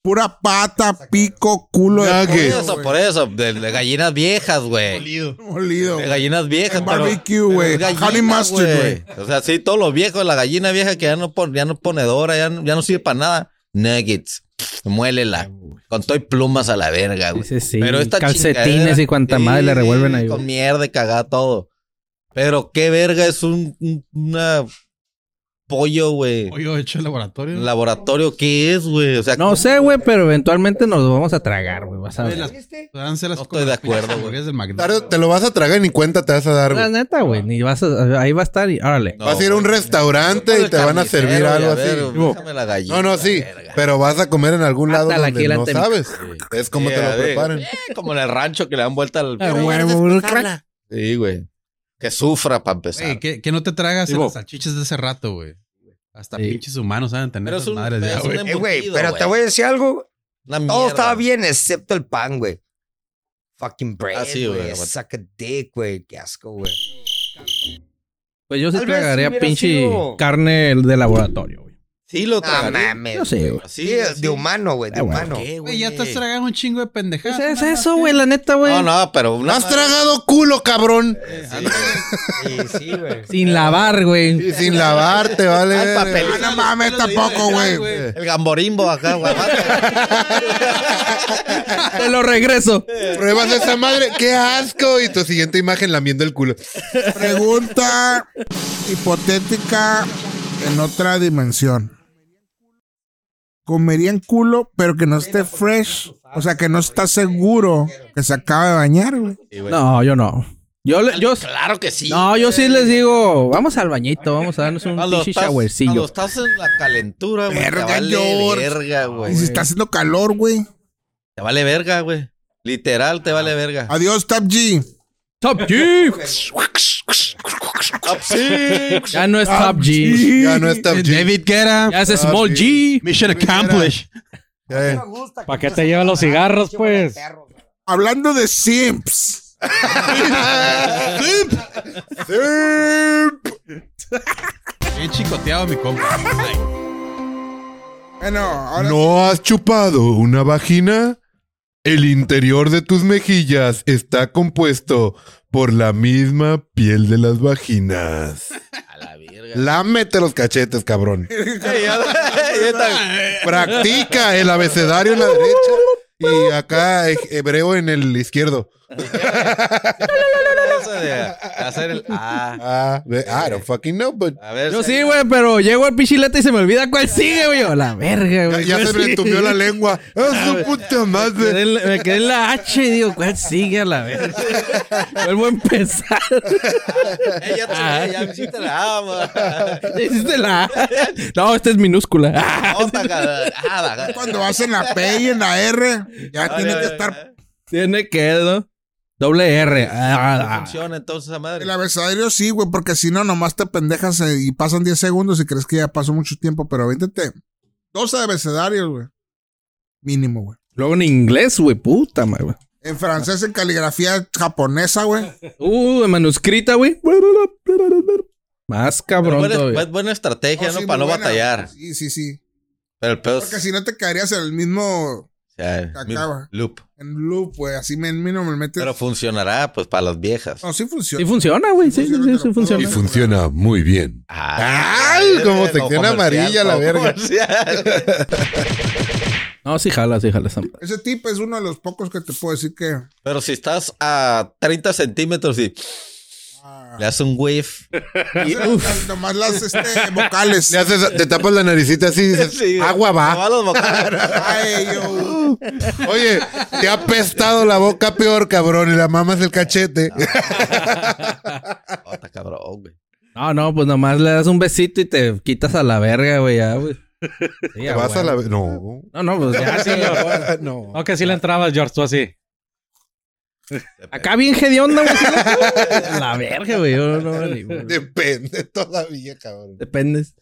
Speaker 2: Pura pata, pico, culo de
Speaker 6: Por
Speaker 1: Nuggets.
Speaker 6: eso, por eso. De, de gallinas viejas, güey.
Speaker 2: pollo molido.
Speaker 6: De gallinas viejas,
Speaker 2: En
Speaker 6: pero-
Speaker 2: barbecue,
Speaker 6: pero
Speaker 2: güey.
Speaker 6: es gallina,
Speaker 2: Honey mustard,
Speaker 6: O sea, sí, todos los viejos, la gallina vieja que ya no, pon- ya no ponedora, ya no, ya no sirve para nada. Nuggets.
Speaker 2: Ah,
Speaker 6: Muélela. Con todo y plumas a la verga, güey.
Speaker 8: Dice, sí.
Speaker 6: Pero esta
Speaker 8: calcetines
Speaker 6: chingadera-
Speaker 8: y cuanta madre le
Speaker 6: Sí,
Speaker 8: revuelven ahí.
Speaker 6: Con
Speaker 8: güey.
Speaker 6: mierda y cagada todo. Pero qué verga es un, un- una pollo, güey.
Speaker 9: Pollo hecho en laboratorio.
Speaker 6: ¿En Laboratorio, ¿qué es, güey? O sea,
Speaker 8: No sé, güey, pero eventualmente nos lo vamos a tragar, güey. Vas a
Speaker 9: Güey,
Speaker 8: ver.
Speaker 9: las- podrán ser las-
Speaker 6: No estoy
Speaker 9: como
Speaker 6: de
Speaker 9: las
Speaker 6: acuerdo,
Speaker 9: pinches
Speaker 6: güey.
Speaker 9: hamburguesas del
Speaker 1: Tarde
Speaker 9: McDonald's.
Speaker 1: te lo vas a tragar y ni cuenta te vas a dar,
Speaker 8: La
Speaker 1: güey.
Speaker 8: neta, güey. Ni vas a, ahí va a estar y órale.
Speaker 6: no,
Speaker 1: vas a ir a un
Speaker 6: güey.
Speaker 1: restaurante y te van a servir algo así.
Speaker 6: Déjame la gallina.
Speaker 1: No, no, sí.
Speaker 6: verga.
Speaker 1: Pero vas a comer en algún lado
Speaker 8: Mátala aquí
Speaker 1: donde no
Speaker 8: delante de mi
Speaker 1: sabes. Es como
Speaker 6: Sí,
Speaker 1: te
Speaker 6: a
Speaker 1: lo
Speaker 6: ver.
Speaker 1: preparan.
Speaker 6: Eh, como en el rancho que le dan vuelta al.
Speaker 8: Ah, huevo, crack.
Speaker 6: Sí, güey. Que sufra para empezar.
Speaker 9: Güey, ¿qué, qué no te tragas en
Speaker 6: Digo-
Speaker 9: las salchiches de ese rato, güey? Hasta
Speaker 8: Sí.
Speaker 9: pinches humanos saben tener
Speaker 6: Pero es
Speaker 9: esas
Speaker 6: un-
Speaker 9: madres
Speaker 6: pero
Speaker 9: ya,
Speaker 6: es
Speaker 9: güey.
Speaker 6: un
Speaker 4: Eh, güey,
Speaker 6: embutido,
Speaker 4: pero
Speaker 6: güey.
Speaker 4: te voy a decir algo.
Speaker 6: Una
Speaker 4: Todo
Speaker 6: mierda.
Speaker 4: estaba bien excepto el pan, güey. Fucking bread,
Speaker 6: Ah, sí,
Speaker 4: güey.
Speaker 6: güey.
Speaker 4: Suck a dick, güey. Qué asco, güey.
Speaker 8: Pues yo sí
Speaker 4: Tal vez
Speaker 8: tragaría
Speaker 4: hubiera
Speaker 8: pinche
Speaker 4: sido-
Speaker 8: carne de laboratorio, güey.
Speaker 6: Sí, lo
Speaker 4: No
Speaker 6: tragaría.
Speaker 4: mames.
Speaker 8: Yo sí, güey.
Speaker 4: Sí, de humano, güey, de
Speaker 8: Ah, bueno,
Speaker 4: humano.
Speaker 6: ¿Qué,
Speaker 9: Güey, ya estás tragando un chingo de pendejadas.
Speaker 8: Pues es eso, güey, la neta, güey.
Speaker 6: No, no, pero una.
Speaker 1: Has tragado culo, cabrón.
Speaker 4: Sí, sí, güey.
Speaker 8: Sin lavar, güey.
Speaker 1: Y sin lavarte, vale.
Speaker 6: Al
Speaker 1: verga.
Speaker 6: papel.
Speaker 2: Ah, no mames, tampoco, güey.
Speaker 6: El gamborimbo acá, güey.
Speaker 8: Te lo regreso.
Speaker 1: Pruebas esa madre. ¡Qué asco! Y tu siguiente imagen lamiendo el culo.
Speaker 2: Pregunta hipotética en otra dimensión. ¿Comerían culo, pero que no esté fresh? O sea, que no está seguro que se acaba de bañar, güey.
Speaker 8: No, yo no. Yo, le- yo,
Speaker 6: Claro que sí.
Speaker 8: no, yo sí les digo, vamos al bañito, vamos a darnos un
Speaker 6: Cuando
Speaker 8: pinche
Speaker 6: estás, cuando
Speaker 8: showercillo.
Speaker 6: estás en la calentura, güey.
Speaker 2: Verga,
Speaker 6: te vale
Speaker 2: George.
Speaker 6: verga,
Speaker 2: Y
Speaker 6: güey.
Speaker 2: si está haciendo calor, güey.
Speaker 6: Te vale verga, güey. Literal, te
Speaker 1: Ah.
Speaker 6: vale verga.
Speaker 2: Adiós, Tap G.
Speaker 8: Top G. Ya no es Top G.
Speaker 1: Ya no está.
Speaker 9: David Guerra.
Speaker 8: Ya es Small G.
Speaker 9: Mission accomplished.
Speaker 1: Ya, eh.
Speaker 5: ¿Para qué te llevan los
Speaker 1: Ah,
Speaker 5: cigarros, pues?
Speaker 2: Hablando de simps.
Speaker 9: Bien chicoteado, mi compa. Ay,
Speaker 2: Bueno, ahora
Speaker 1: ¿No has chupado una vagina? El interior de tus mejillas está compuesto por la misma piel de las vaginas.
Speaker 6: A la verga.
Speaker 1: Lámete los cachetes, cabrón.
Speaker 6: Ey, ya- ya está.
Speaker 1: Practica el abecedario en la derecha y acá he- hebreo en el izquierdo.
Speaker 6: Eso de hacer el. Ah.
Speaker 1: Ah, ve- I don't fucking know, but
Speaker 6: A ver.
Speaker 8: Yo sí, güey, pero llego al pichilete y se me olvida cuál sigue, güey. Yo, La verga,
Speaker 1: ya,
Speaker 8: güey.
Speaker 1: ya
Speaker 8: Yo
Speaker 1: se me
Speaker 8: sí.
Speaker 1: entumió la lengua. ¡Ah, su puta
Speaker 8: Me quedé
Speaker 1: madre!
Speaker 8: en la- me quedé en la H y digo, ¿cuál sigue a la verga? Vuelvo a empezar.
Speaker 6: Ey, ya te ya me hiciste la ama.
Speaker 8: Ya Hiciste la A. No, esta es minúscula. Ah,
Speaker 6: Otra cara. Ah, la-
Speaker 2: cuando vas en la P y en la R, ya
Speaker 6: Vale,
Speaker 2: tiene que
Speaker 6: vale,
Speaker 2: estar.
Speaker 6: vale.
Speaker 8: Tiene que, ¿no? Doble R.
Speaker 6: No
Speaker 8: Ah, ah.
Speaker 6: funciona entonces esa madre.
Speaker 2: El abecedario sí, güey, porque si no, nomás te pendejas eh, y pasan 10 segundos y crees que ya pasó mucho tiempo, pero avéntate 12 abecedarios, güey. Mínimo, güey.
Speaker 8: Luego en inglés, güey, puta madre. güey.
Speaker 2: En francés, en caligrafía japonesa, güey.
Speaker 8: Uh, en manuscrita, güey. Más
Speaker 6: Pero
Speaker 8: cabrón
Speaker 6: buena,
Speaker 8: todavía.
Speaker 6: bu- buena estrategia,
Speaker 2: Oh,
Speaker 6: ¿no?
Speaker 2: sí,
Speaker 6: Para
Speaker 2: muy
Speaker 6: no
Speaker 2: buena.
Speaker 6: batallar.
Speaker 2: Sí, sí, sí.
Speaker 6: Pero el pedo es-
Speaker 2: Porque si no te caerías en el mismo
Speaker 6: o sea,
Speaker 2: acaba.
Speaker 6: loop.
Speaker 2: en loop, güey. Así me- mínimo me metes.
Speaker 6: Pero funcionará, pues, para las viejas.
Speaker 2: no, sí funciona.
Speaker 8: Sí funciona, güey. Sí,
Speaker 2: Sí
Speaker 8: sí,
Speaker 2: funciona,
Speaker 8: sí, sí
Speaker 2: te lo juro.
Speaker 1: Y
Speaker 8: funciona.
Speaker 1: funciona muy bien.
Speaker 6: Ah,
Speaker 1: ¡Ay! Como
Speaker 6: no,
Speaker 1: sección
Speaker 6: comercial,
Speaker 1: amarilla, la
Speaker 6: no,
Speaker 1: verga.
Speaker 6: comercial.
Speaker 8: No, sí jala, sí jala. esa madre.
Speaker 2: Ese tip es uno de los pocos que te puedo decir que.
Speaker 6: Pero si estás a 30 centímetros y
Speaker 2: ah,
Speaker 6: le haces un wave.
Speaker 2: o sea, nomás las este, vocales.
Speaker 1: Le haces- te tapas la naricita así y dices,
Speaker 6: Sí, güey.
Speaker 1: agua
Speaker 6: Te
Speaker 1: va.
Speaker 6: va a los bocados. Ah,
Speaker 2: Ay, yo.
Speaker 1: Oye, te ha apestado la boca peor, cabrón, y la mamas el cachete.
Speaker 6: Ota, cabrón, güey.
Speaker 8: No, no, pues nomás le das un besito y te quitas a la verga, güey. Ya, güey. Sí,
Speaker 1: Te
Speaker 8: a
Speaker 1: vas a
Speaker 8: huevo.
Speaker 1: la... No.
Speaker 8: No, no, pues ya. sí, ya, güey.
Speaker 1: No.
Speaker 5: No, que sí le entrabas, George, tú así.
Speaker 8: Acá bien hedionda, güey. sí, la- La verga, güey. Yo no, ni-
Speaker 1: Depende todavía, cabrón.
Speaker 8: Dependes.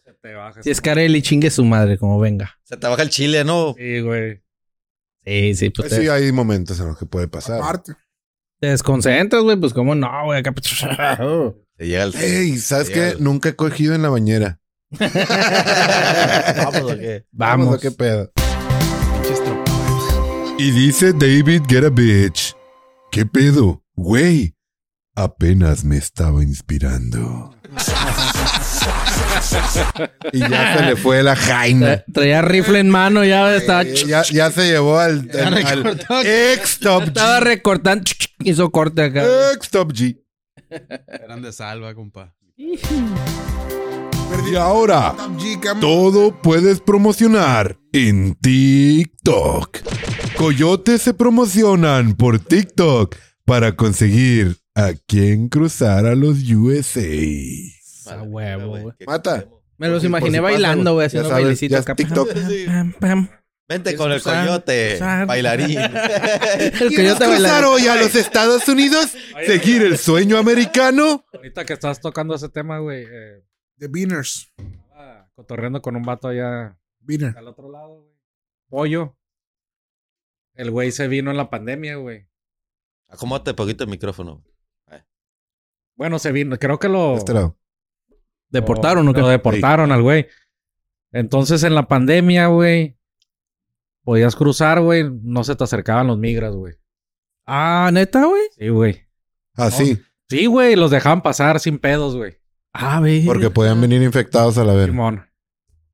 Speaker 8: Si es Carelli, chingue su madre, como venga.
Speaker 6: Se te baja el chile, ¿no?
Speaker 5: Sí, güey.
Speaker 8: Sí, sí, pues
Speaker 1: Sí,
Speaker 8: te,
Speaker 1: hay momentos en los que puede pasar.
Speaker 2: Aparte.
Speaker 8: te desconcentras, güey. Pues cómo no, güey. Acá.
Speaker 6: Te llega el.
Speaker 1: Ey, ¿sabes qué?
Speaker 6: Real.
Speaker 1: Nunca he cogido en la bañera.
Speaker 6: Vamos, ¿o qué?
Speaker 1: Vamos.
Speaker 8: Vamos.
Speaker 1: ¿Qué pedo?
Speaker 9: pinches tropas.
Speaker 1: Y dice David, get a bitch. ¿Qué pedo? Güey, apenas me estaba inspirando. y ya se le fue la
Speaker 8: Tra-
Speaker 1: Jaina.
Speaker 8: Traía rifle en mano, ya estaba,
Speaker 1: Eh, ya, ya se llevó al, al- al
Speaker 9: recortó.
Speaker 1: ex Top
Speaker 8: estaba
Speaker 1: G.
Speaker 8: recortando. Hizo corte acá.
Speaker 1: Ex Top G.
Speaker 9: Eran de salva, compa.
Speaker 1: Y ahora,
Speaker 2: Top G, cam-
Speaker 1: todo puedes promocionar en TikTok. Coyotes se promocionan por TikTok para conseguir a quien cruzar a los USA.
Speaker 8: A huevo, güey.
Speaker 1: Mata.
Speaker 8: Me los
Speaker 1: Por
Speaker 8: imaginé
Speaker 1: si Pues, pasa,
Speaker 8: bailando, güey,
Speaker 1: ya
Speaker 8: haciendo
Speaker 1: sabes,
Speaker 8: bailecito
Speaker 1: ya
Speaker 8: acá.
Speaker 1: TikTok.
Speaker 8: Pam, pam.
Speaker 6: Vente con el
Speaker 8: Cruzar,
Speaker 6: coyote,
Speaker 8: cruzar.
Speaker 6: bailarín.
Speaker 8: El
Speaker 1: ¿Quieres
Speaker 8: coyote
Speaker 1: cruzar
Speaker 8: bailando.
Speaker 1: hoy a los Estados Unidos? ¿Seguir el sueño americano?
Speaker 5: Ahorita que estás tocando ese tema, güey. eh,
Speaker 2: The Beaners.
Speaker 5: estaba Ah, cotorreando con un vato allá Este
Speaker 2: Beaner.
Speaker 5: al otro lado, güey. Pollo. El güey se vino en la pandemia, güey.
Speaker 6: Acomódate poquito el micrófono.
Speaker 5: Bueno, se vino, creo que lo.
Speaker 1: Este lado.
Speaker 8: ¿Deportaron o
Speaker 5: Lo
Speaker 8: qué?
Speaker 5: deportaron al güey. Entonces en la pandemia, güey, podías cruzar, güey, no se te acercaban los migras, güey.
Speaker 8: Ah, ¿neta, güey?
Speaker 5: Sí, güey.
Speaker 1: Así,
Speaker 5: Sí, güey, los dejaban pasar sin pedos, güey.
Speaker 8: Ah, güey.
Speaker 1: porque podían venir infectados a la vez.
Speaker 5: Simón.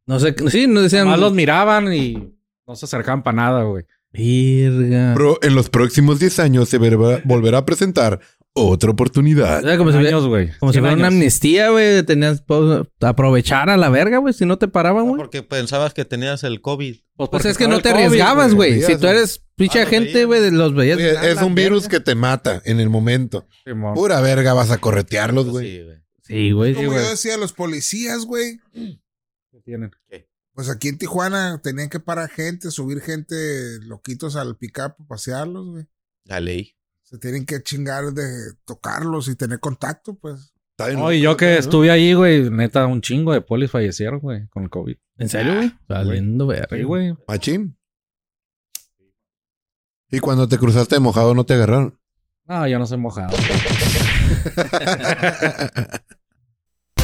Speaker 8: No sé, sí, nos decían...
Speaker 5: Nomás los miraban y no se acercaban para nada, güey.
Speaker 8: Virga.
Speaker 1: Pero en los próximos 10 años se verá- volverá a presentar otra oportunidad.
Speaker 8: Era Ah, como si, hubiera-
Speaker 5: años, güey.
Speaker 8: como si
Speaker 5: Cien
Speaker 8: fuera una
Speaker 5: años.
Speaker 8: amnistía, güey. Tenías... pues, aprovechar a la verga, güey, si no te paraban,
Speaker 6: No,
Speaker 8: ¿Ah, güey.
Speaker 6: porque pensabas que tenías el COVID.
Speaker 8: Pues
Speaker 5: porque
Speaker 8: es que
Speaker 5: estaba
Speaker 8: no te
Speaker 5: el COVID,
Speaker 8: arriesgabas, güey.
Speaker 1: Veías,
Speaker 8: Si tú
Speaker 1: güey.
Speaker 8: eres pinche
Speaker 6: Ah, lo
Speaker 8: gente,
Speaker 6: veías.
Speaker 8: güey, de los veías.
Speaker 1: Oye, es un virus que te mata en el momento.
Speaker 5: Simón.
Speaker 1: Pura verga vas a corretearlos, güey.
Speaker 6: Pues Sí, güey.
Speaker 8: Sí, güey.
Speaker 2: Como yo decía, los policías, güey.
Speaker 5: que tienen.
Speaker 2: Pues aquí en Tijuana tenían que parar gente, subir gente loquitos al pick-up, pasearlos, güey.
Speaker 6: La ley.
Speaker 2: Se tienen que chingar de tocarlos y tener contacto, pues.
Speaker 1: Está bien
Speaker 5: No, y
Speaker 1: loco,
Speaker 5: yo que
Speaker 1: ¿no?
Speaker 5: estuve ahí, güey, neta, un chingo de polis fallecieron, güey, con el COVID. Ah,
Speaker 8: ¿En serio, güey? Valiendo
Speaker 5: Sí,
Speaker 8: verga.
Speaker 5: güey.
Speaker 1: Machín. Y cuando te cruzaste mojado no te agarraron.
Speaker 5: No, yo no soy mojado.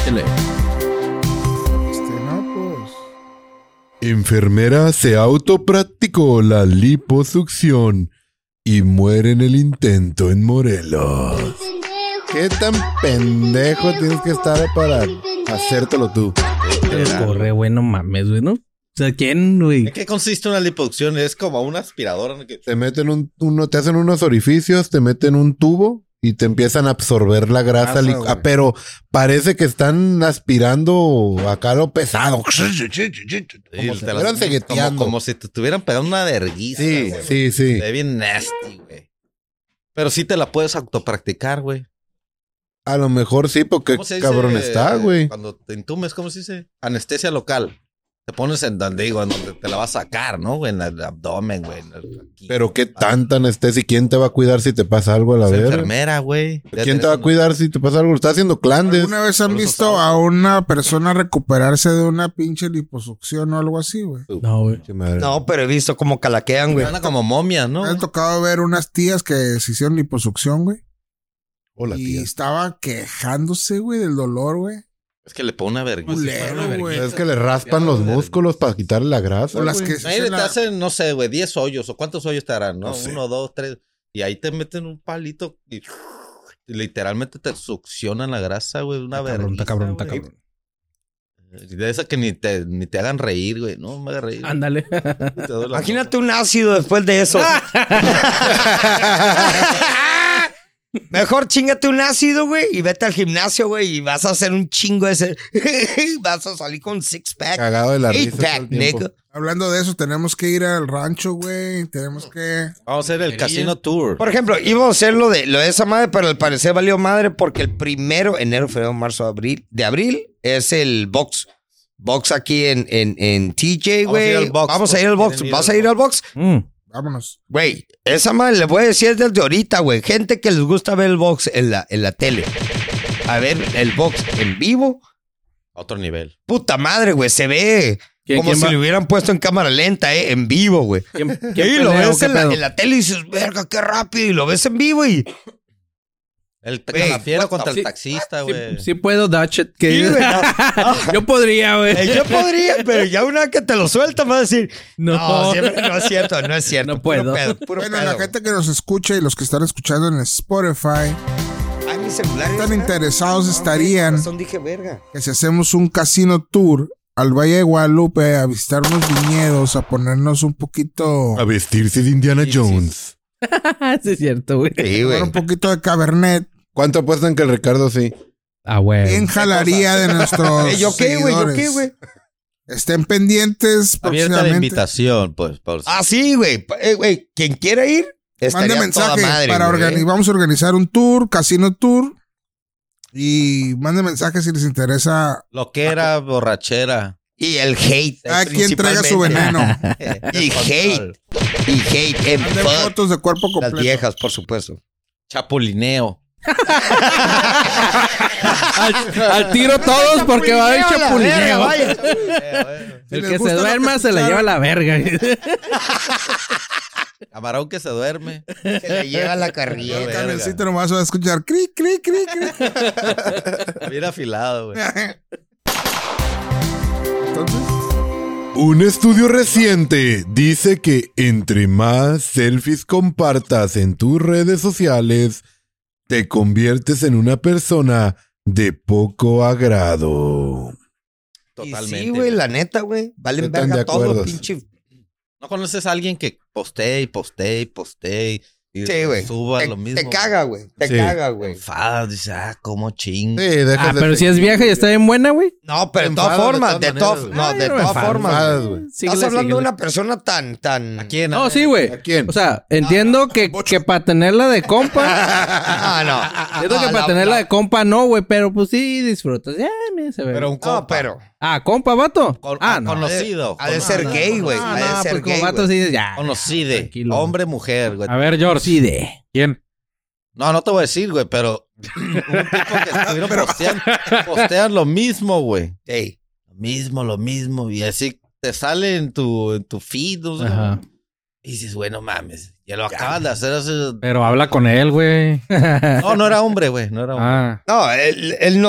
Speaker 8: Chile.
Speaker 2: Este, no, pues.
Speaker 1: Enfermera se autopracticó la liposucción y muere en el intento en Morelos. ¿Qué tan pendejo tienes que estar para hacértelo tú?
Speaker 8: Corre, güey, no mames, güey, ¿no? O sea, ¿quién, güey?
Speaker 6: ¿En qué consiste una liposucción? Es como una aspiradora. ¿no? Que-
Speaker 1: Te meten un, uno, te hacen unos orificios, te meten un tubo y te empiezan a absorber la grasa.
Speaker 5: Grasa,
Speaker 1: li-
Speaker 5: güey.
Speaker 1: ah, pero parece que están aspirando acá lo pesado.
Speaker 6: Sí,
Speaker 1: si
Speaker 6: te
Speaker 1: estuvieran
Speaker 6: las-
Speaker 1: segueteando.
Speaker 6: como, como si te tuvieran pegando una verguiza.
Speaker 1: Sí,
Speaker 6: güey.
Speaker 1: sí, sí.
Speaker 6: Se ve bien nasty, güey. Pero sí te la puedes autopracticar, güey.
Speaker 1: A lo mejor sí, porque
Speaker 6: ¿Cómo se dice,
Speaker 1: cabrón está,
Speaker 6: eh,
Speaker 1: güey.
Speaker 6: Cuando te intumes, ¿cómo se dice? Anestesia local. Te pones en donde digo, en donde te la vas a sacar, ¿no? güey? En el abdomen, güey. en el- aquí.
Speaker 1: Pero qué tanta anestesia. ¿Quién te va a cuidar si te pasa algo a la
Speaker 6: Es
Speaker 1: vez?
Speaker 6: enfermera, güey. Ya
Speaker 1: ¿Quién
Speaker 6: tenés
Speaker 1: te va a
Speaker 6: un-
Speaker 1: cuidar si te pasa algo? Estás haciendo clandes.
Speaker 2: ¿Alguna vez han
Speaker 6: Por eso
Speaker 2: visto
Speaker 6: estaba-
Speaker 2: a una persona recuperarse de una pinche liposucción o algo así, güey?
Speaker 8: No, güey.
Speaker 1: Sí, madre.
Speaker 4: No, pero he visto cómo calaquean, güey.
Speaker 6: Anda como momias, ¿no?
Speaker 2: Me han
Speaker 6: güey?
Speaker 2: tocado ver unas tías que se hicieron liposucción, güey.
Speaker 1: Hola,
Speaker 2: y
Speaker 1: tía.
Speaker 2: estaba quejándose, güey, del dolor, güey.
Speaker 6: Es que le pone una vergüenza.
Speaker 2: Culero, güey.
Speaker 1: Es que le raspan los músculos para quitarle la grasa.
Speaker 2: O las
Speaker 1: güey.
Speaker 2: que se
Speaker 6: Pues, Ahí
Speaker 2: hacen
Speaker 6: te
Speaker 2: la-
Speaker 6: hacen, no sé, güey, 10 hoyos o cuántos hoyos te harán, ¿no?
Speaker 1: No sé.
Speaker 6: Uno, dos, tres. Y ahí te meten un palito y, y literalmente te succionan la grasa, güey. Una
Speaker 8: Está
Speaker 6: vergüenza.
Speaker 8: cabrón, está cabrón, está cabrón.
Speaker 6: De esa que ni te, ni te hagan reír, güey. No me hagas reír.
Speaker 8: Ándale.
Speaker 6: Te duele la
Speaker 4: Imagínate un ácido después de eso. Mejor chingate un ácido, güey, y vete al gimnasio, güey, y vas a hacer un chingo de ese. vas a salir con six pack,
Speaker 1: Cagado de la
Speaker 4: eight
Speaker 1: risa. todo
Speaker 4: pack,
Speaker 1: el tiempo.
Speaker 4: nigga.
Speaker 2: Hablando de eso, tenemos que ir al rancho, güey. Tenemos que...
Speaker 6: boca. Vamos a hacer el casino tour.
Speaker 4: Por ejemplo, íbamos a hacer lo de, lo de esa madre, pero al parecer valió madre porque el primero, enero, febrero, marzo, abril, de abril es el box. Box aquí en, en, en TJ,
Speaker 6: Vamos a
Speaker 4: güey.
Speaker 6: ir al box,
Speaker 4: Vamos a
Speaker 6: porque
Speaker 4: ir al box.
Speaker 6: quieren ir
Speaker 4: ¿Vas
Speaker 6: al
Speaker 4: a ir al box?
Speaker 8: Mm.
Speaker 2: Vámonos.
Speaker 4: Güey, esa madre le voy a decir desde ahorita, güey. Gente que les gusta ver el box en la, en la tele. A ver, el box en vivo.
Speaker 6: Otro nivel.
Speaker 4: Puta madre, güey. Se ve
Speaker 8: ¿Quién-
Speaker 4: como
Speaker 8: quién
Speaker 4: si
Speaker 8: va-
Speaker 4: lo hubieran puesto en cámara lenta, eh. En vivo, güey.
Speaker 8: ¿Quién, quién
Speaker 4: Y lo
Speaker 8: pelea o
Speaker 4: ves
Speaker 8: qué
Speaker 4: en la,
Speaker 8: pedo?
Speaker 4: en la tele y dices, verga, qué rápido. Y lo ves en vivo y.
Speaker 6: El
Speaker 4: Güey,
Speaker 6: calafiero
Speaker 4: what
Speaker 6: contra
Speaker 4: the
Speaker 6: el
Speaker 4: fuck?
Speaker 6: taxista, güey.
Speaker 8: Sí puedo, Dutchet. Que
Speaker 4: Sí, güey, no.
Speaker 8: yo podría,
Speaker 4: Eh,
Speaker 8: güey.
Speaker 4: Yo podría, pero ya una que te lo suelta vas a decir,
Speaker 8: No.
Speaker 4: no, siempre- no es cierto, no es cierto.
Speaker 8: No
Speaker 4: puro
Speaker 8: puedo.
Speaker 4: pedo, puro
Speaker 2: Bueno,
Speaker 4: pedo,
Speaker 2: la
Speaker 4: güey.
Speaker 2: gente que nos escucha y los que están escuchando en Spotify,
Speaker 4: Ay, mi celular
Speaker 2: ¿Qué tan
Speaker 4: está?
Speaker 2: interesados
Speaker 4: No,
Speaker 2: estarían?
Speaker 4: güey, razón dije, verga.
Speaker 2: que si hacemos un casino tour al Valle de Guadalupe a visitar unos viñedos, a ponernos un poquito,
Speaker 1: A vestirse de Indiana
Speaker 6: Sí, sí, sí.
Speaker 1: Jones.
Speaker 8: sí, es cierto, güey.
Speaker 4: Sí,
Speaker 2: tomar
Speaker 4: güey. Eh,
Speaker 2: un poquito de cabernet,
Speaker 1: ¿Cuánto apuestan que el Ricardo sí?
Speaker 8: Ah, güey.
Speaker 2: bien jalaría de nuestros
Speaker 4: Eh, ¿Yo qué, güey? ¿Yo qué,
Speaker 2: seguidores.
Speaker 4: güey?
Speaker 2: Estén pendientes
Speaker 6: Abierta la
Speaker 2: próximamente.
Speaker 6: invitación, pues. Por...
Speaker 4: Ah, sí, güey. Pa- eh, güey, quien quiera ir, estaría
Speaker 2: Mande
Speaker 4: toda
Speaker 2: mensaje
Speaker 4: madre,
Speaker 2: para
Speaker 4: güey.
Speaker 2: organizar. Vamos a organizar un tour, casino tour. Y mande mensaje si les interesa
Speaker 6: Lo que era borrachera.
Speaker 4: Y el hate.
Speaker 2: a quien traiga su
Speaker 4: principalmente.
Speaker 2: veneno.
Speaker 4: Y hate. Y hate en
Speaker 2: Manden
Speaker 4: fuck.
Speaker 2: fotos de cuerpo
Speaker 4: Las
Speaker 2: completo.
Speaker 4: viejas, por supuesto.
Speaker 6: Chapulineo.
Speaker 8: Al, al tiro todos porque va a haber chapulineo.
Speaker 2: Si
Speaker 8: El
Speaker 2: les
Speaker 8: que
Speaker 2: gusta
Speaker 8: se
Speaker 2: lo que
Speaker 8: duerma se le
Speaker 2: escucharon,
Speaker 8: lleva a la verga.
Speaker 6: Camarón que se duerme.
Speaker 4: Se le lleva la
Speaker 2: El
Speaker 4: carrilla.
Speaker 2: camioncito nomás va a escuchar cri, cri, cri, cri.
Speaker 6: Bien afilado, güey.
Speaker 2: Entonces,
Speaker 1: Un estudio reciente dice que entre más selfies compartas en tus redes sociales, te conviertes en una persona de poco agrado.
Speaker 6: Totalmente.
Speaker 4: Y sí, güey, la neta, güey. Valen
Speaker 1: Estoy tan de
Speaker 4: verga
Speaker 1: acuerdo.
Speaker 4: todo, pinche.
Speaker 6: ¿No conoces a alguien que postee y postee y postee y
Speaker 4: Sí, güey.
Speaker 6: suba
Speaker 4: Te,
Speaker 6: lo mismo?
Speaker 4: te caga, güey. Te
Speaker 1: Sí.
Speaker 4: caga, güey.
Speaker 6: Enfadas, dice, ah, cómo
Speaker 1: Sí,
Speaker 6: ching.
Speaker 1: dejas
Speaker 8: Ah,
Speaker 1: de
Speaker 8: pero si es vieja y está bien buena, güey.
Speaker 4: No, pero de todas
Speaker 1: Enfadas de
Speaker 4: formas,
Speaker 1: todas
Speaker 4: de todas,
Speaker 1: maneras,
Speaker 4: no,
Speaker 8: güey.
Speaker 4: de
Speaker 8: Ay, no me
Speaker 4: todas
Speaker 8: enfado.
Speaker 4: formas.
Speaker 1: Enfadas, güey.
Speaker 4: Estás
Speaker 8: Síguele,
Speaker 4: hablando de
Speaker 8: síguele.
Speaker 4: una persona tan, tan.
Speaker 6: ¿A quién?
Speaker 8: No, sí, güey.
Speaker 1: ¿A quién?
Speaker 8: O sea, entiendo que, que para tenerla de compa.
Speaker 4: Ah, no.
Speaker 8: Entiendo que
Speaker 4: No,
Speaker 8: para
Speaker 4: la-
Speaker 8: tenerla
Speaker 4: la-
Speaker 8: de compa no, güey. Pero pues sí disfrutas. Ya, mira, se ve.
Speaker 6: Pero un
Speaker 4: No,
Speaker 6: compa.
Speaker 4: pero.
Speaker 8: Ah, compa, vato.
Speaker 6: Con-
Speaker 8: ah,
Speaker 6: ah,
Speaker 8: no.
Speaker 6: conocido.
Speaker 4: Ha de
Speaker 6: Con-
Speaker 4: ser
Speaker 6: no,
Speaker 4: gay, güey.
Speaker 8: No,
Speaker 4: ha
Speaker 8: no,
Speaker 4: de ser
Speaker 8: pues como
Speaker 4: gay.
Speaker 8: vato
Speaker 4: güey.
Speaker 8: sí dices, ya.
Speaker 6: Conocide.
Speaker 8: Tranquilo.
Speaker 6: Hombre, mujer, güey.
Speaker 5: A ver, George.
Speaker 8: Sí, de.
Speaker 5: ¿Quién?
Speaker 6: No, no te voy a decir, güey, pero un tipo que estuvieron posteando, postean lo mismo, güey.
Speaker 4: Ey,
Speaker 6: Lo mismo, lo mismo. Y así te sale en tu, en tu feed, no sé.
Speaker 5: Ajá.
Speaker 6: Y dices, bueno, mames. Ya lo acabas de hacer hace...
Speaker 5: Pero habla con él, güey.
Speaker 6: No, no era hombre, güey. No era hombre.
Speaker 5: Ah.
Speaker 4: No, el, el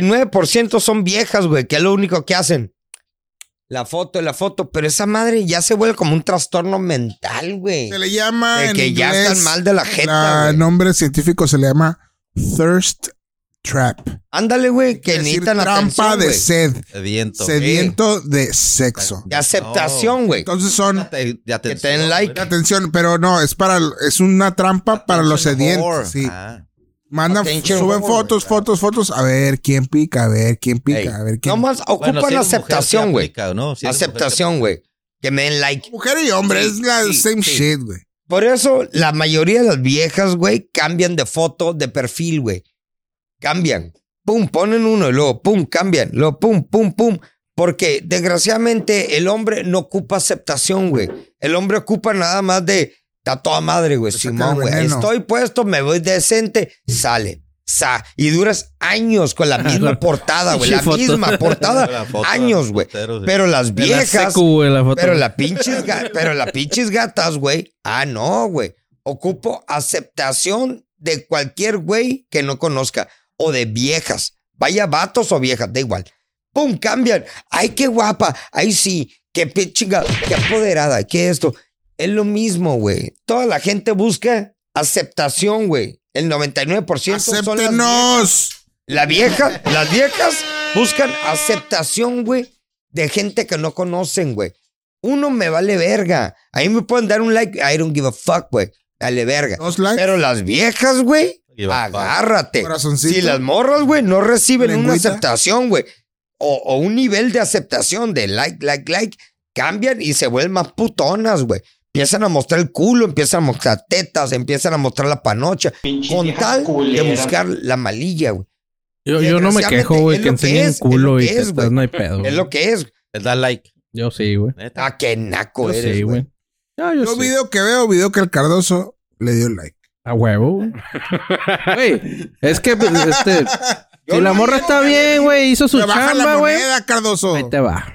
Speaker 4: 99% son viejas, güey, que es lo único que hacen. La foto, la foto, pero esa madre ya se vuelve como un trastorno mental, güey.
Speaker 2: se le llama.
Speaker 4: De
Speaker 2: en
Speaker 4: que ya
Speaker 2: inglés,
Speaker 4: están mal de la jeta,
Speaker 2: la-
Speaker 4: güey.
Speaker 2: nombre científico se le llama Thirst Trap.
Speaker 4: Ándale, güey, que
Speaker 2: Es decir,
Speaker 4: necesitan
Speaker 2: trampa
Speaker 4: atención,
Speaker 2: de
Speaker 4: güey.
Speaker 2: sed.
Speaker 6: Sediento.
Speaker 2: Sediento de sexo.
Speaker 4: De aceptación, güey.
Speaker 2: Entonces son.
Speaker 6: Te- de atención,
Speaker 4: te den like.
Speaker 6: güey.
Speaker 2: Atención, pero no, es para es una trampa para los
Speaker 6: Attention
Speaker 2: sedientos.
Speaker 6: whore.
Speaker 2: Sí.
Speaker 6: Ah.
Speaker 2: Mandan,
Speaker 4: Attention
Speaker 2: suben
Speaker 4: whore,
Speaker 2: fotos,
Speaker 4: claro.
Speaker 2: fotos, fotos. A ver quién pica, a ver quién pica,
Speaker 4: Ey,
Speaker 2: a ver quién.
Speaker 4: Nomás ocupan
Speaker 6: Bueno, si eres mujer, sí
Speaker 4: aceptación, güey.
Speaker 6: aplica, ¿no? Si eres mujer,
Speaker 4: aceptación, güey. Que me den like.
Speaker 2: Mujer y hombre,
Speaker 4: Sí,
Speaker 2: es la
Speaker 4: sí,
Speaker 2: same
Speaker 4: sí.
Speaker 2: shit, güey.
Speaker 4: Por eso la mayoría de las viejas, güey, cambian de foto, de perfil, güey. Cambian. Pum, ponen uno, y luego pum, cambian, luego pum, pum, pum. Porque desgraciadamente el hombre no ocupa aceptación, güey. El hombre ocupa nada más de a toda madre, güey.
Speaker 2: Le
Speaker 8: Pues
Speaker 2: saca
Speaker 4: Simón,
Speaker 2: el
Speaker 4: güey.
Speaker 2: veneno.
Speaker 4: Estoy puesto, me voy decente, sale. Sa. Y duras años con la misma portada, güey. La
Speaker 8: Sí, foto.
Speaker 4: misma portada.
Speaker 6: La foto de
Speaker 4: años,
Speaker 6: los
Speaker 4: güey.
Speaker 6: puteros, sí.
Speaker 4: Pero las
Speaker 8: De la
Speaker 4: viejas.
Speaker 8: secu, güey, la foto.
Speaker 4: Pero la pinches, ga- pero la pinches gatas, güey. Ah, no, güey. Ocupo aceptación de cualquier güey que no conozca. O de viejas. Vaya vatos o viejas, da igual. ¡Pum! Cambian. ¡Ay, qué guapa! ¡Ay, sí! ¡Qué pinchiga! ¡Qué apoderada! ¡Qué esto! Es lo mismo, güey. Toda la gente busca aceptación, güey. El 99% son las viejas.
Speaker 2: ¡Acéptenos!
Speaker 4: La vieja, las viejas buscan aceptación, güey, de gente que no conocen, güey. Uno me vale verga. Ahí me pueden dar un like. I don't give a fuck, güey. Dale verga.
Speaker 2: Dos likes.
Speaker 4: Pero las viejas, güey,
Speaker 6: Give a fuck.
Speaker 4: agárrate.
Speaker 2: Corazoncito.
Speaker 4: Si las morras, güey, no reciben una
Speaker 2: Lengüita.
Speaker 4: aceptación, güey, o, o un nivel de aceptación de like, like, like, cambian y se vuelven más putonas, güey. Empiezan a mostrar el culo, empiezan a mostrar tetas, empiezan a mostrar la panocha, con tal de buscar la malilla, güey.
Speaker 8: Yo, yo no me quejo, güey,
Speaker 4: Es lo
Speaker 8: que
Speaker 4: que
Speaker 8: enseñen
Speaker 4: es,
Speaker 8: culo
Speaker 4: es
Speaker 8: y
Speaker 4: lo que es,
Speaker 8: tetas,
Speaker 4: güey.
Speaker 8: no hay pedo. güey.
Speaker 4: Es lo que es.
Speaker 6: Les da like.
Speaker 8: Yo sí, güey.
Speaker 6: neta.
Speaker 4: Ah, qué naco
Speaker 8: Yo
Speaker 4: eres,
Speaker 8: sí,
Speaker 4: güey.
Speaker 8: güey. Ah, yo
Speaker 2: Yo
Speaker 8: sí.
Speaker 2: video que veo, video que el Cardoso le dio like.
Speaker 8: A huevo, güey. Güey, es que pues, este.
Speaker 4: Yo
Speaker 8: Si la
Speaker 4: no
Speaker 8: morra
Speaker 4: digo
Speaker 8: está
Speaker 4: que-
Speaker 8: bien, güey, hizo su
Speaker 2: Te baja la
Speaker 8: chamba, güey.
Speaker 2: moneda, Cardoso.
Speaker 8: Ahí te va.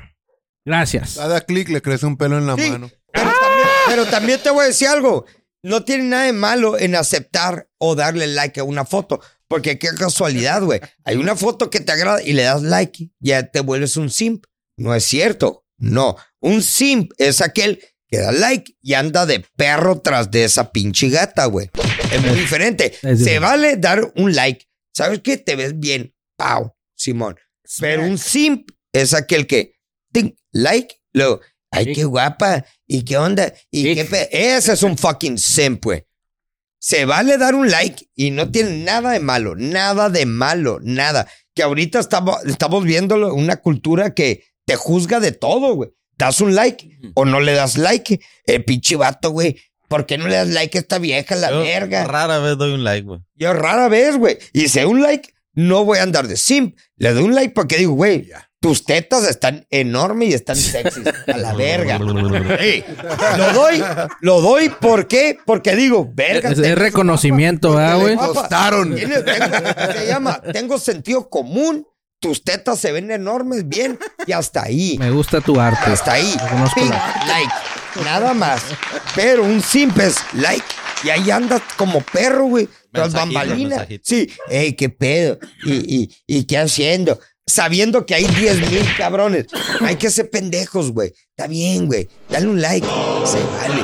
Speaker 8: Gracias.
Speaker 1: Cada clic le crece un pelo en la
Speaker 4: Sí.
Speaker 1: mano.
Speaker 4: Pero también, pero también te voy a decir algo. No tiene nada de malo en aceptar o darle like a una foto. Porque qué casualidad, güey. Hay una foto que te agrada y le das like, ya te vuelves un simp. No es cierto. No. Un simp es aquel que da like y anda de perro tras de esa pinche gata, güey. Es muy diferente.
Speaker 8: es
Speaker 4: Se
Speaker 8: diferente.
Speaker 4: vale dar un like. ¿Sabes qué? Te ves bien. Pau, Simón. Pero un simp es aquel que, ting, like, luego, ay, qué guapa, y qué onda, y qué fe- Ese es un fucking simp, güey. Se vale dar un like y no tiene nada de malo, nada de malo, nada. Que ahorita estamos, estamos viendo lo- una cultura que te juzga de todo, güey. Das un like o no le das like. El pinche vato, güey. ¿Por qué no le das like a esta vieja, la
Speaker 6: Yo
Speaker 4: verga?
Speaker 6: Rara vez doy un like, güey.
Speaker 4: Yo rara vez, güey. Y si un like, no voy a andar de simp. Le doy un like porque digo, güey, tus tetas están enormes y están sexys. A la verga. Ey, lo doy, lo doy, ¿por qué? Porque digo, verga.
Speaker 8: Es, es
Speaker 4: tengo-
Speaker 8: reconocimiento, ¿verdad, güey?
Speaker 4: Guapa.
Speaker 1: Costaron.
Speaker 4: Tiene- tengo- se llama, tengo sentido común. Tus tetas se ven enormes, bien. Y hasta ahí.
Speaker 8: Me gusta tu arte.
Speaker 4: Hasta ahí.
Speaker 8: Reconozco
Speaker 4: Ping,
Speaker 8: la-
Speaker 4: like. Nada más. Pero un simp es like. Y ahí andas como perro, güey. Las
Speaker 6: Mensajito,
Speaker 4: bambalinas.
Speaker 6: mensajito.
Speaker 4: Sí. Ey, qué pedo. ¿Y, y, y qué haciendo? Sabiendo que hay 10 mil cabrones. Hay que ser pendejos, güey. Está bien, güey. Dale un like. Se vale.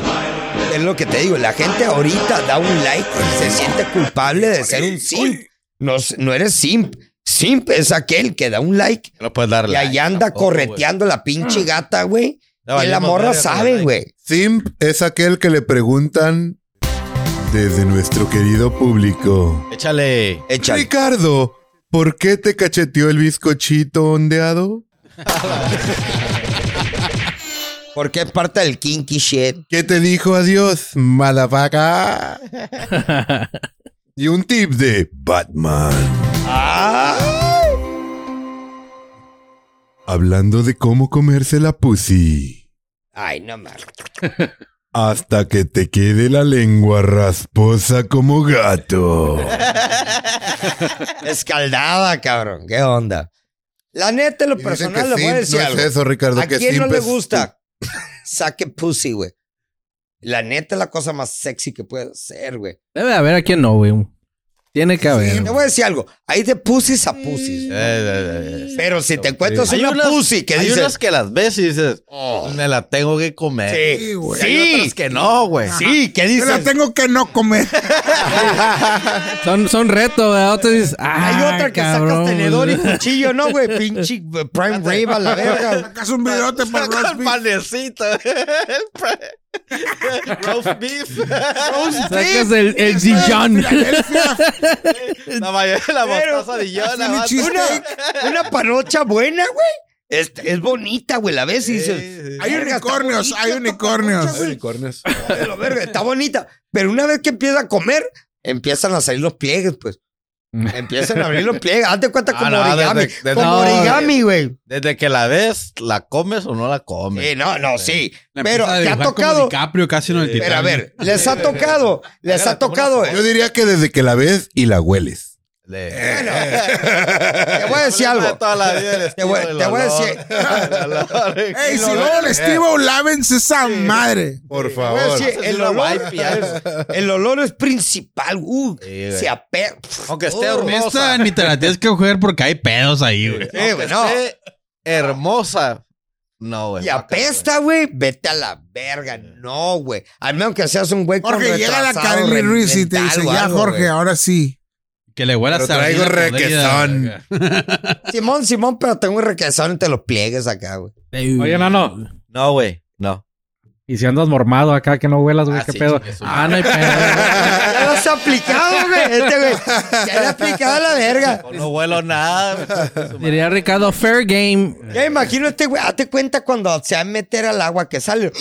Speaker 4: Es lo que te digo. La gente ahorita da un like y se siente culpable de ser un simp. No, no eres simp. Simp es aquel que da un like
Speaker 6: No puedes dar
Speaker 4: y
Speaker 6: like.
Speaker 4: ahí anda
Speaker 6: tampoco, güey.
Speaker 4: correteando la
Speaker 1: Mm.
Speaker 4: pinche gata, güey.
Speaker 6: Ya
Speaker 4: y la
Speaker 6: valimos
Speaker 4: morra
Speaker 6: verga con el
Speaker 4: sabe,
Speaker 6: like.
Speaker 4: güey.
Speaker 1: Simp es aquel que le preguntan desde nuestro querido público.
Speaker 6: Échale.
Speaker 4: Échale.
Speaker 1: Ricardo, ¿por qué te cacheteó el bizcochito ondeado?
Speaker 4: Porque es parte del kinky shit.
Speaker 1: ¿Qué te dijo adiós, madafaca? y un tip de Batman. Ah. Hablando de cómo comerse la pussy.
Speaker 4: Ay, no mames.
Speaker 1: Hasta que te quede la lengua rasposa como gato.
Speaker 4: Escaldada, cabrón. ¿Qué onda? La neta, en lo
Speaker 1: Y dicen
Speaker 4: personal, le
Speaker 1: que
Speaker 4: voy a
Speaker 1: simp
Speaker 4: decir
Speaker 1: no
Speaker 4: algo.
Speaker 1: es eso, Ricardo.
Speaker 4: ¿A
Speaker 1: que
Speaker 4: quién no
Speaker 1: simp
Speaker 4: le
Speaker 1: es-
Speaker 4: gusta? Saque pussy, güey. La neta es la cosa más sexy que puede ser, güey.
Speaker 8: Debe de haber a quien no, güey. Tiene que haber.
Speaker 4: Te voy a decir algo. Hay de pussies a pussies.
Speaker 1: Mm.
Speaker 6: Eh, eh, eh.
Speaker 4: Pero si te encuentras
Speaker 6: Hay
Speaker 4: una
Speaker 6: unas-
Speaker 4: pussy que
Speaker 6: Hay
Speaker 4: dices...
Speaker 6: unas que las ves y dices,
Speaker 4: "Oh,
Speaker 6: me la tengo que comer.
Speaker 4: sí,
Speaker 6: Hay
Speaker 4: sí,
Speaker 6: otras que no, güey.
Speaker 4: sí, que
Speaker 2: Yo la
Speaker 4: dices...
Speaker 2: tengo que no comer.
Speaker 8: Son, son retos, ¿verdad? Otros dices, ah,
Speaker 4: Hay otra que
Speaker 8: cabrón,
Speaker 4: sacas tenedor y
Speaker 8: güey.
Speaker 4: cuchillo, ¿no, güey? Pinche eh, Prime Rave a la verga.
Speaker 2: Sacas un videote para
Speaker 6: Saca
Speaker 2: Roast
Speaker 6: el
Speaker 2: beef.
Speaker 6: panecito. El pre- Roast beef.
Speaker 8: Sacas el, el Dijon.
Speaker 6: La mayoría la mostaza de yo, la
Speaker 2: Hace mi
Speaker 6: banda.
Speaker 2: chiste.
Speaker 4: Una, una panocha buena, güey. Es, es bonita, güey. La ves y
Speaker 6: Sí,
Speaker 4: dices.
Speaker 6: sí.
Speaker 2: Hay
Speaker 4: "Verga, está
Speaker 2: unicornios,
Speaker 4: bonita
Speaker 2: hay
Speaker 4: esta
Speaker 2: unicornios".
Speaker 4: panocha, güey. De lo verga, está bonita. Pero una vez que empieza a comer, empiezan a salir los pliegues, pues. Empiezan a abrir los pliegues. Hazte cuenta
Speaker 6: Ah,
Speaker 4: como
Speaker 6: no,
Speaker 4: origami.
Speaker 6: desde- desde-
Speaker 4: como
Speaker 6: no,
Speaker 4: origami, güey.
Speaker 6: Desde que la ves, ¿la comes o no la comes?
Speaker 4: Sí, no, no, sí.
Speaker 9: La
Speaker 4: Pero
Speaker 9: empieza a
Speaker 4: te ha
Speaker 9: dibujar como
Speaker 4: tocado.
Speaker 9: DiCaprio casi no el
Speaker 4: Pero a
Speaker 9: Titanic.
Speaker 4: ver, les ha tocado. Les ha tocado.
Speaker 1: Yo diría que desde que la ves y la hueles.
Speaker 6: Le- Eh,
Speaker 4: Bueno, te voy a decir
Speaker 6: Problema
Speaker 4: algo.
Speaker 6: de toda la vida, el
Speaker 4: Te voy-
Speaker 6: estilo,
Speaker 4: te
Speaker 6: el
Speaker 4: voy a
Speaker 6: olor.
Speaker 4: decir-
Speaker 6: El olor.
Speaker 2: Ey, si luego el Steve lávense esa madre.
Speaker 1: Por
Speaker 4: Te voy a
Speaker 1: favor.
Speaker 4: decir,
Speaker 6: Haces
Speaker 4: el
Speaker 6: una
Speaker 4: olor,
Speaker 6: wipe
Speaker 4: es- el olor es principal. Uh,
Speaker 6: Sí, güey.
Speaker 4: se ape...
Speaker 6: Aunque esté
Speaker 4: Oh,
Speaker 6: hermosa.
Speaker 9: Esta ni te la tienes que coger porque hay pedos ahí, güey.
Speaker 4: Eh,
Speaker 6: Aunque
Speaker 4: güey, no.
Speaker 6: esté hermosa. No, güey.
Speaker 4: Y apesta, güey. Vete a la verga. No, güey. Al menos que seas un güey con
Speaker 2: Porque llega la
Speaker 4: retrasado
Speaker 2: Kareli Ruiz y te
Speaker 4: mental
Speaker 2: dice,
Speaker 4: o
Speaker 2: ya
Speaker 4: algo,
Speaker 2: Jorge,
Speaker 4: güey".
Speaker 2: ahora sí.
Speaker 9: Que le huela
Speaker 1: Pero
Speaker 9: hasta
Speaker 1: traigo requesón.
Speaker 4: Simón, Simón, pero tengo un requesón entre los pliegues acá, güey.
Speaker 5: Oye, Nano.
Speaker 6: No, güey. No.
Speaker 5: Y si andas mormado acá, que no huelas, güey,
Speaker 6: Ah,
Speaker 5: qué
Speaker 6: sí,
Speaker 5: pedo.
Speaker 6: chingue su
Speaker 5: Ah, no hay pedo.
Speaker 4: Ya lo has aplicado, güey. Este, güey. Ya lo has aplicado a la verga.
Speaker 6: No huelo nada.
Speaker 8: Diría Ricardo, fair game.
Speaker 4: Ya imagino este güey, hazte cuenta cuando se va a meter al agua que sale,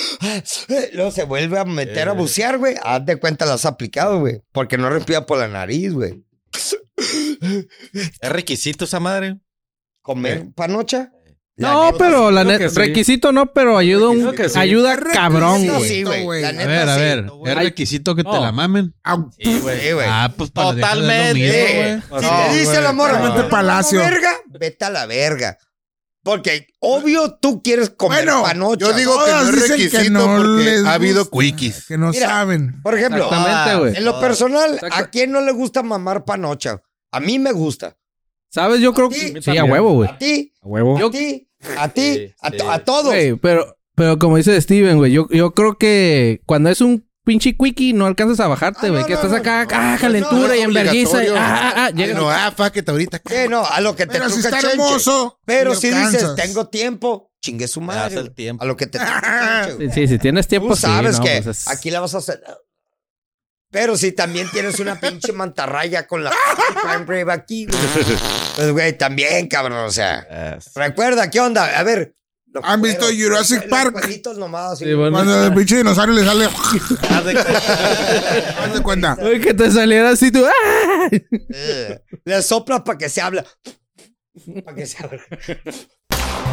Speaker 4: luego se vuelve a meter a bucear, güey. Hazte cuenta, las has aplicado, güey. Porque no respira por la nariz, güey.
Speaker 6: ¿Es requisito esa madre?
Speaker 4: comer panocha. La
Speaker 8: No,
Speaker 4: neta,
Speaker 8: pero la
Speaker 5: Creo
Speaker 8: neta,
Speaker 5: que sí.
Speaker 8: requisito no, pero ayuda un,
Speaker 5: Creo que sí.
Speaker 8: ayuda cabrón,
Speaker 4: sí,
Speaker 2: requisito,
Speaker 8: güey.
Speaker 4: sí, güey. La
Speaker 2: A
Speaker 9: A
Speaker 4: neta,
Speaker 9: ver, a
Speaker 4: sí.
Speaker 9: ver. ¿Es requisito que te
Speaker 5: No.
Speaker 9: la mamen?
Speaker 2: Au.
Speaker 4: Sí, güey.
Speaker 9: Ah, pues para
Speaker 6: Totalmente.
Speaker 9: dejarlo en lo mismo,
Speaker 4: Sí.
Speaker 9: güey.
Speaker 4: Si
Speaker 6: No,
Speaker 4: te dice la morra,
Speaker 2: Totalmente
Speaker 4: "No, no,
Speaker 2: palacio".
Speaker 4: no, verga, vete a la verga. Porque obvio tú quieres comer
Speaker 2: Bueno,
Speaker 4: panocha.
Speaker 1: Yo digo que no
Speaker 2: Todas
Speaker 1: es
Speaker 2: dicen que
Speaker 1: requisito
Speaker 2: no
Speaker 1: porque
Speaker 2: les
Speaker 1: ha habido
Speaker 2: gusta.
Speaker 1: quickies.
Speaker 2: Que no
Speaker 4: Mira.
Speaker 2: saben.
Speaker 4: Por ejemplo,
Speaker 6: Ah,
Speaker 4: Ah,
Speaker 8: Exactamente, güey.
Speaker 4: en lo personal, ¿a
Speaker 8: Exacto.
Speaker 4: quién no le gusta mamar panocha? A mí me gusta.
Speaker 8: ¿Sabes? Yo creo que.
Speaker 4: Sí,
Speaker 8: Sí, a huevo, güey.
Speaker 4: A ti,
Speaker 5: A huevo.
Speaker 4: a ti, a ti,
Speaker 6: Sí,
Speaker 4: a,
Speaker 6: sí.
Speaker 4: to- a todos.
Speaker 8: Güey, pero, pero como dice Steven, güey, yo, yo creo que cuando es un pinche quickie no alcanzas a bajarte,
Speaker 4: Ah,
Speaker 8: güey.
Speaker 4: no,
Speaker 8: que
Speaker 4: no,
Speaker 8: estás
Speaker 4: no,
Speaker 8: acá,
Speaker 4: no,
Speaker 8: ah,
Speaker 4: no,
Speaker 8: calentura
Speaker 4: no,
Speaker 8: y enverguiza. y-
Speaker 6: obligatorio.
Speaker 8: Ah, ah, ah,
Speaker 6: Ay,
Speaker 8: llega-
Speaker 6: no, ah, fuck it, ahorita.
Speaker 4: Sí, no, a lo que te
Speaker 2: Pero si
Speaker 4: truca
Speaker 2: está
Speaker 4: chenche.
Speaker 2: hermoso.
Speaker 4: Pero
Speaker 2: lo
Speaker 4: si dices,
Speaker 2: cansas.
Speaker 4: tengo tiempo, chingue su
Speaker 6: Me das
Speaker 4: madre.
Speaker 6: el tiempo.
Speaker 4: A lo que te truca chenche, güey.
Speaker 8: Sí, sí, si tienes tiempo,
Speaker 4: Tú
Speaker 8: sí,
Speaker 4: sabes
Speaker 8: no,
Speaker 4: que
Speaker 8: pues es-
Speaker 4: aquí la vas a hacer. Pero si también tienes una pinche mantarraya con la prime rib aquí, güey. Pues, güey, también, cabrón, o sea. Recuerda, ¿qué onda? A ver. los
Speaker 2: ¿Han visto
Speaker 4: cueros,
Speaker 2: Jurassic
Speaker 4: los
Speaker 2: Park?
Speaker 4: cueritos nomás, así.
Speaker 8: Sí, bueno.
Speaker 2: Cuando el pinche dinosaurio le sale. Haz de cuenta.
Speaker 8: Oye, que te saliera así tú. ¡ah!
Speaker 4: Eh, Le soplas para que se habla. Para que se habla.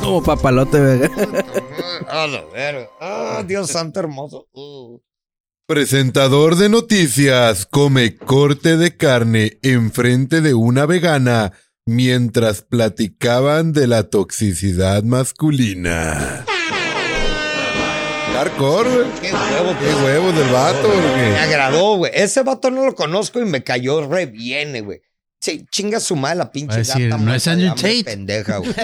Speaker 8: Como papalote, güey.
Speaker 4: Ah, la verga. Ah, Dios santo hermoso. Uh.
Speaker 1: Presentador de noticias come corte de carne enfrente de una vegana mientras platicaban de la toxicidad masculina. Hardcore, güey.
Speaker 4: Qué huevo,
Speaker 1: Qué
Speaker 6: pues.
Speaker 1: huevos del vato,
Speaker 4: Me
Speaker 1: güey.
Speaker 4: agradó, güey. Ese vato no lo conozco y me cayó re bien, eh, güey. Sí, chinga su madre la pinche
Speaker 9: Va a decir,
Speaker 4: gata.
Speaker 9: "No
Speaker 4: muerta
Speaker 9: es
Speaker 4: de
Speaker 9: Andrew
Speaker 4: hambre,
Speaker 9: Tate".
Speaker 4: Pendeja, güey.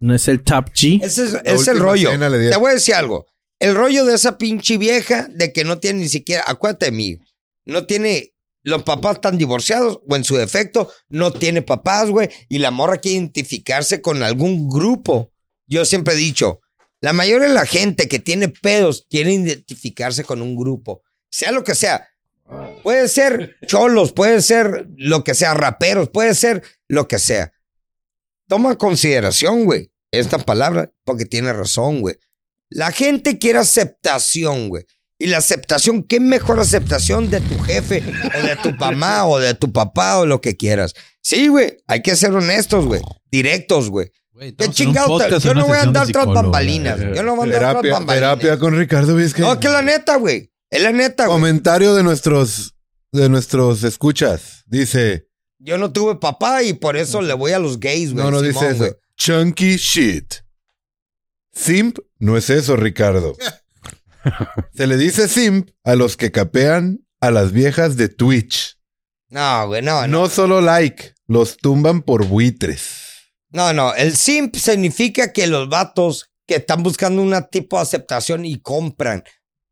Speaker 8: No es el Top G.
Speaker 4: Ese es,
Speaker 1: La
Speaker 4: es el
Speaker 1: última
Speaker 4: rollo.
Speaker 1: cena le di a-
Speaker 4: Te voy a decir algo. El rollo de esa pinche vieja de que no tiene ni siquiera, acuérdate de mí, no tiene, los papás están divorciados o en su defecto, no tiene papás, güey, y la morra quiere identificarse con algún grupo. Yo siempre he dicho, la mayoría de la gente que tiene pedos quiere identificarse con un grupo, sea lo que sea. Puede ser cholos, puede ser lo que sea, raperos, puede ser lo que sea. Toma en consideración, güey, esta palabra, porque tiene razón, güey. La gente quiere aceptación, güey. Y la aceptación, ¿qué mejor aceptación de tu jefe o de tu mamá o de tu papá o lo que quieras? Sí, güey, hay que ser honestos, güey. Directos, güey. ¿Qué chingado? te- Yo no voy a andar tras bambalinas. Yo no voy a andar tras
Speaker 1: Terapia,
Speaker 4: bambalinas.
Speaker 1: terapia con Ricardo Vizca.
Speaker 4: No, que la neta, güey. Es la neta, güey.
Speaker 1: Comentario de nuestros de nuestros escuchas. Dice,
Speaker 4: Yo no tuve papá y por eso le voy a los gays, güey.
Speaker 1: no, no
Speaker 4: Simón,
Speaker 1: dice
Speaker 4: güey.
Speaker 1: eso. Chunky shit. Simp no es eso, Ricardo. Se le dice simp a los que capean a las viejas de Twitch. Ah,
Speaker 4: No, güey, no, no.
Speaker 1: No solo like, los tumban por buitres.
Speaker 4: No, no. El simp significa que los vatos que están buscando un tipo de aceptación y compran,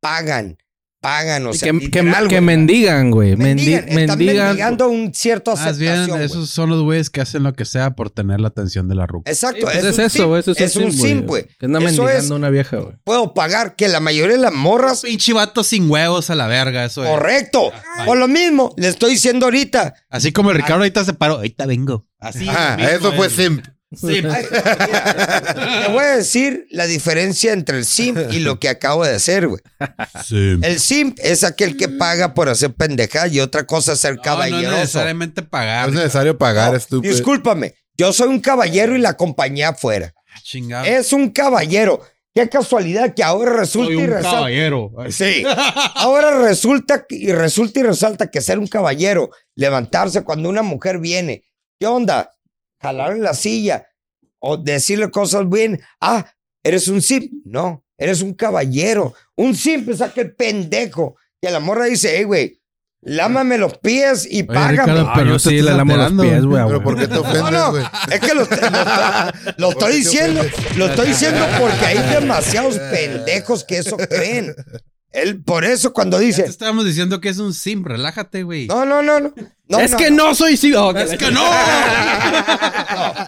Speaker 4: pagan, pagan, o
Speaker 8: Que,
Speaker 4: sea,
Speaker 8: que-
Speaker 4: literal,
Speaker 8: que
Speaker 4: güey.
Speaker 8: mendigan, güey.
Speaker 4: Mendigan,
Speaker 8: Mendi-
Speaker 4: están
Speaker 8: mendigan.
Speaker 4: mendigando un cierto
Speaker 9: Más
Speaker 4: aceptación.
Speaker 9: bien,
Speaker 4: güey.
Speaker 9: esos son los güeyes que hacen lo que sea por tener la atención de la ruca.
Speaker 4: Exacto.
Speaker 8: Sí, pues
Speaker 4: es,
Speaker 8: es
Speaker 4: un
Speaker 8: eso,
Speaker 4: simp,
Speaker 8: güey, eso es,
Speaker 4: un simp,
Speaker 8: güey.
Speaker 4: güey.
Speaker 8: Que anda
Speaker 4: Eso
Speaker 8: mendigando
Speaker 4: es,
Speaker 8: a una vieja, güey.
Speaker 4: puedo pagar, que la mayoría de las morras
Speaker 9: Pinche vato sin huevos a la verga, eso es.
Speaker 4: Correcto. Por lo mismo, le estoy diciendo ahorita.
Speaker 9: Así como el Ricardo ahorita se paró. Ahorita vengo. Así.
Speaker 1: Ah,
Speaker 9: mismo
Speaker 1: eso fue
Speaker 9: es.
Speaker 1: simp.
Speaker 4: Ay, mira, te voy a decir la diferencia entre el simp y lo que acabo de hacer, güey. El simp es aquel que paga por hacer pendejada y otra cosa es ser
Speaker 9: No, No, es
Speaker 4: caballeroso.
Speaker 9: necesariamente
Speaker 1: No
Speaker 9: pagar.
Speaker 4: Pues,
Speaker 1: es necesario pagar, estúpido.
Speaker 4: Discúlpame, yo soy un caballero y la compañía afuera.
Speaker 9: ah, Chingado.
Speaker 4: Es un caballero. Qué casualidad que ahora resulta
Speaker 9: Soy
Speaker 4: y
Speaker 9: un
Speaker 4: resalta.
Speaker 9: caballero.
Speaker 4: Sí. pues. Ahora resulta que- y resulta y resalta que ser un caballero, levantarse cuando una mujer viene, ¿qué onda? Jalarle la silla o decirle cosas bien. Ah, eres un simp. No, eres un caballero. Un simp es aquel pendejo que la morra dice, hey, güey, lámame los pies y págame.
Speaker 9: Ricardo,
Speaker 8: Ah,
Speaker 9: pero
Speaker 8: yo
Speaker 9: te
Speaker 8: sí
Speaker 9: estás
Speaker 8: le lamo los
Speaker 9: alterando.
Speaker 8: pies, güey. a
Speaker 1: Pero
Speaker 8: huevo.
Speaker 1: ¿por qué te
Speaker 4: No,
Speaker 1: ofendes,
Speaker 4: no,
Speaker 1: güey?
Speaker 4: es que lo, lo- lo estoy diciendo, lo estoy diciendo porque hay demasiados pendejos que eso creen. Él, por eso cuando
Speaker 9: Ya
Speaker 4: dice,
Speaker 9: te estábamos diciendo que es un sim. Relájate, güey.
Speaker 4: No, no, no, no. No,
Speaker 8: es
Speaker 4: no,
Speaker 8: que
Speaker 4: no.
Speaker 8: no soy simp. Oh, que la-
Speaker 9: que no.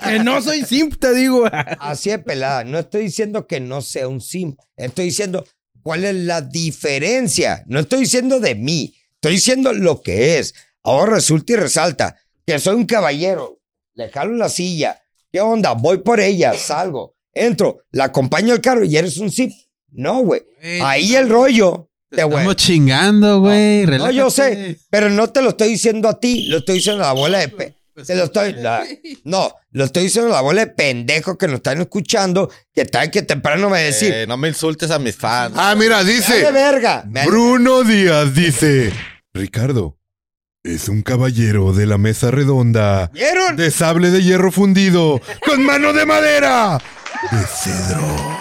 Speaker 8: que no soy simp, te digo.
Speaker 4: Así es pelada. No estoy diciendo que no sea un sim. Estoy diciendo cuál es la diferencia. No estoy diciendo de mí. Estoy diciendo lo que es. Ahora resulta y resalta que soy un caballero. Le jalo la silla. ¿Qué onda? Voy por ella, salgo, entro, la acompaño al carro y eres un sim. No, güey.
Speaker 8: Eh,
Speaker 9: Güey,
Speaker 4: Ahí el rollo. Te
Speaker 9: Eh, Estamos
Speaker 4: güey.
Speaker 9: chingando, güey.
Speaker 4: No,
Speaker 9: Relájate.
Speaker 4: yo sé, pero no te lo estoy diciendo a ti, lo estoy diciendo a la bola de pe- te lo estoy, la- no, lo estoy diciendo a la bola de pendejos que nos están escuchando, que tal que temprano me decir,
Speaker 6: Eh, no me insultes a mis fans.
Speaker 1: Ah, mira,
Speaker 4: "Dale,
Speaker 1: dice.
Speaker 4: verga! Me-
Speaker 1: Bruno Díaz dice. Ricardo, es un caballero de la mesa redonda.
Speaker 4: ¿Vieron?
Speaker 1: De sable de hierro fundido. Con mano de madera. De cedro.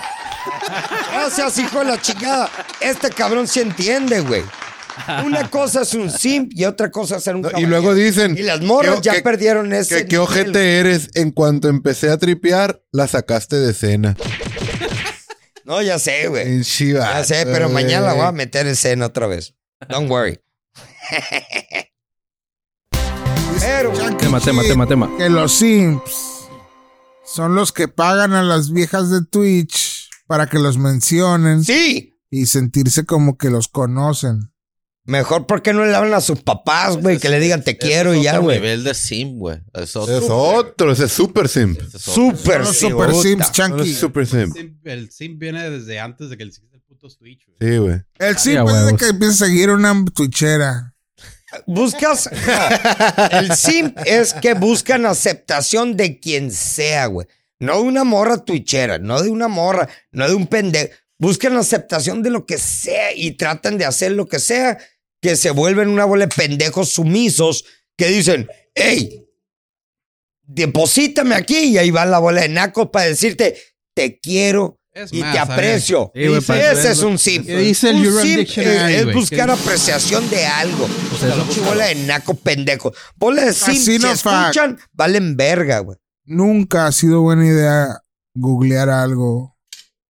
Speaker 4: Gracias, hijo de la chingada. Este cabrón se entiende, güey. Una cosa es un simp y otra cosa es ser un
Speaker 1: No, y
Speaker 4: caballero.
Speaker 1: luego dicen
Speaker 4: Y las morras
Speaker 1: ¿qué-
Speaker 4: ya
Speaker 1: qué-
Speaker 4: perdieron ese.
Speaker 1: que qué
Speaker 4: nivel.
Speaker 1: ojete eres. En cuanto empecé a tripear, la sacaste de cena.
Speaker 4: No, ya sé, güey.
Speaker 1: En Shiva.
Speaker 4: Ya sé, pero mañana la voy a meter en cena otra vez. Don't worry. Pero,
Speaker 8: Tema, tema, tema, tema.
Speaker 2: que los simps son los que pagan a las viejas de Twitch para que los mencionen
Speaker 4: sí.
Speaker 2: y sentirse como que los conocen.
Speaker 4: Mejor porque no le hablan a sus papás, güey, que le digan te quiero y ya, güey.
Speaker 6: nivel de sim, güey. Es otro.
Speaker 1: Es otro, ese es super simp.
Speaker 6: Es otro.
Speaker 4: Súper,
Speaker 2: Son los super simps,
Speaker 1: No,
Speaker 2: Chanqui.
Speaker 1: es super simp.
Speaker 9: Sim- El sim viene desde antes de que el exista el puto Switch, güey.
Speaker 1: Sí, güey.
Speaker 2: El
Speaker 8: Ya,
Speaker 2: simp es de
Speaker 8: huevos.
Speaker 2: que empieza a seguir una twitchera.
Speaker 4: Buscas. no, el simp es que buscan aceptación de quien sea, güey. No de una morra tuichera, no de una morra, no de un pendejo. Buscan aceptación de lo que sea y tratan de hacer lo que sea, que se vuelven una bola de pendejos sumisos que dicen, hey, deposítame aquí y ahí va la bola de nacos para decirte, te quiero
Speaker 9: Es
Speaker 4: y
Speaker 9: más,
Speaker 4: te
Speaker 9: a ver,
Speaker 4: aprecio.
Speaker 8: Sí, güey, para
Speaker 4: Ese
Speaker 8: eso
Speaker 4: es
Speaker 8: es lo-
Speaker 4: un simp.
Speaker 9: ¿Qué dice el
Speaker 4: un
Speaker 9: Urban
Speaker 4: simp
Speaker 9: Dictionary,
Speaker 4: es, es
Speaker 9: güey? Pues,
Speaker 4: buscar
Speaker 9: ¿Qué
Speaker 4: apreciación de algo.
Speaker 8: eso,
Speaker 4: La pinche bola de naco pendejo. Bola de simp, si
Speaker 2: Casino fact.
Speaker 4: escuchan, valen verga, güey.
Speaker 2: Nunca ha sido buena idea googlear algo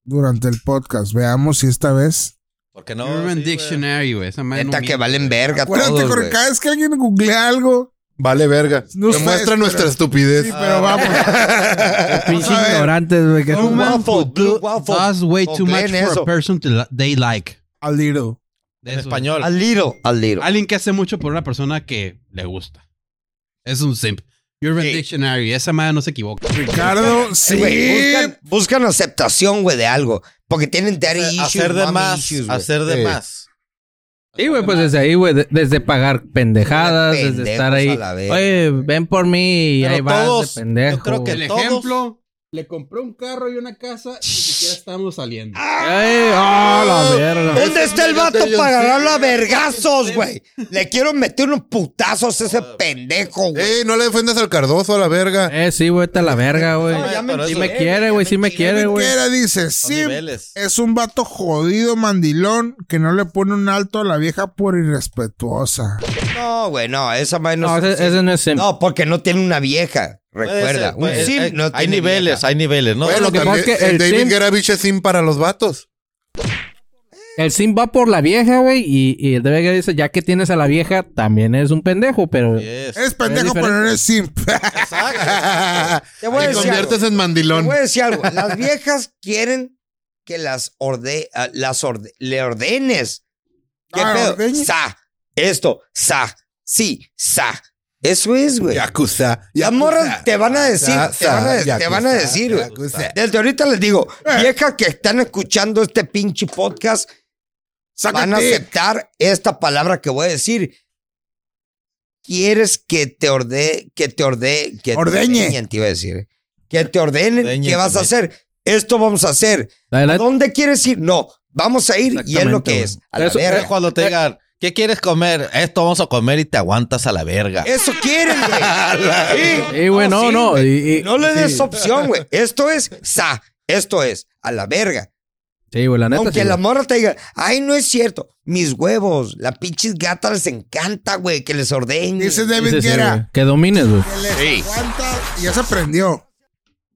Speaker 2: durante el podcast. Veamos si esta vez.
Speaker 6: ¿Por qué no?
Speaker 9: Urban
Speaker 6: Sí, güey.
Speaker 9: Dictionary, güey. Esa madre no
Speaker 4: Neta que
Speaker 9: miente,
Speaker 4: valen
Speaker 9: güey.
Speaker 4: verga
Speaker 2: Acuérdate,
Speaker 4: todos,
Speaker 2: porque
Speaker 4: güey.
Speaker 2: cada vez que alguien googlea algo.
Speaker 1: Vale, verga.
Speaker 2: No ustedes,
Speaker 1: Demuestra
Speaker 2: pero-
Speaker 1: nuestra estupidez.
Speaker 2: Sí, pero vamos.
Speaker 8: Pinches
Speaker 2: a ver.
Speaker 8: ignorantes, güey. que-
Speaker 4: Blue
Speaker 9: Human
Speaker 4: waffle,
Speaker 9: food
Speaker 4: blue waffle.
Speaker 6: ah,
Speaker 9: does way too
Speaker 4: Googleen
Speaker 9: much for
Speaker 4: eso.
Speaker 9: a person to li- they like.
Speaker 2: Al little.
Speaker 9: De
Speaker 6: En
Speaker 9: eso.
Speaker 6: español.
Speaker 4: A little, a little.
Speaker 9: Alguien que hace mucho por una persona que le gusta. Es un simp. Urban
Speaker 4: Sí.
Speaker 9: Dictionary. Esa madre no se equivoca.
Speaker 2: Ricardo,
Speaker 4: Sí,
Speaker 2: sí.
Speaker 4: güey, buscan, buscan aceptación, güey, de algo. Porque tienen daddy issues,
Speaker 6: Hacer de
Speaker 4: mommy
Speaker 6: más.
Speaker 4: issues, güey.
Speaker 6: Hacer de
Speaker 1: Sí.
Speaker 6: más.
Speaker 8: Sí, güey, pues desde ahí, güey. de- desde pagar pendejadas,
Speaker 4: Pendejos
Speaker 8: desde estar
Speaker 4: a
Speaker 8: ahí.
Speaker 4: la verga.
Speaker 8: Oye, ven por mí y
Speaker 6: Pero
Speaker 8: ahí vas
Speaker 6: todos,
Speaker 8: de pendejo.
Speaker 6: yo creo que
Speaker 8: güey.
Speaker 9: El
Speaker 6: Todos-
Speaker 9: ejemplo, le compré un carro y una casa y ni siquiera estábamos saliendo.
Speaker 8: Ey, ah, la mierda.
Speaker 4: ¿Dónde está el vato para agarrarlo a vergazos, güey? Le quiero meter unos putazos a ese pendejo, güey.
Speaker 1: Ey, no le defiendas al Cardoso a la verga.
Speaker 8: Eh, sí, güey, está la verga, güey.
Speaker 6: No, ya me
Speaker 8: sí
Speaker 6: enchilé,
Speaker 8: me quiere,
Speaker 4: ya
Speaker 8: güey,
Speaker 4: me
Speaker 8: sí me
Speaker 4: enchilé,
Speaker 8: quiere, güey.
Speaker 2: Cualquiera dice,
Speaker 6: Son
Speaker 2: sí,
Speaker 6: niveles.
Speaker 4: Eh,
Speaker 2: es un vato jodido mandilón que no le pone un alto a la vieja por irrespetuosa.
Speaker 4: No, güey, no, esa madre no,
Speaker 8: No,
Speaker 4: es un
Speaker 8: ese, ese no es simp.
Speaker 4: No, porque no tiene una vieja.
Speaker 6: Puede
Speaker 4: Recuerda.
Speaker 6: ser,
Speaker 4: un
Speaker 6: puede-
Speaker 4: sim
Speaker 6: hay,
Speaker 4: no
Speaker 6: hay
Speaker 4: tiene
Speaker 6: niveles,
Speaker 4: vieja.
Speaker 6: hay niveles, ¿no?
Speaker 1: bueno,
Speaker 8: lo que
Speaker 1: también
Speaker 8: pasa es que
Speaker 1: el
Speaker 8: el
Speaker 1: David
Speaker 8: simp-
Speaker 1: Geravich es simp para los vatos.
Speaker 8: El simp va por la vieja, güey, y, y el DBG dice, ya que tienes a la vieja, también es un pendejo, pero...
Speaker 6: Yes.
Speaker 2: Eres pendejo,
Speaker 8: diferente.
Speaker 2: pero no eres simp.
Speaker 4: Te voy a
Speaker 1: Te
Speaker 4: decir
Speaker 1: conviertes
Speaker 4: algo.
Speaker 1: en
Speaker 4: Te
Speaker 1: mandilón.
Speaker 4: voy a decir algo. Las viejas quieren que las orde, ah, las orde- le ordenes. ¿Qué
Speaker 2: Ah,
Speaker 4: pedo?
Speaker 2: ordeñe.
Speaker 4: Sa, esto, sa, sí, sa. Eso es, güey.
Speaker 1: Yakuza.
Speaker 4: Las morras te van a decir, te van a, te van a decir, güey. Desde ahorita les digo, viejas que están escuchando este pinche podcast, van a
Speaker 2: Sácate.
Speaker 4: aceptar esta palabra que voy a decir. ¿Quieres que te orde, que te orde, que te
Speaker 2: Ordeñe.
Speaker 4: ordeñen, te iba a decir. Que te ordenen,
Speaker 6: Ordeñe
Speaker 4: ¿qué vas a
Speaker 6: también.
Speaker 4: hacer? Esto vamos a hacer.
Speaker 8: La
Speaker 4: ¿A
Speaker 8: verdad,
Speaker 4: dónde quieres ir? No, vamos a ir y es lo
Speaker 8: Eh. Exactamente,
Speaker 4: que es. A la
Speaker 8: Eso-
Speaker 6: Eh,
Speaker 4: verga.
Speaker 6: cuando te digan, ¿qué quieres comer? Esto vamos a comer y te aguantas a la verga.
Speaker 8: eh.
Speaker 4: Eso quieren, güey. Sí.
Speaker 8: y güey, no,
Speaker 4: sí,
Speaker 8: no.
Speaker 4: güey.
Speaker 8: y- y-
Speaker 4: No le
Speaker 8: sí.
Speaker 4: des opción, güey. Esto es sa, esto es a la verga.
Speaker 8: Sí, güey, la neta.
Speaker 4: Aunque
Speaker 8: sí,
Speaker 4: la
Speaker 8: güey.
Speaker 4: morra te diga, ay, no es cierto, mis huevos, la pinches gata les encanta, güey, que les ordeñe.
Speaker 2: Dice David
Speaker 8: Dice, sí, güey,
Speaker 2: Guerra.
Speaker 8: que domines, güey.
Speaker 2: que le aguanta- Y ya se prendió.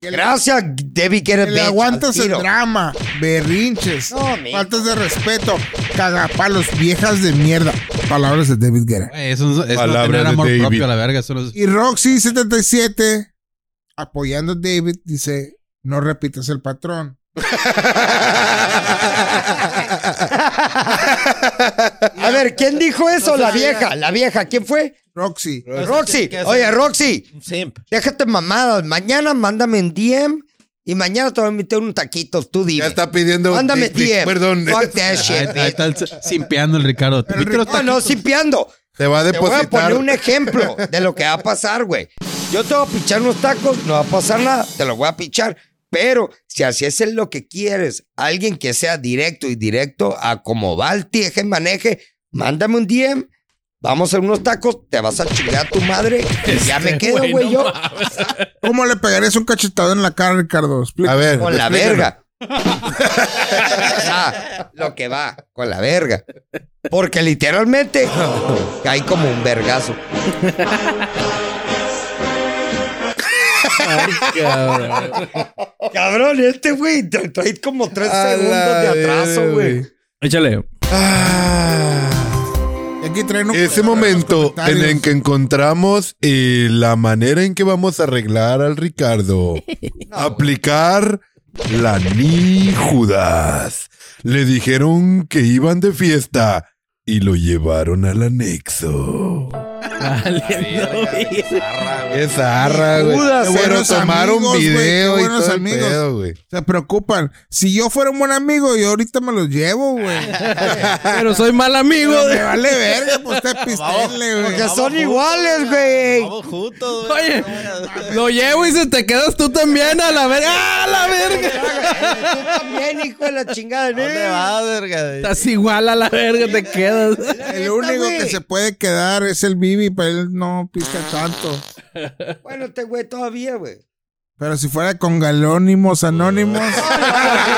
Speaker 4: Gracias, Debbie, que
Speaker 2: Que
Speaker 4: eres
Speaker 2: le
Speaker 4: bitch,
Speaker 2: aguantas
Speaker 4: al
Speaker 2: el
Speaker 4: tiro.
Speaker 2: drama, berrinches,
Speaker 4: No, mi-
Speaker 2: faltas de respeto, cagapalos, viejas de mierda. Palabras de David Guerra.
Speaker 9: Güey, eso no- eso no
Speaker 1: Palabra
Speaker 9: tener
Speaker 1: de
Speaker 9: amor
Speaker 1: David.
Speaker 9: propio a la verga. Eso no es-
Speaker 2: Y Roxy77, apoyando a David, dice: No repitas el patrón.
Speaker 4: A ver, ¿quién dijo eso? La vieja, la vieja, ¿quién fue?
Speaker 2: Roxy.
Speaker 4: Roxy.
Speaker 6: ¿qué hace?
Speaker 4: Oye, Roxy,
Speaker 6: Un Simp.
Speaker 4: déjate mamadas. Mañana mándame en DM y mañana te voy a invitar unos taquitos, tú dime.
Speaker 1: Ya está pidiendo.
Speaker 4: Mándame
Speaker 1: dick pic,
Speaker 4: 10.
Speaker 1: Perdón.
Speaker 4: Fuck that
Speaker 9: Ahí,
Speaker 4: shit,
Speaker 9: ahí
Speaker 4: bitch.
Speaker 9: está el s- simpeando el Ricardo. Te invito a los
Speaker 4: No, no, simpeando.
Speaker 1: Te va a
Speaker 4: Te voy a poner
Speaker 1: depositar.
Speaker 4: un ejemplo de lo que va a pasar, güey. Yo te voy a pichar unos tacos, no va a pasar nada, te los voy a pichar. Pero si así es lo que quieres, alguien que sea directo y directo a como va el tieje maneje, mándame un DM, vamos a hacer unos tacos, te vas a chingar a tu madre, y ya me quedo, güey, yo
Speaker 2: ¿Cómo le pegarías un cachetado en la cara, Ricardo? Explica.
Speaker 1: A ver.
Speaker 4: con la
Speaker 1: explícanos.
Speaker 4: verga. Ah, lo que va con la verga. Porque literalmente cae como un vergazo. Cabrón, este güey tra- trae como tres segundos de atraso, güey.
Speaker 8: Échale.
Speaker 1: Ah,
Speaker 2: Y aquí traen un
Speaker 1: Ese momento en el que encontramos eh, la manera en que vamos a arreglar al Ricardo. Aplicar la ni Judas. Le dijeron que iban de fiesta y lo llevaron al anexo. Esa arra, güey.
Speaker 2: Judas,
Speaker 1: Qué bueno,
Speaker 2: buenos
Speaker 1: tomaron
Speaker 2: amigos, güey,
Speaker 1: video
Speaker 2: qué
Speaker 1: y
Speaker 2: buenos
Speaker 1: todo el
Speaker 2: amigos.
Speaker 1: pedo, güey.
Speaker 2: Se preocupan. Si yo fuera un buen amigo, yo ahorita me los llevo, güey.
Speaker 8: Pero soy mal amigo.
Speaker 2: Pero me vale verga, pues usted pistenle, güey.
Speaker 4: Porque son iguales, güey.
Speaker 6: Vamos juntos, güey.
Speaker 8: Oye, lo llevo y se te quedas tú también a la verga. ¡Ah, la verga!
Speaker 4: Tú también, hijo de la chingada, ¿eh? ¿no?
Speaker 6: ¿Dónde vas, verga?
Speaker 8: Estás igual a la verga, te quedas.
Speaker 2: El único que se puede quedar es el Bibi, pero él no pista tanto.
Speaker 4: Bueno, este güey todavía, güey.
Speaker 2: Pero si fuera con galónimos anónimos,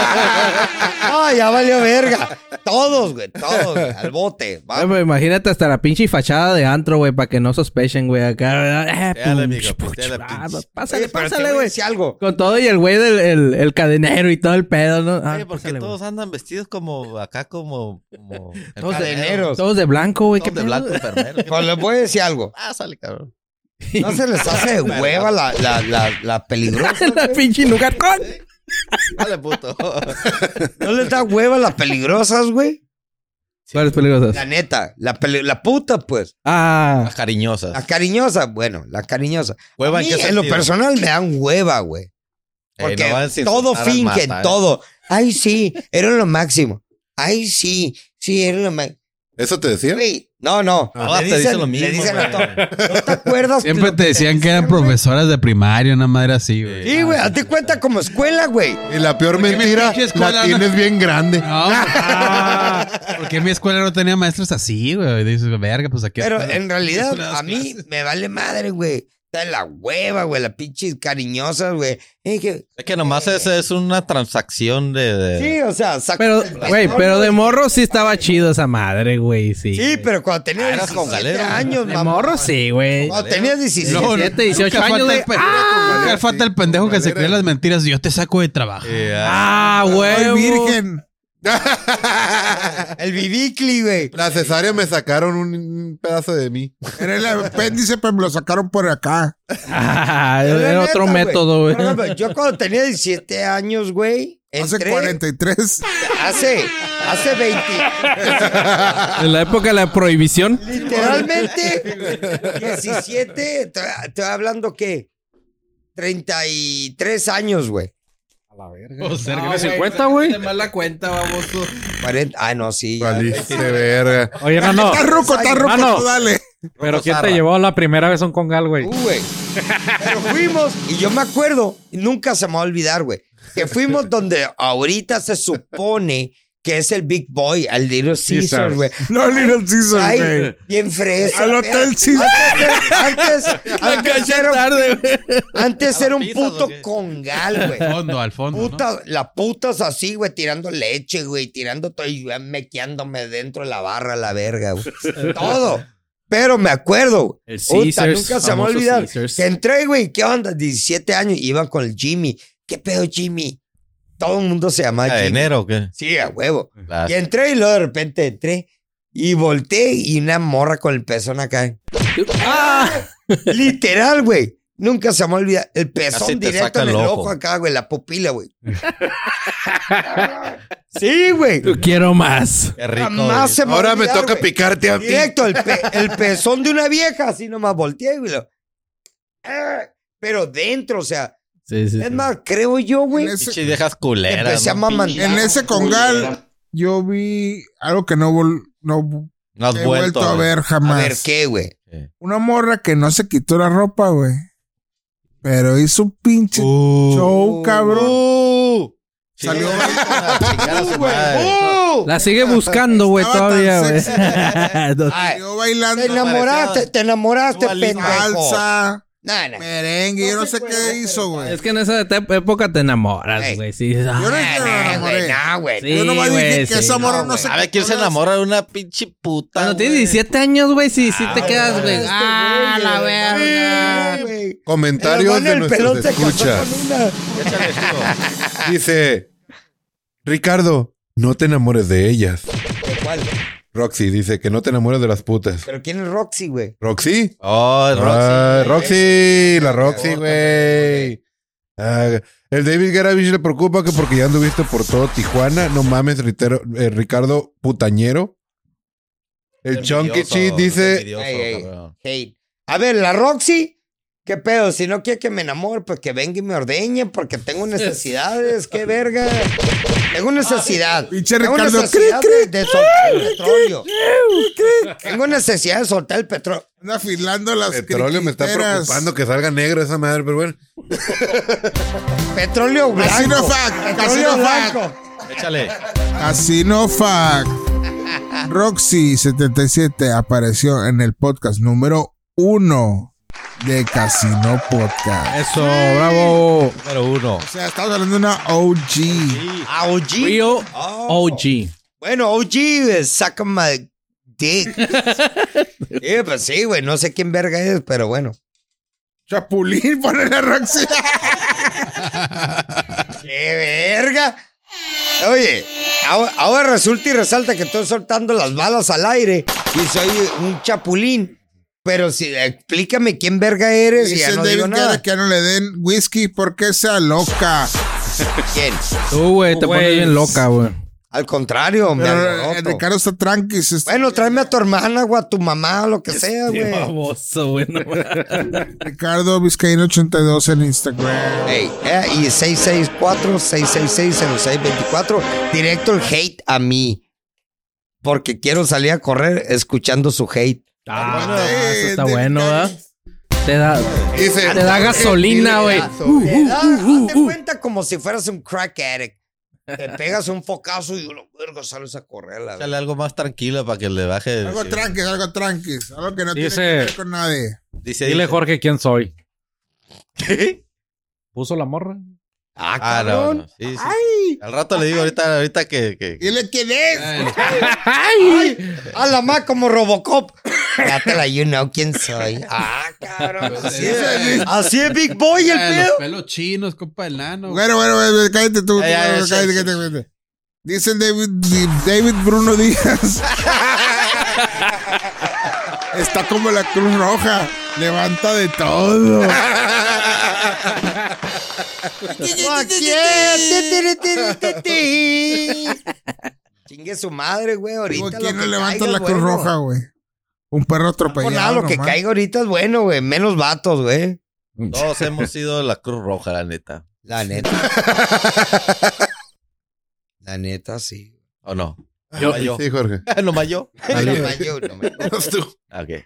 Speaker 4: Ah, ya valió verga. Todos, güey, todos, güey, al bote. Va.
Speaker 8: Ay, güey, imagínate hasta la pinche fachada de antro, güey, para que no sospechen, güey, acá, ¿verdad? Eh,
Speaker 6: Piteale,
Speaker 8: pum,
Speaker 6: amigo,
Speaker 8: pum,
Speaker 6: piteale,
Speaker 8: ah,
Speaker 6: pinche.
Speaker 8: Pásale,
Speaker 4: Oye, pero te
Speaker 8: pásale,
Speaker 4: voy a
Speaker 8: güey.
Speaker 4: decir algo.
Speaker 8: Con todo y el güey del el, el cadenero y todo el pedo, ¿no? Ah,
Speaker 6: Oye, porque
Speaker 8: pásale, güey.
Speaker 6: todos andan vestidos como acá, como. como
Speaker 8: Todos de-
Speaker 4: Cadeneros.
Speaker 8: Todos de blanco, güey.
Speaker 6: Todos de blanco enfermero.
Speaker 4: Pues les voy a decir algo.
Speaker 6: Ah, sale, cabrón.
Speaker 4: No se les hace de hueva la, la, la, la peligrosa.
Speaker 8: la pinche lugar con.
Speaker 6: Dale, puto.
Speaker 4: ¿No les da hueva las peligrosas, güey?
Speaker 8: ¿Cuáles peligrosas?
Speaker 4: La neta, la, peli- la puta, pues.
Speaker 8: Ah,
Speaker 6: Las cariñosas.
Speaker 4: La cariñosa, bueno, la cariñosa.
Speaker 6: Hueva,
Speaker 4: A
Speaker 6: ¿en
Speaker 4: mí,
Speaker 6: qué
Speaker 4: en lo
Speaker 6: sentido?
Speaker 4: personal me dan hueva, güey.
Speaker 6: Ey,
Speaker 4: Porque
Speaker 6: no van sin
Speaker 4: todo
Speaker 6: soltar al
Speaker 4: fingen,
Speaker 6: mata, eh.
Speaker 4: todo. Ay, sí, era lo máximo. Ay, sí, sí, era lo máximo.
Speaker 1: ¿Eso te decía?
Speaker 4: Güey, No, no.
Speaker 6: Todas
Speaker 4: Le
Speaker 6: Ah, te dicen
Speaker 4: dicen-
Speaker 6: lo mismo.
Speaker 4: le dicen a
Speaker 6: güey.
Speaker 4: todo. ¿No te acuerdas?
Speaker 9: Siempre
Speaker 4: lo
Speaker 9: te
Speaker 4: que
Speaker 9: decían que eran
Speaker 4: güey?
Speaker 9: profesoras de primaria, una madre así, güey.
Speaker 4: Sí, güey, hazte cuenta como escuela, güey.
Speaker 1: Y la peor mentira
Speaker 9: pinche escuela
Speaker 1: la
Speaker 9: no-
Speaker 1: tienes bien grande.
Speaker 9: No, porque mi escuela no tenía maestros así, güey. Y Dices, verga, pues aquí.
Speaker 4: Pero en realidad,
Speaker 9: Eso le das
Speaker 4: a mí
Speaker 9: clases.
Speaker 4: me vale madre, güey. Está la hueva, güey, las pinches cariñosas, güey. Es que-
Speaker 6: Es que nomás es, es una transacción de. de-
Speaker 4: Sí, o sea, saca-
Speaker 8: pero, güey, pero de morro sí estaba chido esa madre, güey, sí.
Speaker 4: Sí, pero cuando tenías
Speaker 6: Ah, eras
Speaker 4: 17
Speaker 6: costalero.
Speaker 4: años,
Speaker 8: De
Speaker 4: mamá.
Speaker 8: morro sí, güey.
Speaker 4: Cuando tenías 17.
Speaker 9: Luego,
Speaker 8: 17, 18
Speaker 9: nunca
Speaker 8: años,
Speaker 9: falta
Speaker 8: güey.
Speaker 9: el pe-
Speaker 4: Ah,
Speaker 9: Nunca falta el pendejo que se cree las mentiras. Yo te saco de trabajo.
Speaker 6: Eh,
Speaker 8: Ah,
Speaker 2: soy
Speaker 8: güey.
Speaker 2: virgen.
Speaker 4: El bibicli, Pues güey.
Speaker 1: Pues La cesárea me sacaron un pedazo de mí.
Speaker 2: Era el apéndice, pero me "Pues, lo sacaron por acá.
Speaker 8: Ah,
Speaker 4: Pero la
Speaker 8: era
Speaker 4: neta,
Speaker 8: otro método, güey.
Speaker 4: Por ejemplo, Yo cuando tenía 17 años, güey,
Speaker 2: Hace
Speaker 4: entré-
Speaker 2: 43.
Speaker 4: Hace, hace 20.
Speaker 8: En la época de la prohibición.
Speaker 4: Literalmente, 17, estoy estoy hablando que 33 años, güey.
Speaker 9: O sea,
Speaker 8: No,
Speaker 9: que-
Speaker 8: 50, güey. mala cuenta, baboso.
Speaker 4: 40, ah, no, sí. ya.
Speaker 1: Valiste verga.
Speaker 5: Oye, no, no.
Speaker 2: Está ruco, está ruco,
Speaker 5: Mano.
Speaker 2: tú dale.
Speaker 5: Pero ¿quién
Speaker 6: Zarra.
Speaker 5: te llevó la primera vez a un congal, güey?
Speaker 4: Uh, güey. Pero fuimos, y yo me acuerdo, y nunca se me va a olvidar, güey, que fuimos donde ahorita se supone que es el Big Boy, al Little Caesar, güey.
Speaker 2: No, Little Caesar,
Speaker 4: Ay,
Speaker 2: güey.
Speaker 4: bien fresa.
Speaker 2: Al
Speaker 4: güey.
Speaker 2: Hotel Caesar.
Speaker 4: Antes, antes, antes era,
Speaker 8: tarde, güey.
Speaker 4: antes era un
Speaker 6: pizzas,
Speaker 4: puto
Speaker 6: ¿o qué?
Speaker 4: congal,
Speaker 9: Al
Speaker 4: güey.
Speaker 9: fondo, al fondo. ¿no?
Speaker 4: Putas, las putas así, güey, tirando leche, güey, tirando todo y yo mequeándome dentro de la barra, la verga, güey. Todo. Pero me acuerdo,
Speaker 8: El
Speaker 4: Puta,
Speaker 8: Caesars,
Speaker 4: nunca se me va a
Speaker 8: famoso
Speaker 4: olvidar.
Speaker 8: Caesars.
Speaker 4: Que entré, güey, ¿qué onda? 17 años, iba con el Jimmy. ¿Qué pedo, Jimmy? Todo el mundo se llamaba
Speaker 8: Ah,
Speaker 6: ¿A
Speaker 4: Jimmy.
Speaker 6: enero o qué?
Speaker 4: Sí, a huevo.
Speaker 6: La-
Speaker 4: Y entré y luego de repente entré y volteé y una morra con el pezón acá.
Speaker 8: Ah,
Speaker 4: Literal, güey. Nunca se me olvida el
Speaker 6: Casi
Speaker 4: pezón
Speaker 6: te
Speaker 4: directo
Speaker 6: saca
Speaker 4: en el
Speaker 6: el
Speaker 4: ojo.
Speaker 6: ojo
Speaker 4: acá, güey, la pupila, güey. sí, güey.
Speaker 8: yo quiero más.
Speaker 6: Qué rico.
Speaker 4: Jamás
Speaker 6: güey.
Speaker 4: se me va a
Speaker 1: Ahora me
Speaker 4: olvidar,
Speaker 1: toca
Speaker 4: güey.
Speaker 1: picarte a mí.
Speaker 4: Directo, el, pe- el pezón de una vieja, así nomás volteé, güey. lo- Ah, Pero dentro, o sea,
Speaker 8: Sí, sí.
Speaker 4: es más, creo yo, güey.
Speaker 2: En ese-
Speaker 6: Pinche viejas culeras.
Speaker 4: Empecé a
Speaker 6: ¿no?
Speaker 4: mamandear.
Speaker 2: En ese congal yo vi algo que no, vol- no
Speaker 6: No has
Speaker 2: he
Speaker 6: vuelto,
Speaker 2: vuelto a
Speaker 6: güey.
Speaker 2: ver
Speaker 4: A
Speaker 2: jamás.
Speaker 4: ver, ¿qué, güey?
Speaker 2: Una morra que no se quitó la ropa, güey. Pero hizo un pinche
Speaker 1: Uh,
Speaker 4: uh,
Speaker 2: show, cabrón.
Speaker 6: Sí,
Speaker 2: Salió-
Speaker 6: güey, a chingar a su madre.
Speaker 4: ¡Uh!
Speaker 8: La sigue buscando, güey,
Speaker 2: Estaba tan
Speaker 8: todavía, güey.
Speaker 2: sexy.
Speaker 8: No,
Speaker 4: Ay,
Speaker 2: Yo
Speaker 4: te
Speaker 2: bailando
Speaker 4: enamoraste, te enamoraste,
Speaker 6: Dualismo.
Speaker 4: pendejo.
Speaker 2: salsa.
Speaker 4: No, no.
Speaker 2: Merengue, yo no sé qué hizo, güey.
Speaker 8: Es que en esa etep- época te enamoras,
Speaker 4: Ey.
Speaker 8: güey. Sí, dices,
Speaker 2: Yo no
Speaker 8: "Ah,
Speaker 2: dije que me
Speaker 4: No, güey,
Speaker 2: enamoré.
Speaker 4: no, güey.
Speaker 8: Sí,
Speaker 2: Yo nomás dije
Speaker 8: güey,
Speaker 2: que
Speaker 8: sí.
Speaker 2: esa morra
Speaker 4: No,
Speaker 2: no sé
Speaker 6: A ver, ¿quién se enamora de una pinche puta?
Speaker 8: Cuando tienes
Speaker 6: güey?
Speaker 8: 17 años, güey, sí, sí te quedas, güey.
Speaker 4: este
Speaker 8: Ah, la verga.
Speaker 4: güey.
Speaker 1: Comentarios
Speaker 4: Pero
Speaker 1: de
Speaker 4: el pelón
Speaker 1: nuestros
Speaker 4: se casó
Speaker 1: escuchas.
Speaker 4: con una.
Speaker 1: Dice, Ricardo, no te enamores de ellas.
Speaker 4: ¿De ¿Cuál?
Speaker 1: Roxy dice que no te enamores de las putas.
Speaker 4: ¿Pero quién es Roxy, güey?
Speaker 1: ¿Roxy?
Speaker 6: Oh, Roxy.
Speaker 1: Ah, Roxy, la Roxy, güey. Ah, el David Garavich le preocupa que porque ya anduviste por todo Tijuana. No mames, Ritero- eh, Ricardo Putañero. El Chunky
Speaker 6: Envidioso,
Speaker 1: Chi dice,
Speaker 6: envidioso,
Speaker 4: Ey, ey.
Speaker 6: cabrón.
Speaker 4: Hate. A ver, la Roxy. ¿Qué pedo? Si no quiere que me enamore, pues que venga y me ordeñe, porque tengo necesidades. ¡Qué verga! Tengo necesidad.
Speaker 2: Pinche
Speaker 4: Tengo
Speaker 2: Ricardo,
Speaker 4: necesidad
Speaker 2: cri,
Speaker 4: de, de soltar el petróleo. Tengo necesidad de soltar el petróleo.
Speaker 2: Anda afilando las
Speaker 1: petróleo me está
Speaker 2: criquiteras.
Speaker 1: preocupando que salga negro esa madre, pero bueno.
Speaker 4: Petróleo blanco.
Speaker 2: Casino fact, casino
Speaker 4: Petróleo
Speaker 2: fact,
Speaker 4: blanco.
Speaker 6: Échale.
Speaker 2: casino fact. Roxy77 apareció en el podcast número uno de Casino
Speaker 1: Eh,
Speaker 2: Podcast.
Speaker 8: Eso, bravo.
Speaker 6: Número uno.
Speaker 2: O sea, estamos hablando de una OG.
Speaker 4: Ah, OG.
Speaker 8: Rio
Speaker 4: Oh.
Speaker 8: OG.
Speaker 4: Bueno, OG, eh, saca my dick. sí, pues sí, güey. No sé quién verga es, pero bueno.
Speaker 2: Chapulín, ponele a Roxy.
Speaker 4: ¡Qué verga! Oye, ahora, ahora resulta y resalta que estoy soltando las balas al aire y soy un chapulín. Pero si explícame quién verga eres y ya
Speaker 2: Dice
Speaker 4: no digo
Speaker 2: David Guerra
Speaker 4: nada.
Speaker 2: que no le den whisky porque sea loca.
Speaker 4: ¿Quién?
Speaker 8: Tú, güey, te pones bien loca, güey.
Speaker 4: Al contrario, me
Speaker 2: Pero eh,
Speaker 4: alboroto.
Speaker 2: Ricardo está tranqui. este se-
Speaker 4: Bueno, tráeme a tu hermana o a tu mamá o lo que sea, güey.
Speaker 8: Baboso, güey. no mames.
Speaker 2: Ricardo Vizcaíno82 en Instagram.
Speaker 4: Ey, eh, y 664-666-0624. Directo el hate a mí. Porque quiero salir a correr escuchando su hate.
Speaker 8: Ah,
Speaker 4: eh,
Speaker 8: eso está
Speaker 2: de-
Speaker 8: bueno, ¿verdad? Te da,
Speaker 1: Dice,
Speaker 8: te da gasolina, güey.
Speaker 4: Te da- hazte cuenta como si fueras un crack addict. Te pegas un focazo y lo verga, sales a correr. La verga.
Speaker 6: Échale algo más tranquilo para que le baje.
Speaker 2: Algo tranqui, algo tranqui. Algo que no
Speaker 5: Dice-
Speaker 2: tiene que ver con nadie.
Speaker 6: Dice,
Speaker 5: Dile,
Speaker 6: dice-
Speaker 5: Jorge, quién soy. ¿Puso la morra?
Speaker 4: Ah,
Speaker 6: Ah, no,
Speaker 4: cabrón.
Speaker 6: no. Sí, sí. Al rato le digo ahorita, ahorita que, que-
Speaker 2: Dile quién es.
Speaker 4: A la más como Robocop. Dátela, you know quién soy. Ah, cabrón. Así es, así es Big Boy el
Speaker 9: Ah, de
Speaker 4: pedo.
Speaker 9: los pelos chinos, compa del nano.
Speaker 2: Bueno, bueno, bueno, cállate tú.
Speaker 6: Ay, ay,
Speaker 2: bueno,
Speaker 6: sí,
Speaker 2: cállate,
Speaker 6: sí,
Speaker 2: cállate, cállate. Dice David, Di- David Bruno Díaz. Está como la Cruz Roja. Levanta de todo.
Speaker 4: Aquí es. Ti, ti, ti, ti, ti. Chingue su madre, güey.
Speaker 2: Digo,
Speaker 4: Ahorita.
Speaker 2: ¿Quién
Speaker 4: lo
Speaker 2: no
Speaker 4: que
Speaker 2: levanta
Speaker 4: caiga
Speaker 2: la
Speaker 4: es
Speaker 2: Cruz
Speaker 4: bueno.
Speaker 2: Roja, güey? Ah, Un perro
Speaker 4: Por nada,
Speaker 2: atropellado.
Speaker 4: lo que
Speaker 2: nomás.
Speaker 4: caiga ahorita es bueno, güey. Menos vatos, güey.
Speaker 6: todos hemos sido la Cruz Roja, la neta.
Speaker 4: La neta. La neta, sí.
Speaker 6: ¿O no?
Speaker 1: Yo,
Speaker 6: yo. Ah,
Speaker 1: Sí, Jorge.
Speaker 6: Nomás yo. Ah,
Speaker 4: No más yo, no más yo.
Speaker 6: Ok.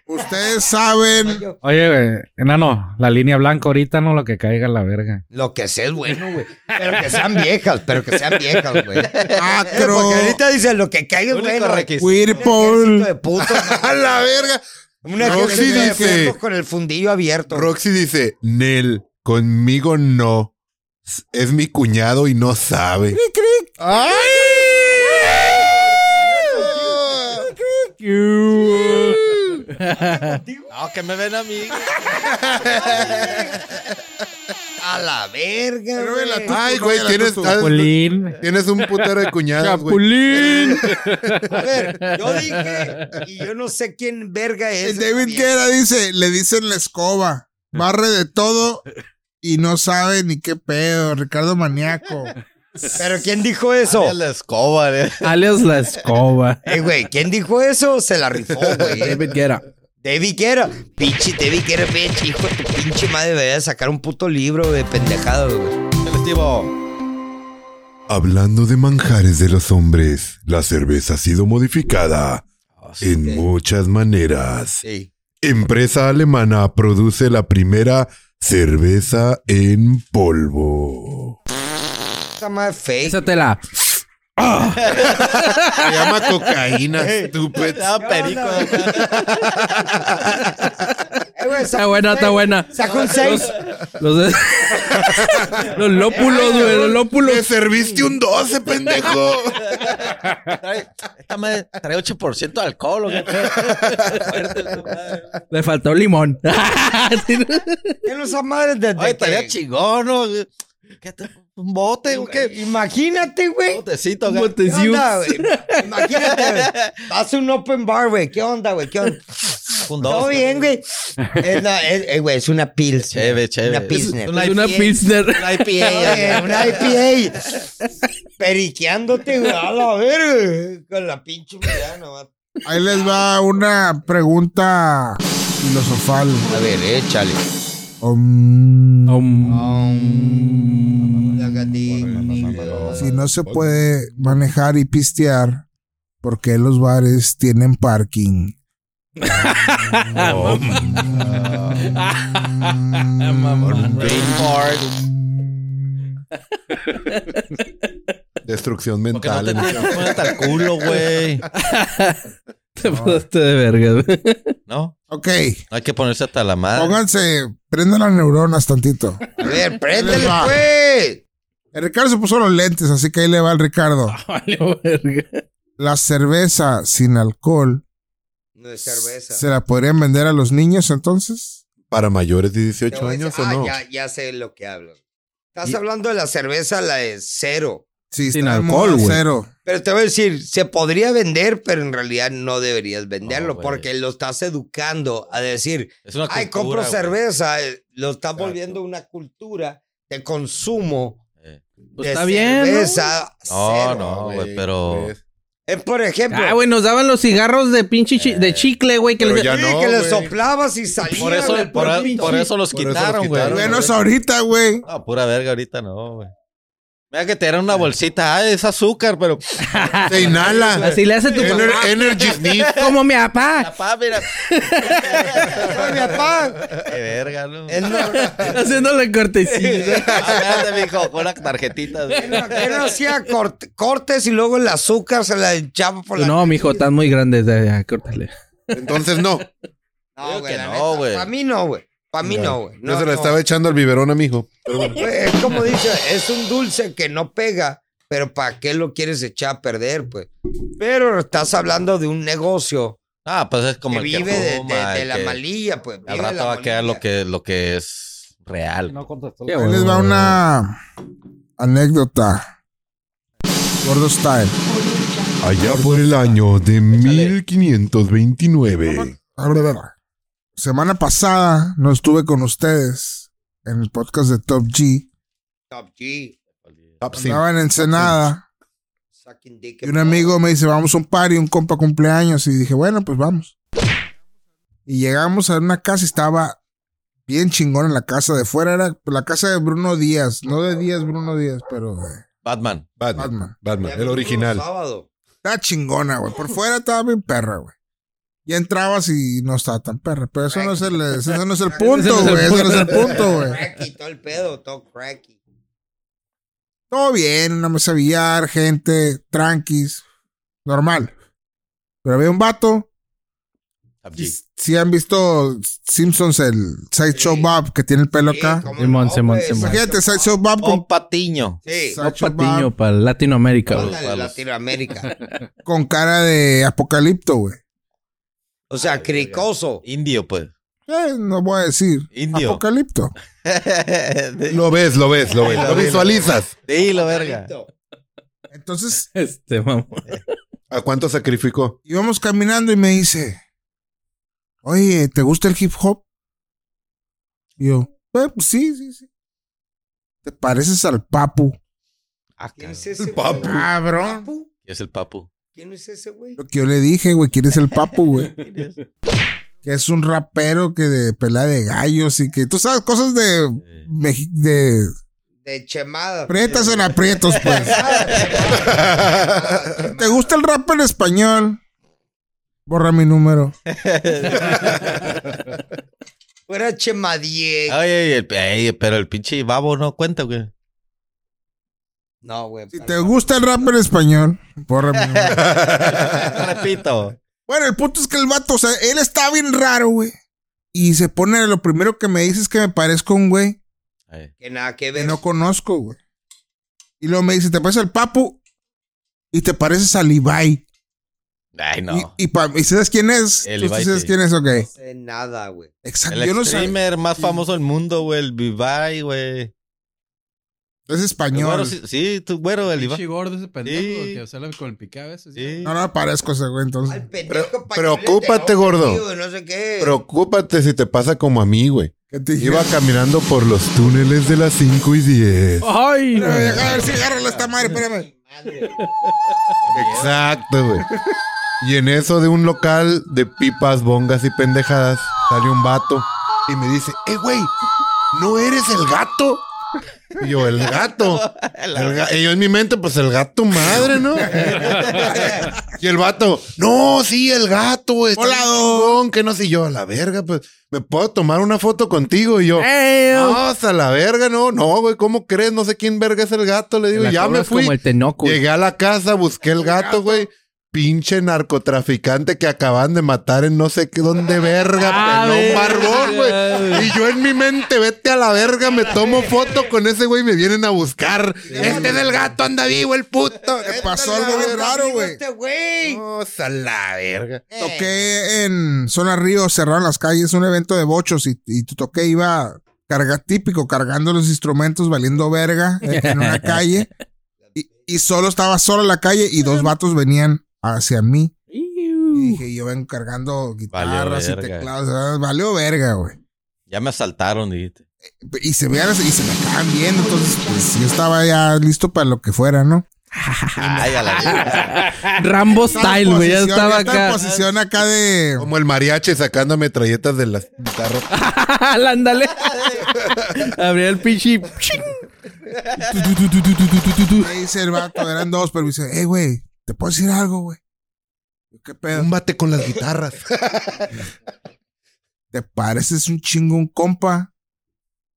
Speaker 2: Ustedes saben.
Speaker 5: Oye, güey, enano, la línea blanca ahorita no lo que caiga la verga.
Speaker 4: Lo que sea es bueno, güey. Pero que sean viejas, pero que sean viejas, güey. Eh,
Speaker 2: Acro.
Speaker 4: Porque ahorita dicen lo que caiga es
Speaker 6: Único
Speaker 4: bueno.
Speaker 6: requisito.
Speaker 4: Un ejército
Speaker 2: Whirlpool.
Speaker 4: de puto.
Speaker 1: A la verga.
Speaker 4: Un
Speaker 1: Roxy
Speaker 4: ejército de
Speaker 1: dice-
Speaker 4: putos con el fundillo abierto.
Speaker 1: Roxy dice, Nel, conmigo no. S- Es mi cuñado y no sabe.
Speaker 6: No, que me ven a mí.
Speaker 4: A la verga,
Speaker 2: Pero ve la
Speaker 4: güey.
Speaker 2: tuya.
Speaker 1: Ay, güey, tienes, has-
Speaker 5: Chapulín.
Speaker 1: tienes un putero de cuñadas, güey.
Speaker 5: Chapulín.
Speaker 4: A ver, yo dije, y yo no sé quién verga es.
Speaker 2: El David Guerra dice, le dicen la escoba. Barre de todo y no sabe ni qué pedo. Ricardo Maniaco.
Speaker 4: Pero ¿quién dijo eso?
Speaker 6: Dale Ah, la escoba, eh.
Speaker 8: Alias la escoba.
Speaker 4: Eh, güey, ¿quién dijo eso? Se la rifó, güey.
Speaker 8: David Guerra.
Speaker 4: David Guerra, pinche David Guerra, pinche hijo de tu pinche madre, debería sacar un puto libro de pendejadas, güey.
Speaker 6: Selectivo.
Speaker 1: Hablando de manjares de los hombres, la cerveza ha sido modificada
Speaker 6: Oh,
Speaker 1: en muchas maneras.
Speaker 4: Sí.
Speaker 1: Empresa alemana produce la primera cerveza en polvo.
Speaker 4: Esa madre fake.
Speaker 8: Ésatela.
Speaker 1: Se llama cocaína, estúpido.
Speaker 6: Ah, perico.
Speaker 4: Eh, güey, güey.
Speaker 8: Está buena, está buena.
Speaker 4: Saca un 6.
Speaker 8: Los, de- los lópulos, güey, los lópulos.
Speaker 1: Le serviste un 12, pendejo.
Speaker 6: Trae, esta madre trae 8% de alcohol. ¿o qué?
Speaker 8: Le faltó limón.
Speaker 4: En esa madre de. de
Speaker 6: Oye, estaría
Speaker 4: que-
Speaker 6: chingón, ¿no? ¿Qué te- ¿Un bote o qué?
Speaker 4: Imagínate, güey.
Speaker 6: Un botecito, güey.
Speaker 4: ¿Qué
Speaker 8: Botecitos.
Speaker 4: onda, güey? Imagínate, güey. Vas a un open bar, güey. ¿Qué onda, güey? ¿Qué onda?
Speaker 6: Un dos.
Speaker 4: Todo bien, güey. Es, la- es- eh, güey, es una Pils.
Speaker 6: Chévere, chévere.
Speaker 4: Una Pilsner.
Speaker 8: Es una pilsner.
Speaker 6: Una IPA.
Speaker 4: Todo bien, Una IPA. Periqueándote, güey. A la verga. Con la pinche humedad nomás.
Speaker 2: Ahí les va una pregunta filosofal.
Speaker 6: A ver, échale.
Speaker 2: Om, si
Speaker 4: Sí,
Speaker 2: no se puede manejar y pistear, ¿por qué los bares tienen parking?
Speaker 1: Destrucción
Speaker 6: Porque no
Speaker 1: mental.
Speaker 6: te pones hasta el culo, güey.
Speaker 8: Te pasaste de verga, güey.
Speaker 6: No,
Speaker 2: Ok,
Speaker 6: no hay que ponerse hasta la madre.
Speaker 2: pónganse, prendan las neuronas tantito.
Speaker 4: A ver, préndele,
Speaker 2: Les va.
Speaker 4: pues.
Speaker 2: El Ricardo se puso los lentes, así que ahí le va el Ricardo.
Speaker 8: Valió verga.
Speaker 2: La cerveza sin alcohol,
Speaker 4: No es
Speaker 2: ¿se
Speaker 4: cerveza.
Speaker 2: la podrían vender a los niños entonces?
Speaker 1: ¿Para mayores de 18
Speaker 4: Te voy a
Speaker 1: años
Speaker 4: decir-
Speaker 1: o
Speaker 4: ah,
Speaker 1: no?
Speaker 4: Ya, ya sé lo que hablo. Estás hablando de la cerveza, la de cero.
Speaker 2: Sí,
Speaker 8: Sin
Speaker 2: está de
Speaker 8: alcohol,
Speaker 2: moda,
Speaker 8: güey.
Speaker 2: Cero.
Speaker 4: Pero te voy a decir, se podría vender, pero en realidad no deberías venderlo
Speaker 6: No, güey.
Speaker 4: porque lo estás educando a decir,
Speaker 6: Es una
Speaker 4: ay, compro
Speaker 6: cultura, güey.
Speaker 4: cerveza. eh, Lo estás
Speaker 6: Exacto.
Speaker 4: volviendo una cultura de consumo
Speaker 6: Eh.
Speaker 8: Pues
Speaker 4: de
Speaker 8: está bien, ¿no?
Speaker 4: cerveza
Speaker 6: No,
Speaker 4: cero.
Speaker 6: no, güey, pero...
Speaker 1: pues.
Speaker 4: Eh, por ejemplo,
Speaker 8: Ah, güey, nos daban los cigarros de pinche chi- de chicle, güey. Que
Speaker 1: Pero
Speaker 8: les-
Speaker 1: ya
Speaker 4: sí,
Speaker 1: no,
Speaker 4: que le
Speaker 1: güey.
Speaker 4: soplabas y salía.
Speaker 6: Por eso,
Speaker 4: güey,
Speaker 6: por,
Speaker 4: pinche-
Speaker 6: por eso los
Speaker 1: Por eso los
Speaker 6: quitaron, güey.
Speaker 1: quitaron, güey.
Speaker 2: Menos ahorita, güey.
Speaker 6: No, pura verga, ahorita no, güey. Mira que te dieron una bolsita, ah, es azúcar, pero...
Speaker 1: Se inhala.
Speaker 8: Así le hace tu
Speaker 1: Ener-
Speaker 8: papá.
Speaker 1: energy Sniff.
Speaker 8: Como mi papá.
Speaker 6: Papá, mira.
Speaker 4: Ay, mi papá.
Speaker 6: Qué verga, ¿no? Ah,
Speaker 4: Es nor-
Speaker 8: Haciéndole cortesía.
Speaker 6: Espérate, mijo, con una tarjetita.
Speaker 4: él no- él no hacía cort- cortes y luego el azúcar se la echaba por la
Speaker 8: No, mijo, estás muy grande. ya, ya, Córtale.
Speaker 1: Entonces no.
Speaker 4: No,
Speaker 6: Creo
Speaker 4: güey,
Speaker 6: que
Speaker 4: la
Speaker 6: no,
Speaker 4: neta.
Speaker 6: güey.
Speaker 4: Para mí no, güey. Para mí no, güey.
Speaker 1: yo se la estaba echando al biberón a mi hijo.
Speaker 4: Güey, Es como dice, es un dulce que no pega, pero ¿para qué lo quieres echar a perder, pues? Pero estás hablando de un negocio
Speaker 6: Ah, pues es como
Speaker 4: que
Speaker 6: el que
Speaker 4: vive de,
Speaker 6: fuma,
Speaker 4: de- de
Speaker 6: el
Speaker 4: la
Speaker 6: que-
Speaker 4: malilla, pues.
Speaker 6: Al
Speaker 4: vive la
Speaker 6: rato va a quedar
Speaker 4: malilla.
Speaker 6: lo que, lo que es real.
Speaker 5: No contestó.
Speaker 8: Qué
Speaker 2: Ahí les va una anécdota. Gordo Style.
Speaker 1: Allá por el año de 1529.
Speaker 2: Semana pasada no estuve con ustedes en el podcast de Top G.
Speaker 4: Top G,
Speaker 1: Top Sim.
Speaker 2: Estaba en Ensenada
Speaker 4: sucking dick
Speaker 2: y
Speaker 4: and
Speaker 2: un
Speaker 4: balls.
Speaker 2: amigo me dice, vamos a un party, un compa cumpleaños. Y dije, bueno, pues vamos. Y llegamos a una casa y estaba bien chingón en la casa de fuera. Era la casa de Bruno Díaz. No de Díaz, Bruno Díaz, pero eh,
Speaker 6: Batman.
Speaker 1: Batman.
Speaker 2: Batman.
Speaker 1: Batman,
Speaker 4: Ya
Speaker 1: el
Speaker 4: vi
Speaker 1: original.
Speaker 4: puro sábado.
Speaker 2: Estaba chingona, güey. Por fuera estaba bien perra, güey. Ya entrabas y no estaba tan perra. Pero eso no es el, eso no es el punto, güey. Eso no es el punto, güey.
Speaker 4: Cracky, todo el pedo, todo cracky.
Speaker 2: Todo bien, una mesa de billar, gente, tranquis, normal. Pero había un vato. Si han visto Simpsons, el Sideshow
Speaker 4: Sí.
Speaker 2: Bob, que tiene el pelo
Speaker 4: Sí,
Speaker 2: acá.
Speaker 4: cómo
Speaker 8: Simón,
Speaker 4: no,
Speaker 8: Simón,
Speaker 4: güey,
Speaker 8: Simón.
Speaker 2: Imagínate, Sideshow Bob
Speaker 6: Un
Speaker 2: con,
Speaker 6: patiño.
Speaker 4: Sí,
Speaker 2: Sa-
Speaker 8: No patiño para Latinoamérica, güey.
Speaker 4: ándale, Latinoamérica.
Speaker 2: con cara de apocalipto, güey.
Speaker 4: O sea, cricoso.
Speaker 6: Indio, pues.
Speaker 2: Eh, no voy a decir.
Speaker 6: Indio.
Speaker 2: Apocalipto.
Speaker 1: Lo ves, lo ves, lo ves. Lo visualizas.
Speaker 6: Dilo, verga.
Speaker 2: Entonces,
Speaker 8: Este, mamón.
Speaker 1: ¿A cuánto sacrificó?
Speaker 2: íbamos caminando y me dice, oye, ¿te gusta el hip hop? Y yo, "Eh, pues sí, sí, sí. ¿Te pareces al papu?
Speaker 4: ¿Quién es ese?
Speaker 1: Papu.
Speaker 4: güey?
Speaker 2: Cabrón.
Speaker 4: ¿Papu?
Speaker 6: Ah, Es el papu.
Speaker 4: ¿Quién es ese, güey?
Speaker 2: Lo que yo le dije, güey, ¿quién es el papu, güey? Que es un rapero que de pelea de gallos y que tú sabes cosas de... Meji- de
Speaker 4: De Chemada.
Speaker 2: prietas en aprietos, pues. ¿Te gusta el rap en español? Borra mi número.
Speaker 4: Fuera Chemadie.
Speaker 6: Oye, y el- ey, pero el pinche babo no cuenta, güey.
Speaker 4: No, güey.
Speaker 2: Si te gusta el rap en español, borra mi número.
Speaker 6: Repito.
Speaker 2: Bueno, el punto es que el vato, o sea, él está bien raro, güey. Y se pone, lo primero que me dice es que me parezco a un güey
Speaker 6: Ahí.
Speaker 4: Que nada que
Speaker 2: que
Speaker 4: ver.
Speaker 2: no conozco, güey. Y luego me dice, te pareces al Papu y te pareces al Ibai.
Speaker 6: Ay, no.
Speaker 2: Y, y, pa- ¿y sabes quién es?
Speaker 6: El
Speaker 2: ¿Tú sí
Speaker 6: Ibai,
Speaker 2: sabes
Speaker 6: sí.
Speaker 2: quién es? Ok.
Speaker 4: No sé nada, güey.
Speaker 2: Exacto. Yo
Speaker 6: el
Speaker 2: no sé.
Speaker 6: streamer más famoso del mundo, güey. El Vivai, güey.
Speaker 2: Es
Speaker 6: El
Speaker 2: español.
Speaker 6: güero, Sí, sí, tu güero, el
Speaker 9: Pinche
Speaker 6: Vivai.
Speaker 9: gordo ese pendejo
Speaker 6: Sí.
Speaker 9: que sale con el pica a veces.
Speaker 6: Sí.
Speaker 2: No, no parezco ese güey, entonces.
Speaker 4: Al pendejo pa'
Speaker 1: preocúpate,
Speaker 4: que le
Speaker 1: gordo.
Speaker 4: tío, No sé qué.
Speaker 1: Preocúpate si te pasa como a mí, güey.
Speaker 2: ¿Qué te dije?
Speaker 1: Iba caminando por los túneles de las 5 y 10.
Speaker 8: ¡Ay!
Speaker 2: Espérame, deja ver si agarro esta madre, espérame.
Speaker 1: Exacto, güey. Y en eso de un local de pipas, bongas y pendejadas, sale un vato y me dice, eh, güey, ¿no eres el gato? Y yo, el gato. El ga- y yo en mi mente, pues el gato madre, ¿no? y el vato, no, sí, el gato, está bien chingón, que no sé Y yo, a la verga, pues, ¿me puedo tomar una foto contigo? Y yo,
Speaker 8: Eh, oh.
Speaker 1: no, hasta la verga, no, no, güey, ¿cómo crees? No sé quién verga es el gato, le digo,
Speaker 8: La
Speaker 1: ya me
Speaker 8: cobras
Speaker 1: fui.
Speaker 8: como el Tenoco.
Speaker 1: Llegué a la casa, busqué el gato, güey. Pinche narcotraficante que acaban de matar en no sé qué dónde verga,
Speaker 8: Ah,
Speaker 1: pelón
Speaker 8: verga.
Speaker 1: barbón, güey. Y yo en mi mente, vete a la verga, me tomo foto con ese güey, me vienen a buscar. Este es el gato, anda vivo el puto.
Speaker 2: Me pasó algo bien raro, güey.
Speaker 4: Este güey. Eh,
Speaker 1: No, a la verga.
Speaker 8: Eh,
Speaker 2: Toqué en Zona Río, cerraron las calles, un evento de bochos y, y tu toqué iba carga típico, cargando los instrumentos, valiendo verga eh, en una calle. Y, y solo estaba solo en la calle y dos vatos venían hacia mí.
Speaker 8: Uh.
Speaker 2: Y dije, yo vengo cargando guitarras y
Speaker 6: verga.
Speaker 2: teclados. ah, Valió verga, güey.
Speaker 6: Ya me asaltaron, dijiste.
Speaker 2: Y se, vean, y se me acaban viendo, entonces pues, yo estaba ya listo para lo que fuera, ¿no?
Speaker 6: Ay, a la verga.
Speaker 8: Rambo style, güey. Ya
Speaker 2: Posición-
Speaker 8: estaba
Speaker 2: en
Speaker 8: acá.
Speaker 2: posición acá de...
Speaker 1: Como el mariachi sacando metralletas de las guitarras.
Speaker 8: Al ándale. Abría el pinche. y- ¡Ching!
Speaker 2: Me dice el vato, eran dos, pero me dice, hey, güey, ¿te puedo decir algo, güey? Yo, ¿Qué pedo?
Speaker 1: Túmbate con las guitarras.
Speaker 2: ¿Te pareces un chingo un compa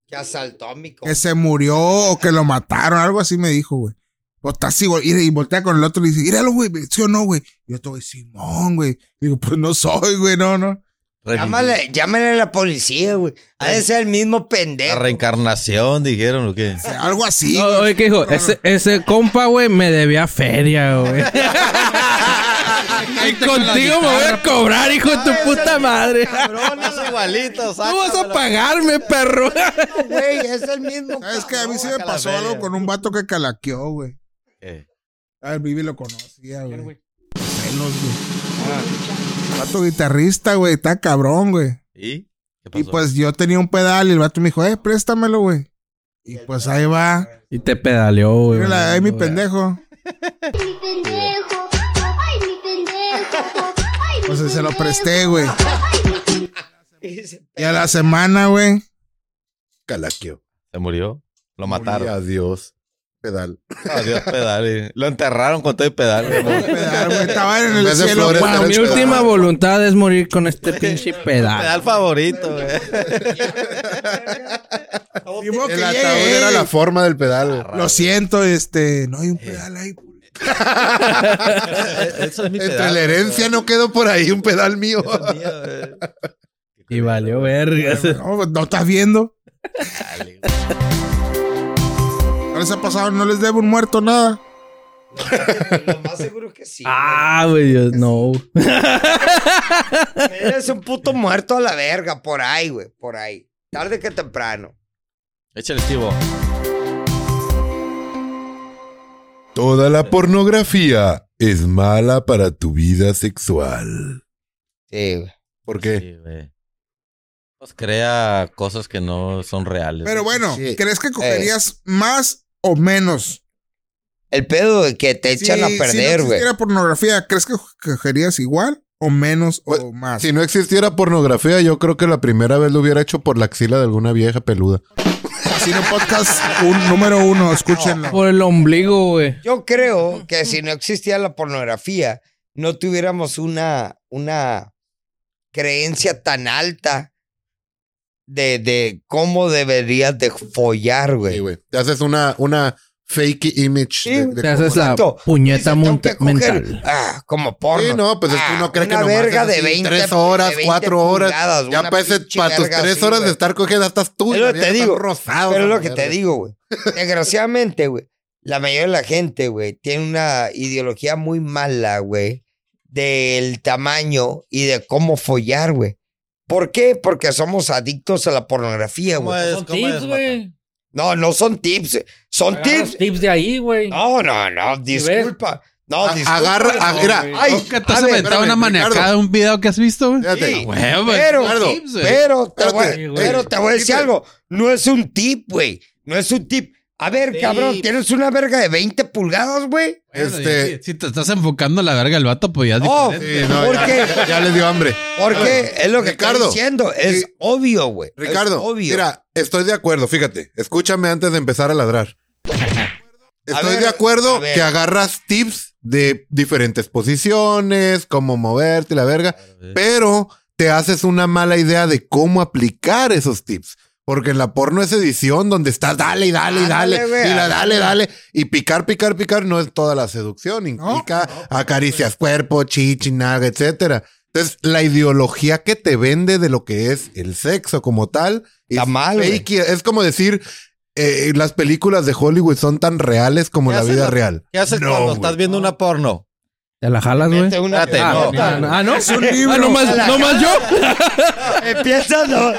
Speaker 4: Que asaltó a mi
Speaker 2: que
Speaker 4: compa.
Speaker 2: se murió o que lo mataron? Algo así me dijo, güey. Pues, O estás igual, y, y voltea con el otro y le dice, míralo, güey, ¿sí o no, güey? Yo estoy, Simón, güey. Digo, pues no soy, güey, no, no.
Speaker 4: Llámale, llámale a la policía, güey. Ha de ser el mismo
Speaker 6: La
Speaker 4: pendejo.
Speaker 6: reencarnación, dijeron, ¿o qué?
Speaker 2: Algo así.
Speaker 8: O-
Speaker 2: güey.
Speaker 8: Oye, ¿qué dijo?
Speaker 2: No, no.
Speaker 8: Ese, ese compa, güey, me debía feria, güey. y contigo me voy a cobrar, hijo de tu puta madre.
Speaker 6: Cabrón, es igualito,
Speaker 8: Tú vas a pagarme, perro.
Speaker 4: Güey, es el mismo.
Speaker 2: ¿Sabes qué? A mí sí me
Speaker 6: saca la
Speaker 2: pasó
Speaker 6: feria.
Speaker 2: algo con un vato que calaqueó, güey.
Speaker 6: ¿Qué?
Speaker 2: A ver, Vivi lo conocía, güey. Ah. Celos, güey. Vato guitarrista, güey, está cabrón, güey.
Speaker 6: ¿Y? ¿Qué
Speaker 2: Y
Speaker 6: pasó?
Speaker 2: pues yo tenía un pedal y el vato me dijo, eh, préstamelo, güey. Y pues ahí va.
Speaker 8: Y te pedaleó, güey.
Speaker 2: Mírala, ahí mi pendejo. Pues se lo presté, güey. Y a la semana, güey,
Speaker 1: Calaquio.
Speaker 6: Se murió. Lo mataron.
Speaker 1: Adiós. Pedal.
Speaker 6: Adiós, pedal. eh. Lo enterraron con todo el pedal.
Speaker 2: el
Speaker 6: güey.
Speaker 2: pedal, güey, estaba en el
Speaker 1: vez de
Speaker 2: cielo.
Speaker 1: flores,
Speaker 2: pa.
Speaker 1: era el
Speaker 8: Mi
Speaker 1: pedal.
Speaker 8: última voluntad es morir con este pinche pedal.
Speaker 6: pedal favorito, güey.
Speaker 2: Y vos que
Speaker 1: El ataúd
Speaker 2: llegue,
Speaker 1: era la Eh.
Speaker 2: eh,
Speaker 1: forma del pedal.
Speaker 2: Lo siento, este, no hay un pedal ahí.
Speaker 6: Eso es mi
Speaker 1: Entre la herencia no quedó por ahí un pedal mío.
Speaker 8: Y valió verga.
Speaker 2: No, pues, no estás viendo. ¿No les ha pasado? ¿No les debo un muerto nada?
Speaker 4: Lo más seguro que sí.
Speaker 8: Ah, güey, Dios, no.
Speaker 4: Eres un puto muerto a la verga, por ahí, güey, por ahí. Tarde que temprano.
Speaker 6: Échale, Chivo.
Speaker 1: Toda la pornografía es mala para tu vida sexual.
Speaker 4: Sí, güey.
Speaker 1: ¿Por qué?
Speaker 6: Sí, güey. Pues crea cosas que no son reales.
Speaker 2: Pero bueno,
Speaker 4: Sí.
Speaker 2: ¿crees
Speaker 1: Eh.
Speaker 2: que cogerías más o menos?
Speaker 4: El pedo de que te echan a perder,
Speaker 2: Si no
Speaker 4: güey.
Speaker 2: existiera pornografía, ¿crees que cogerías igual o menos
Speaker 1: Pues,
Speaker 2: o más?
Speaker 1: Si no existiera pornografía, yo creo que la primera vez lo hubiera hecho por la axila de alguna vieja peluda.
Speaker 2: Casino Podcast un, número uno, escúchenlo.
Speaker 8: Por el ombligo, güey.
Speaker 4: Yo creo que si no existía la pornografía, no tuviéramos una, una creencia tan alta de, de cómo deberías de follar,
Speaker 1: Sí,
Speaker 4: güey.
Speaker 1: güey. Te haces una, una fake image.
Speaker 4: Sí,
Speaker 1: de- de
Speaker 8: Te haces la
Speaker 4: Exacto.
Speaker 8: puñeta
Speaker 4: Dice, tengo
Speaker 8: monte-
Speaker 4: que coger,
Speaker 8: mental.
Speaker 4: Ah, como porno.
Speaker 1: Sí, no, pues es que
Speaker 4: Ah,
Speaker 1: uno cree que
Speaker 4: una
Speaker 1: nomás
Speaker 4: verga
Speaker 1: es
Speaker 4: de
Speaker 1: así,
Speaker 4: 20
Speaker 1: tres horas,
Speaker 4: de 20
Speaker 1: cuatro horas.
Speaker 4: pulgadas,
Speaker 1: ya
Speaker 4: una
Speaker 1: para, ese-
Speaker 4: pinche
Speaker 1: para tus
Speaker 4: verga
Speaker 1: tres
Speaker 4: así,
Speaker 1: horas
Speaker 4: güey.
Speaker 1: de estar cogida estás tú. y
Speaker 4: Es lo
Speaker 1: la
Speaker 4: que
Speaker 1: vieja
Speaker 4: te
Speaker 1: está
Speaker 4: digo.
Speaker 1: rosada,
Speaker 4: Pero es
Speaker 1: la
Speaker 4: lo que te
Speaker 1: verga.
Speaker 4: digo, güey. Desgraciadamente, güey, la mayoría de la gente, güey, tiene una ideología muy mala, güey, del tamaño y de cómo follar, güey. ¿Por qué? Porque somos adictos a la pornografía,
Speaker 6: ¿Cómo
Speaker 4: güey.
Speaker 6: es?
Speaker 5: Son
Speaker 6: ¿Cómo
Speaker 5: tips,
Speaker 6: es,
Speaker 5: güey.
Speaker 4: No, no son tips, son
Speaker 5: Agarras
Speaker 4: tips.
Speaker 5: tips de ahí, güey.
Speaker 4: No, no, no,
Speaker 5: ves?
Speaker 4: disculpa. No,
Speaker 1: A-
Speaker 4: disculpa.
Speaker 1: agarra,
Speaker 4: no,
Speaker 1: a- mira,
Speaker 4: güey.
Speaker 1: ay,
Speaker 9: ¿Nunca te has
Speaker 4: a ver,
Speaker 9: aventado
Speaker 1: espérame,
Speaker 9: una maniacada
Speaker 1: Ricardo.
Speaker 9: de un video que has visto, güey? Eh, pues,
Speaker 1: Fíjate.
Speaker 4: Sí.
Speaker 9: Huevo,
Speaker 4: Pero,
Speaker 9: Ricardo.
Speaker 4: tips, güey. pero, te voy,
Speaker 1: Espérate,
Speaker 5: güey.
Speaker 4: pero te voy a decir
Speaker 1: Espérate.
Speaker 4: algo. No es un tip, güey. No es un tip. A ver,
Speaker 6: Tip.
Speaker 4: cabrón, ¿tienes una verga de 20 pulgadas, güey?
Speaker 9: Bueno,
Speaker 1: Este-
Speaker 9: si- Si te estás enfocando a la verga el vato, pues ya es
Speaker 4: Oh,
Speaker 9: diferente.
Speaker 1: Sí, no,
Speaker 4: ¿Por
Speaker 1: ya,
Speaker 4: qué?
Speaker 1: ya les dio hambre.
Speaker 4: Porque es lo que
Speaker 1: Ricardo,
Speaker 4: estoy diciendo. Es
Speaker 1: sí.
Speaker 4: obvio, güey. Es
Speaker 1: Ricardo,
Speaker 4: obvio.
Speaker 1: mira, estoy de acuerdo, fíjate. Escúchame antes de empezar a ladrar. Estoy
Speaker 4: ver,
Speaker 1: de
Speaker 4: a
Speaker 1: acuerdo
Speaker 4: ver.
Speaker 1: que agarras tips de diferentes posiciones, cómo moverte, y la verga, pero te haces una mala idea de cómo aplicar esos tips. Porque en la porno es edición donde estás dale y dale y dale,
Speaker 4: Ándale, güey,
Speaker 1: y la
Speaker 4: ándale.
Speaker 1: dale, dale. Y picar, picar, picar no es toda la seducción. Implica acaricias cuerpo, chichi, nalga, etcétera. Entonces, la ideología que te vende de lo que es el sexo como tal
Speaker 4: Está
Speaker 1: es
Speaker 4: mal, güey.
Speaker 1: fake. Es como decir, eh, las películas de Hollywood son tan reales como
Speaker 6: ¿Qué
Speaker 1: la
Speaker 6: haces
Speaker 1: vida
Speaker 6: la-
Speaker 1: real.
Speaker 6: ¿Qué haces
Speaker 1: No,
Speaker 6: cuando
Speaker 1: güey.
Speaker 6: estás viendo una porno?
Speaker 8: ¿Te la jalas, güey?
Speaker 4: Mete una
Speaker 6: Espérate,
Speaker 8: Ah,
Speaker 6: no.
Speaker 4: pelota,
Speaker 8: no, ah, no.
Speaker 4: Es un libro.
Speaker 8: Ah, no más,
Speaker 4: La-
Speaker 8: no más yo.
Speaker 4: Empieza, no.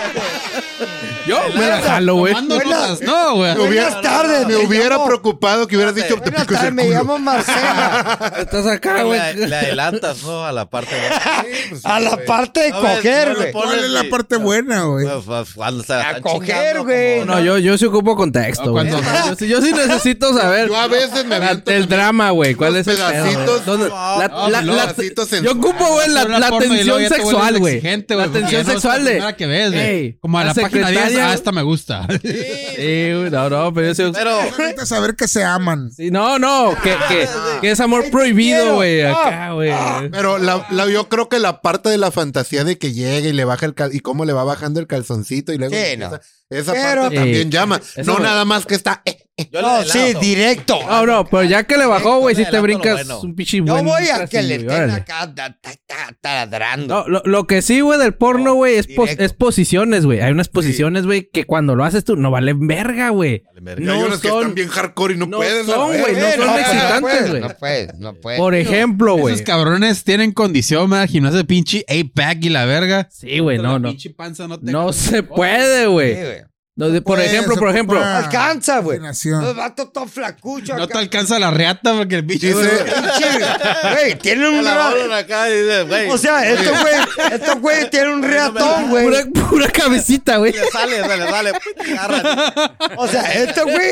Speaker 8: Yo me la jalo, güey.
Speaker 9: Tomando
Speaker 4: Buena-
Speaker 9: notas, no, güey.
Speaker 1: Me hubiera-
Speaker 4: Buenas tardes.
Speaker 1: Me
Speaker 4: me
Speaker 1: hubiera
Speaker 4: llamo-
Speaker 1: preocupado que hubieras dicho, te
Speaker 4: Buenas
Speaker 1: pico
Speaker 4: tardes,
Speaker 1: el
Speaker 4: me
Speaker 1: culo.
Speaker 4: llamo Marcela.
Speaker 8: Estás acá, güey.
Speaker 6: Le, le adelantas, ¿no? A la parte.
Speaker 4: A la parte de
Speaker 6: No ves,
Speaker 4: coger,
Speaker 6: no le
Speaker 4: güey.
Speaker 6: pones
Speaker 2: ¿Cuál es la
Speaker 6: ni-
Speaker 2: parte buena, güey?
Speaker 6: Pues, pues, cuando se la
Speaker 4: A
Speaker 6: están
Speaker 4: coger,
Speaker 6: chingando,
Speaker 4: güey.
Speaker 6: como-
Speaker 8: No, yo, yo sí ocupo contexto,
Speaker 9: No,
Speaker 8: güey.
Speaker 9: cuando-
Speaker 8: Yo, sí- yo sí necesito saber
Speaker 1: Yo a veces me
Speaker 8: la-
Speaker 1: aviento
Speaker 8: el drama, güey. ¿Cuál
Speaker 1: unos
Speaker 8: es el pedo, güey?
Speaker 1: pedacitos-
Speaker 8: ¿Dónde-
Speaker 6: No,
Speaker 8: la-
Speaker 9: no,
Speaker 8: la-
Speaker 9: los
Speaker 8: la-
Speaker 1: pedacitos
Speaker 8: Yo
Speaker 1: sensuales.
Speaker 8: ocupo, güey, la,
Speaker 9: Una
Speaker 8: la
Speaker 9: porno y
Speaker 8: tensión
Speaker 9: luego ya te vuelves
Speaker 8: sexual, güey.
Speaker 9: exigente,
Speaker 8: La
Speaker 9: porque ya
Speaker 8: tensión
Speaker 9: no es la
Speaker 8: sexual
Speaker 9: primera
Speaker 8: de...
Speaker 9: que ves, güey.
Speaker 8: Ey,
Speaker 9: Como a la,
Speaker 8: la
Speaker 9: página 10,
Speaker 8: secretaria-
Speaker 9: ah, esta me gusta.
Speaker 8: Sí, güey, no, no, pero yo sí...
Speaker 6: Pero,
Speaker 2: Necesitas saber que se aman.
Speaker 8: Sí, no, no, que, que, que es amor prohibido, güey. Acá, güey.
Speaker 1: Pero la, la- yo creo que la parte de la fantasía de que llega y le baja el cal y cómo le va bajando el calzoncito y luego
Speaker 4: Sí,
Speaker 1: empieza-
Speaker 4: no.
Speaker 1: esa
Speaker 4: Pero-
Speaker 1: parte también
Speaker 8: Eh,
Speaker 1: llama.
Speaker 8: eso
Speaker 1: No
Speaker 8: me-
Speaker 1: nada más que está eh, eh,
Speaker 6: yo le
Speaker 4: No,
Speaker 6: adelanto.
Speaker 4: sí, directo.
Speaker 8: No, no, pero ya que le bajó, güey, si te
Speaker 6: Adelanto lo
Speaker 8: brincas
Speaker 6: bueno.
Speaker 8: un pinche
Speaker 4: Yo
Speaker 8: buen
Speaker 4: voy a
Speaker 8: casting,
Speaker 4: que le
Speaker 8: güey,
Speaker 4: estén
Speaker 8: órale.
Speaker 4: acá ta- ta- ta- taladrando.
Speaker 8: No, lo, lo que sí, güey, del porno,
Speaker 4: No,
Speaker 8: güey, es, pos-
Speaker 4: directo.
Speaker 8: es posiciones, güey. Hay unas posiciones, güey, que cuando lo haces tú no valen verga, güey.
Speaker 1: y hay
Speaker 8: No
Speaker 1: unos que
Speaker 8: son-
Speaker 1: están bien hardcore y no,
Speaker 8: no
Speaker 1: pueden.
Speaker 8: son,
Speaker 1: a la
Speaker 8: güey,
Speaker 1: verga.
Speaker 8: no son
Speaker 4: puedes,
Speaker 8: excitantes, güey.
Speaker 4: No puedes, no puedes.
Speaker 8: Por ejemplo, güey.
Speaker 9: Esos cabrones tienen condición, me da gimnasia de pinche A-Pack y la verga.
Speaker 8: Sí, güey, no,
Speaker 9: La
Speaker 8: no.
Speaker 9: Pinche panza no te.
Speaker 8: No se puede,
Speaker 4: Sí,
Speaker 8: güey.
Speaker 4: güey.
Speaker 8: No, de- por
Speaker 2: Pues,
Speaker 8: ejemplo, por
Speaker 2: ocupa-
Speaker 8: ejemplo.
Speaker 4: Alcanza, güey.
Speaker 2: Coordinación.
Speaker 4: Los vatos todos flacuchos.
Speaker 9: No te
Speaker 4: acá.
Speaker 9: alcanza la reata porque el pinche.
Speaker 1: Dice,
Speaker 4: Pinche, Güey, tienen un.
Speaker 6: La
Speaker 4: ra-
Speaker 6: abren acá y dice, güey.
Speaker 4: O sea, estos güey, estos güey tienen un ratón, güey.
Speaker 8: Pura, pura cabecita, güey.
Speaker 6: le sale, sale, sale. Agárrate.
Speaker 4: O sea, estos güey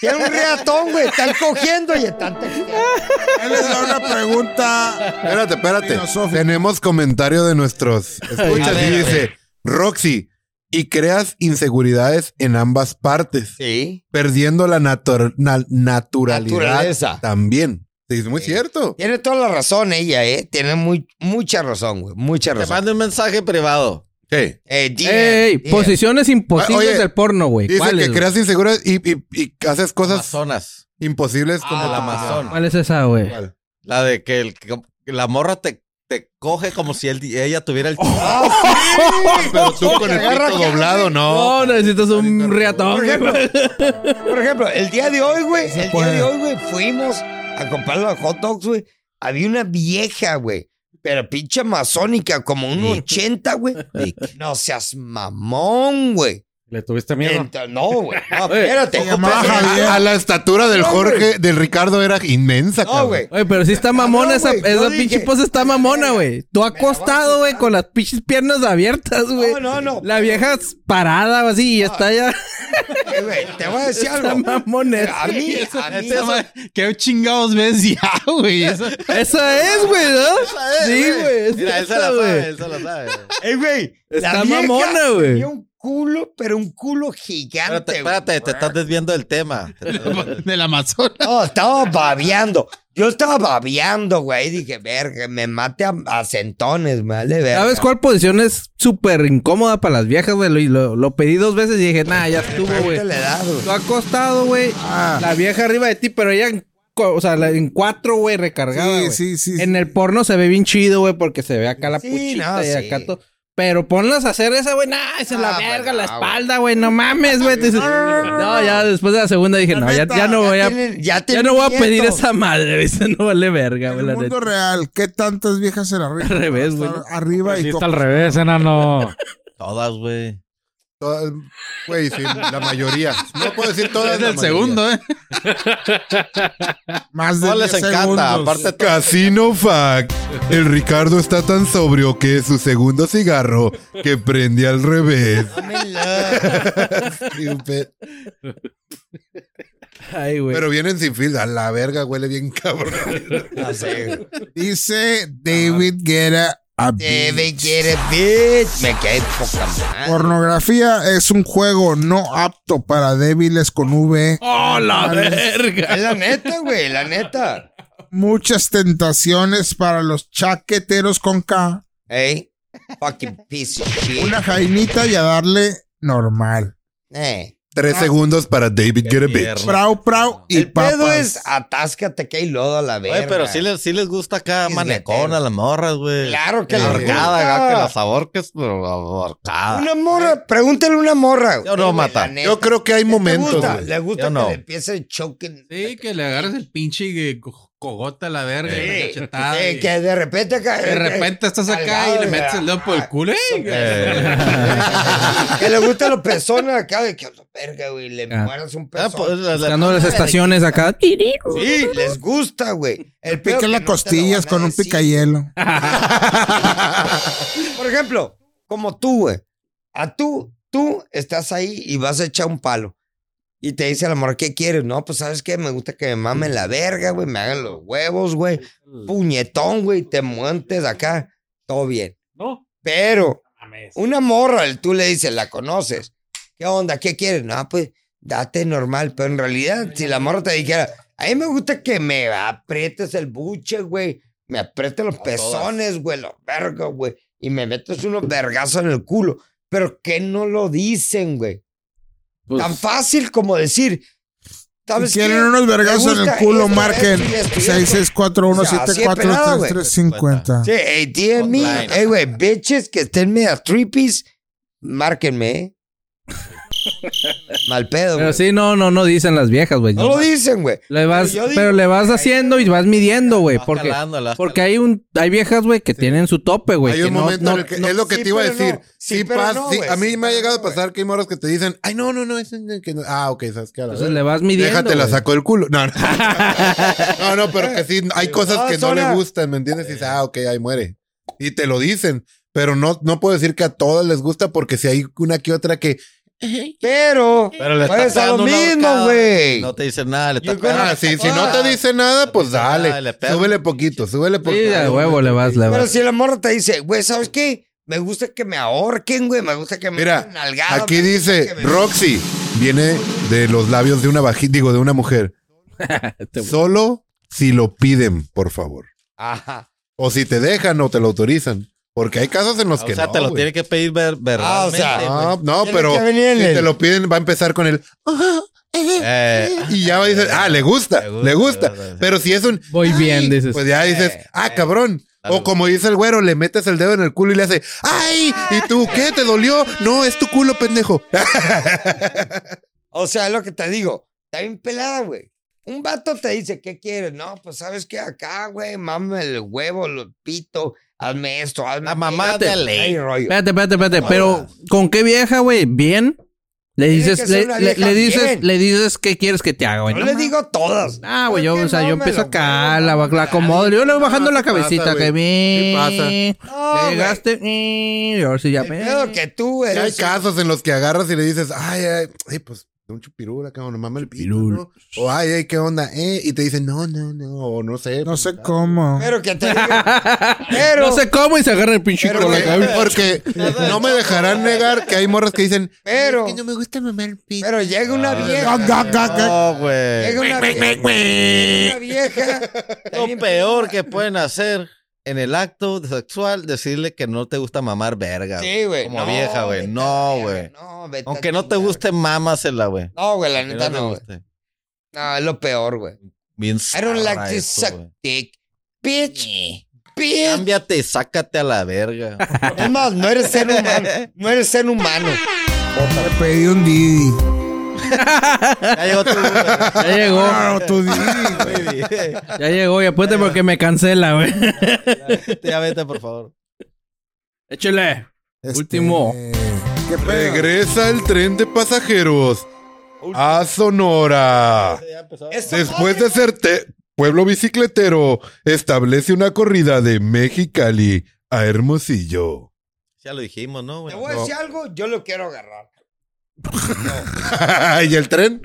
Speaker 4: tienen un ratón, güey. Están cogiendo y están texteando.
Speaker 2: Ahí les va una pregunta.
Speaker 1: espérate, espérate.
Speaker 2: Filosófico.
Speaker 1: Tenemos comentario de nuestros.
Speaker 6: A
Speaker 1: Escuchas
Speaker 6: ver,
Speaker 1: y
Speaker 6: a
Speaker 1: dice,
Speaker 6: ver.
Speaker 1: Roxy, y creas inseguridades en ambas partes,
Speaker 4: Sí.
Speaker 1: perdiendo la natur- na- naturalidad
Speaker 4: Naturaleza.
Speaker 1: también. Sí, es muy
Speaker 4: Sí.
Speaker 1: cierto.
Speaker 4: Tiene toda la razón ella, ¿eh? Tiene muy, mucha razón, güey. Mucha
Speaker 6: Te
Speaker 4: razón.
Speaker 6: mando un mensaje privado.
Speaker 1: Sí.
Speaker 4: Eh, DM,
Speaker 8: Ey,
Speaker 4: DM.
Speaker 8: posiciones imposibles
Speaker 1: Oye,
Speaker 8: del porno, güey.
Speaker 1: Dice
Speaker 8: ¿Cuál
Speaker 1: que
Speaker 8: es, güey?
Speaker 1: creas inseguridad y, y- y haces cosas
Speaker 6: Amazonas.
Speaker 1: imposibles
Speaker 6: Ah,
Speaker 1: como
Speaker 6: la
Speaker 1: tu mamá.
Speaker 6: Amazon.
Speaker 8: ¿Cuál es esa, güey?
Speaker 6: La de que, el- que la morra te, te coge como si él, ella tuviera el.
Speaker 1: Pero tú con el
Speaker 4: Agarra
Speaker 1: pito
Speaker 4: acá,
Speaker 1: doblado, no.
Speaker 8: No, necesitas un riatón,
Speaker 4: Por
Speaker 8: güey.
Speaker 4: ejemplo, por ejemplo, el día de hoy, güey, el día de hoy, güey, fuimos a comprar los hot dogs, güey. Había una vieja, güey, pero pinche masónica, como un 80, güey. No seas mamón, güey.
Speaker 5: ¿Le tuviste miedo?
Speaker 4: Ento- No, güey. No, espérate. Ah,
Speaker 2: Se llamaba Javier.
Speaker 1: A, a la estatura del
Speaker 4: No,
Speaker 1: Jorge, del Ricardo era inmensa,
Speaker 4: No,
Speaker 1: cabrón.
Speaker 4: güey.
Speaker 8: Oye, pero sí está
Speaker 4: Cabrón,
Speaker 8: mamona esa,
Speaker 4: güey, yo
Speaker 8: esa
Speaker 4: dije,
Speaker 8: pinche pose está mamona, güey. Tú acostado, güey, con las pinches piernas abiertas, güey.
Speaker 4: No, no, no.
Speaker 8: La vieja es parada así y está ya
Speaker 4: Eh, güey, Te voy a decir
Speaker 8: está
Speaker 4: algo.
Speaker 8: mamona.
Speaker 4: A mí, a mí.
Speaker 9: Esa madre, Qué chingados ves ya, güey. Eso-
Speaker 8: Esa es, güey, ¿no? Sí, güey. es
Speaker 6: Mira, él se la
Speaker 8: esa,
Speaker 6: sabe,
Speaker 8: güey.
Speaker 6: él se la sabe.
Speaker 4: Ey, güey. la
Speaker 8: Está
Speaker 4: vieja
Speaker 8: mamona, güey.
Speaker 4: tenía un culo, pero un culo gigante.
Speaker 6: Espérate,
Speaker 4: güey.
Speaker 6: espérate, te estás desviando del tema. Te estás desviando del-
Speaker 9: Del Amazonas.
Speaker 4: No, estaba babeando. Yo estaba babeando, güey. Dije, verga, me mate a, a centones, me vale verga.
Speaker 8: ¿Sabes cuál posición es súper incómoda para las viejas, güey? Lo, lo- lo pedí dos veces y dije, nah, ya estuvo, güey.
Speaker 4: Ahorita le das, güey.
Speaker 8: Tú acostado, güey. La vieja arriba de ti, pero ella, en co- o sea, la- en cuatro, güey, recargada.
Speaker 2: Sí,
Speaker 8: güey.
Speaker 2: sí, sí.
Speaker 8: En el porno se ve bien chido, güey, porque se ve acá la
Speaker 4: Sí,
Speaker 8: puchita
Speaker 4: no,
Speaker 8: y acá
Speaker 4: sí.
Speaker 8: todo. Pero ponlas a hacer esa, güey. Nah, esa es la
Speaker 4: Ah, pues,
Speaker 8: verga, la
Speaker 4: no,
Speaker 8: espalda, güey. No mames, güey. Te dices, No, ya después de la segunda dije, no, ya,
Speaker 4: neta,
Speaker 8: ya no voy a.
Speaker 4: tienen- ya
Speaker 8: Ya
Speaker 4: tienen
Speaker 8: no voy a pedir
Speaker 4: nietos.
Speaker 8: esa madre, güey. Esa no vale verga,
Speaker 2: En
Speaker 8: güey.
Speaker 2: el
Speaker 8: la
Speaker 2: mundo
Speaker 8: neta.
Speaker 2: real, ¿qué tantas viejas se la
Speaker 8: Al
Speaker 2: arreglan?
Speaker 8: revés, güey.
Speaker 2: Estar Arriba
Speaker 5: Sí
Speaker 2: y
Speaker 5: está
Speaker 2: co-
Speaker 5: al revés, enano.
Speaker 6: Todas, güey.
Speaker 1: Todas- Güey, sí, la mayoría. No puedo decir todas.
Speaker 9: Es
Speaker 1: la
Speaker 9: del
Speaker 1: mayoría.
Speaker 9: segundo, ¿eh?
Speaker 2: más de
Speaker 6: Todas les
Speaker 2: 10
Speaker 6: encanta.
Speaker 2: segundos.
Speaker 6: Aparte,
Speaker 1: Casino Fact. El Ricardo está tan sobrio que es su segundo cigarro que prende al revés. Stupid.
Speaker 8: Ay, güey.
Speaker 1: Pero vienen sin fil. A la verga huele bien cabrón.
Speaker 4: No sé, güey.
Speaker 2: Dice David Guerra. a
Speaker 4: Te
Speaker 2: beat.
Speaker 4: me quiere, bitch. Me quedé poca madre.
Speaker 2: Pornografía es un juego no apto para débiles con V.
Speaker 8: ¡Oh, la verga!
Speaker 4: Es la neta, güey, la neta.
Speaker 2: Muchas tentaciones para los chaqueteros con K.
Speaker 4: Ey, fucking piece of shit.
Speaker 2: Una jainita y a darle normal.
Speaker 4: Eh.
Speaker 1: Tres segundos para David Get a Bitch.
Speaker 2: Prau, prau y
Speaker 4: El pedo
Speaker 2: papas.
Speaker 4: es atáscate que hay lodo a la verga.
Speaker 6: Oye, pero sí les, sí les gusta acá
Speaker 4: Sí,
Speaker 6: manecona,
Speaker 4: letero.
Speaker 6: las morras, güey.
Speaker 4: Claro que les
Speaker 6: Ahorcada,
Speaker 4: gusta.
Speaker 6: acá, que las ahorques, pero ahorcada.
Speaker 4: Una morra, pregúntale a una morra.
Speaker 6: Yo no,
Speaker 4: Güey,
Speaker 6: mata.
Speaker 4: la neta.
Speaker 1: Yo creo que hay
Speaker 4: ¿Te
Speaker 1: momentos.
Speaker 4: gusta?
Speaker 1: güey.
Speaker 4: Le gusta
Speaker 6: Yo
Speaker 4: que
Speaker 6: no.
Speaker 4: le empiece el choque.
Speaker 9: Sí, que le agarres el pinche eh, co- cogota a la verga. y la
Speaker 4: Sí,
Speaker 9: cachetada,
Speaker 4: sí,
Speaker 9: y
Speaker 4: que de repente acá-
Speaker 9: De repente estás acá y le metes el dedo por el culo. ¡eh!
Speaker 4: que le gustan los pezones acá de que verga, güey, le mueras un
Speaker 6: Ah, pues,
Speaker 4: pezón.
Speaker 6: la- la-
Speaker 8: Buscando las estaciones acá.
Speaker 4: Sí, les gusta, güey. El pedo
Speaker 2: Pica
Speaker 4: que
Speaker 2: las
Speaker 4: no te lo
Speaker 2: costillas
Speaker 4: van a
Speaker 2: con un
Speaker 4: decir.
Speaker 2: picayelo.
Speaker 4: Por ejemplo, como tú, güey. A Ah, tú, tú estás ahí y vas a echar un palo. Y te dice el amor, ¿qué quieres? No, pues sabes qué, me gusta que me mamen la verga, güey, me hagan los huevos, güey. Puñetón, güey, te montes acá. Todo bien.
Speaker 5: No.
Speaker 4: Pero
Speaker 5: Mames.
Speaker 4: una morra, el- tú le dices, la conoces. ¿Qué onda? ¿Qué quieres? No, pues date normal. Pero en realidad, si la morra te dijera, a mí me gusta que me aprietes el buche, güey. Me aprietes los pezones, güey, los vergos, güey. Y me metes unos vergazos en el culo. Pero ¿qué no lo dicen, güey?
Speaker 5: Pues,
Speaker 4: Tan fácil como decir,
Speaker 2: Si
Speaker 4: ¿sabes
Speaker 2: quieren
Speaker 4: qué?
Speaker 2: unos vergazos en
Speaker 4: gusta Este,
Speaker 2: el culo,
Speaker 4: esto,
Speaker 2: marquen
Speaker 4: esto y esto y esto. O sea, así de pelada, güey.
Speaker 2: 664-174-3350.
Speaker 4: Sí, ATM,
Speaker 6: Online.
Speaker 4: hey, güey, bitches que estén media trippies, márquenme, ¿eh? Mal pedo,
Speaker 8: Pero
Speaker 4: güey.
Speaker 8: sí, no, no, no dicen las viejas, güey.
Speaker 4: No lo dicen, güey.
Speaker 8: Le vas,
Speaker 4: Pero yo digo-
Speaker 8: pero le vas haciendo y vas midiendo, güey.
Speaker 6: vas
Speaker 8: Porque,
Speaker 6: jalando, la vas
Speaker 8: porque hay un, hay viejas, güey, que tienen su tope, güey.
Speaker 1: Hay
Speaker 8: Pues que
Speaker 1: un
Speaker 8: no-
Speaker 1: momento
Speaker 8: no-
Speaker 1: en el que
Speaker 4: no,
Speaker 1: es lo que
Speaker 4: sí,
Speaker 1: te iba a
Speaker 4: pero
Speaker 1: decir.
Speaker 4: no.
Speaker 1: Sí,
Speaker 4: Sí, pero
Speaker 1: pas-
Speaker 4: no,
Speaker 1: sí,
Speaker 4: güey.
Speaker 1: a mí
Speaker 4: Sí,
Speaker 1: me ha
Speaker 4: pero
Speaker 1: llegado
Speaker 4: no,
Speaker 1: a pasar que hay morras que te dicen, ay, no, no, no, es en- que no. Ah, ok, sabes qué. A la
Speaker 8: Entonces
Speaker 1: verga.
Speaker 8: le vas midiendo.
Speaker 1: Déjate la
Speaker 8: güey.
Speaker 1: saco del culo. No, no. No, no, pero que sí, hay cosas
Speaker 4: No,
Speaker 1: que no
Speaker 4: Sonia.
Speaker 1: le gustan, ¿me entiendes? Y dices, ah, ok, ahí muere. Y te lo dicen. Pero no, no puedo decir que a todas les gusta porque si hay una que otra que.
Speaker 4: Pero,
Speaker 6: Pero le
Speaker 4: Pues,
Speaker 6: estás
Speaker 4: a lo
Speaker 6: dando una
Speaker 4: mismo,
Speaker 6: ahorcada,
Speaker 4: güey.
Speaker 6: No te dicen nada, le estás
Speaker 4: creo-
Speaker 6: pegando.
Speaker 1: Ah, sí, si no te dice nada, pues dale.
Speaker 6: Dale, perro.
Speaker 1: Súbele poquito, súbele poquito.
Speaker 8: Sí, a huevo le vas, le
Speaker 4: pero
Speaker 8: vas.
Speaker 4: si el amor te dice, güey, ¿sabes qué? Me gusta que me ahorquen, güey. Me gusta que me
Speaker 1: Mira,
Speaker 4: den nalgada,
Speaker 1: Aquí
Speaker 4: me gusta
Speaker 1: dice
Speaker 4: que me-
Speaker 1: Roxy. Viene de los labios de una vajilla, digo, de una mujer. Solo si lo piden, por favor.
Speaker 4: Ajá.
Speaker 1: O si te dejan o te lo autorizan. Porque hay casos en los
Speaker 6: Ah,
Speaker 1: que
Speaker 6: o sea,
Speaker 1: no.
Speaker 6: te lo
Speaker 1: güey.
Speaker 6: tiene que pedir ver,
Speaker 4: Ah, o sea,
Speaker 6: verbalmente, güey.
Speaker 1: No, no,
Speaker 4: Tiene
Speaker 1: pero
Speaker 4: que venir en
Speaker 1: si
Speaker 4: el-
Speaker 1: te lo piden, va a empezar con el. "Oh,
Speaker 6: Eh,
Speaker 1: Y ya va a decir, ah, le gusta,
Speaker 6: Le gusta,
Speaker 1: le gusta.
Speaker 6: le gusta. Eh,
Speaker 1: Pero si es un.
Speaker 8: Voy
Speaker 1: "Ay",
Speaker 8: bien, dices.
Speaker 1: Pues ya dices, ah, cabrón.
Speaker 6: Dale.
Speaker 1: O como dice el güero, le metes el dedo en el culo y le hace, ¡ay! ¿Y tú qué? ¿Te dolió? No, es tu culo, pendejo.
Speaker 4: O sea, es lo que te digo. Está bien pelada, güey. Un vato te dice, ¿qué quieres? No, pues sabes que acá, güey, mame el huevo, lo pito, hazme esto, hazme
Speaker 6: La mamá
Speaker 4: aquello".
Speaker 6: de ley.
Speaker 4: Ay, rollo.
Speaker 8: Espérate, espérate, espérate. Pero, ¿con qué vieja, güey? ¿Bien? Le
Speaker 4: Tiene que
Speaker 8: dices,
Speaker 4: ser
Speaker 8: le,
Speaker 4: una
Speaker 8: le-
Speaker 4: vieja
Speaker 8: le dices,
Speaker 4: bien.
Speaker 8: le dices qué quieres que te haga, güey.
Speaker 4: No
Speaker 8: No
Speaker 4: le
Speaker 8: mames.
Speaker 4: digo todas.
Speaker 8: Ah, güey, yo,
Speaker 4: Creo que
Speaker 8: o sea,
Speaker 4: no
Speaker 8: yo
Speaker 4: me
Speaker 8: empiezo
Speaker 4: lo
Speaker 8: acá,
Speaker 4: creo,
Speaker 8: la,
Speaker 4: no,
Speaker 8: la acomodo, yo le voy bajando
Speaker 1: No,
Speaker 8: la
Speaker 1: sí pasa,
Speaker 8: cabecita,
Speaker 1: güey.
Speaker 8: que
Speaker 1: Sí pasa.
Speaker 8: bien.
Speaker 4: No,
Speaker 8: Ya
Speaker 4: güey.
Speaker 8: llegaste, eh, y ahora sí ya.
Speaker 4: El pedo que tú
Speaker 1: Hay
Speaker 4: eres.
Speaker 1: casos en los que agarras y le dices, ay, ay, ay, pues un chupirula, cabrón, mama el pito, ¿no? O, ay, ay, ¿qué onda? Eh, y te dicen, no, no, no, o no sé. pues,
Speaker 2: No sé cómo.
Speaker 4: Pero que te diga. Pero.
Speaker 8: No sé cómo y se agarra el pinche
Speaker 4: Pero
Speaker 8: cola,
Speaker 4: que-
Speaker 8: cabrón.
Speaker 1: Porque no me dejarán negar que hay morras que dicen,
Speaker 4: Pero.
Speaker 1: "Es que no me gusta mamar el pito.
Speaker 4: Pero llega una vieja.
Speaker 2: Ga, ga, ga, ga.
Speaker 6: No, güey.
Speaker 4: Llega una vieja. Una vieja.
Speaker 6: Lo peor que pueden hacer en el acto sexual, decirle que no te gusta mamar verga. güey.
Speaker 4: Sí, güey.
Speaker 6: Como
Speaker 4: No,
Speaker 6: vieja, güey.
Speaker 4: vete a
Speaker 6: No,
Speaker 4: la verga,
Speaker 6: güey.
Speaker 4: No, vete a
Speaker 6: Aunque no te
Speaker 4: chingar.
Speaker 6: guste, mámasela, güey.
Speaker 4: No, güey, la
Speaker 6: Que
Speaker 4: neta
Speaker 6: te
Speaker 4: no, güey.
Speaker 6: guste.
Speaker 4: No, es lo peor, güey.
Speaker 6: Bien
Speaker 4: I don't like
Speaker 6: zarra
Speaker 4: to
Speaker 6: eso,
Speaker 4: suck
Speaker 6: güey.
Speaker 4: dick. Bitch. Bitch.
Speaker 6: Cámbiate y sácate a la verga.
Speaker 4: Es más, no eres ser humano. No eres ser humano.
Speaker 2: Te pedí un Didi.
Speaker 6: ya llegó tu Uber.
Speaker 8: Ya llegó,
Speaker 2: Claro, tu Ah, Didi.
Speaker 8: ya llegó. Y apuéste porque me cancela, güey.
Speaker 6: Ya vete, por favor.
Speaker 8: Échale.
Speaker 2: Este,
Speaker 8: Último.
Speaker 2: ¿Qué pedo?
Speaker 1: Regresa el tren de pasajeros a Sonora. Después de ser te- pueblo bicicletero, establece una corrida de Mexicali a Hermosillo.
Speaker 6: Ya lo dijimos, ¿no,
Speaker 4: Te
Speaker 6: güey?
Speaker 4: voy a decir algo, yo lo quiero agarrar.
Speaker 1: ¿Y el tren?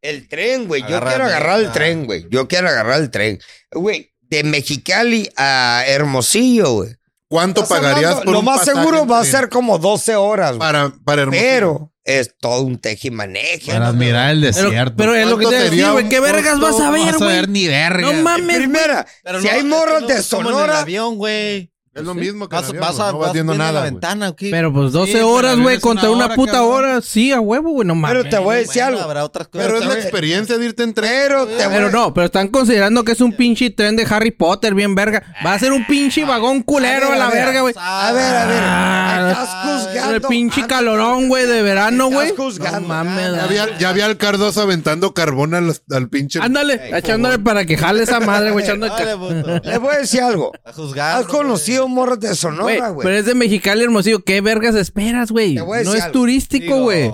Speaker 4: El tren, güey. Yo
Speaker 6: Agárrame.
Speaker 4: quiero agarrar el
Speaker 6: Ah.
Speaker 4: tren, güey. Yo quiero agarrar el tren. Güey, de Mexicali a Hermosillo, güey.
Speaker 1: ¿Cuánto
Speaker 4: Estás
Speaker 1: pagarías
Speaker 4: hablando-
Speaker 1: por
Speaker 4: Lo
Speaker 1: un
Speaker 4: más
Speaker 1: pasaje
Speaker 4: seguro
Speaker 1: en
Speaker 4: va a
Speaker 1: tren
Speaker 4: ser como 12 horas, güey.
Speaker 1: para, para Hermosillo?
Speaker 4: Pero es todo un tejimaneje.
Speaker 9: Para
Speaker 4: ¿no?
Speaker 9: admirar el
Speaker 8: Pero,
Speaker 9: desierto.
Speaker 8: pero es lo que
Speaker 1: ¿Cuánto
Speaker 8: te iba a decir,
Speaker 1: sería
Speaker 8: güey.
Speaker 1: un
Speaker 8: ¿Qué vergas vas a
Speaker 9: No
Speaker 8: ver,
Speaker 9: vas a
Speaker 8: güey?
Speaker 9: ver ni verga.
Speaker 8: No mames.
Speaker 4: Primera,
Speaker 6: Pero
Speaker 4: si
Speaker 6: no,
Speaker 4: hay
Speaker 6: es que
Speaker 4: morros
Speaker 6: no
Speaker 4: de
Speaker 6: es como en el
Speaker 4: Sonora.
Speaker 6: avión, güey.
Speaker 1: Es lo mismo que en
Speaker 6: Vas,
Speaker 1: avión,
Speaker 6: vas
Speaker 1: güey,
Speaker 6: a
Speaker 1: no
Speaker 6: vas
Speaker 1: vas viendo
Speaker 6: viendo la
Speaker 1: nada. güey.
Speaker 6: ventana, ¿ok?
Speaker 8: Pero pues 12
Speaker 9: pero
Speaker 8: horas,
Speaker 9: la
Speaker 8: güey,
Speaker 9: verdad es
Speaker 8: contra
Speaker 9: una
Speaker 8: una,
Speaker 9: hora,
Speaker 8: puta
Speaker 9: cabrón.
Speaker 8: hora. Sí, a huevo, güey, no mames.
Speaker 4: Pero te voy a decir
Speaker 6: Bueno,
Speaker 4: algo.
Speaker 6: Habrá otras cosas.
Speaker 1: Pero es la
Speaker 4: también-
Speaker 1: experiencia de irte en tren.
Speaker 4: Pero te voy
Speaker 8: Pero
Speaker 4: a-
Speaker 8: no, pero están considerando que es un pinche tren de Harry Potter, bien verga. Va a ser un pinche
Speaker 4: Ah,
Speaker 8: vagón culero a, la verga, güey.
Speaker 4: A ver, a ver.
Speaker 1: Ah.
Speaker 4: estás
Speaker 8: Con El
Speaker 4: juzgando.
Speaker 8: pinche
Speaker 4: Ah,
Speaker 8: calorón, güey, de verano, güey.
Speaker 4: juzgando.
Speaker 8: No mames.
Speaker 1: Ya vi, al, ya vi al Cardoso aventando carbón al, al pinche.
Speaker 8: Ándale, echándole para que jale esa madre, güey. echando el ca-
Speaker 6: Dale, puto.
Speaker 4: Les voy a decir algo.
Speaker 6: A juzgar.
Speaker 4: Has conocido morros de
Speaker 8: Güey,
Speaker 4: Sonora,
Speaker 8: pero
Speaker 4: güey.
Speaker 8: es de Mexicali, Hermosillo. ¿Qué vergas esperas, güey?
Speaker 4: Te voy a
Speaker 8: No
Speaker 4: decir
Speaker 8: es
Speaker 4: algo.
Speaker 8: turístico, güey.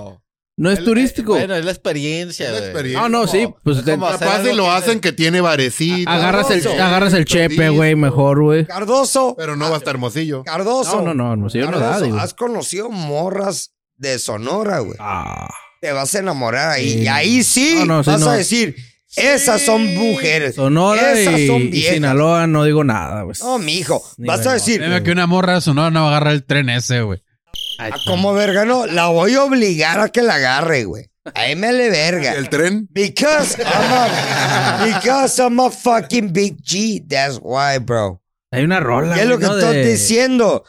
Speaker 8: No es turístico.
Speaker 6: Bueno, es la experiencia,
Speaker 1: Es la
Speaker 6: güey.
Speaker 1: experiencia.
Speaker 8: No, no, sí. Pues te-
Speaker 6: como hacer
Speaker 1: Capaz si
Speaker 6: algo
Speaker 1: lo
Speaker 6: que-
Speaker 1: hacen que tiene barecito.
Speaker 8: agarras el,
Speaker 1: Sí.
Speaker 8: agarras el chepe,
Speaker 1: Disco.
Speaker 8: güey, mejor, güey.
Speaker 4: Cardoso,
Speaker 1: Pero no va a estar hermosillo.
Speaker 4: Cardoso.
Speaker 8: No, no, no, Hermosillo no da,
Speaker 4: Cardoso,
Speaker 8: digo.
Speaker 4: has conocido morras de Sonora, güey.
Speaker 8: Ah.
Speaker 4: Te vas a enamorar ahí. Y ahí sí
Speaker 8: No, no, sí,
Speaker 4: vas
Speaker 8: no.
Speaker 4: a decir, esas son mujeres.
Speaker 8: Sonora
Speaker 4: esas
Speaker 8: y,
Speaker 4: son
Speaker 8: y
Speaker 4: viejas.
Speaker 8: Sinaloa no digo nada, pues. güey.
Speaker 4: No, mijo.
Speaker 8: Ni
Speaker 4: vas
Speaker 8: verga.
Speaker 4: a decir,
Speaker 9: Créeme que una morra de Sonora no va a agarrar el tren ese, güey.
Speaker 4: "Ah, como verga, no, la voy a obligar a que la agarre, güey. A mí me le verga.
Speaker 1: El tren.
Speaker 4: Because I'm a, because I'm a fucking big G. That's why, bro.
Speaker 8: Hay una rola.
Speaker 4: ¿Qué es lo que
Speaker 8: güey, ¿no?
Speaker 4: estoy
Speaker 8: de-
Speaker 4: diciendo?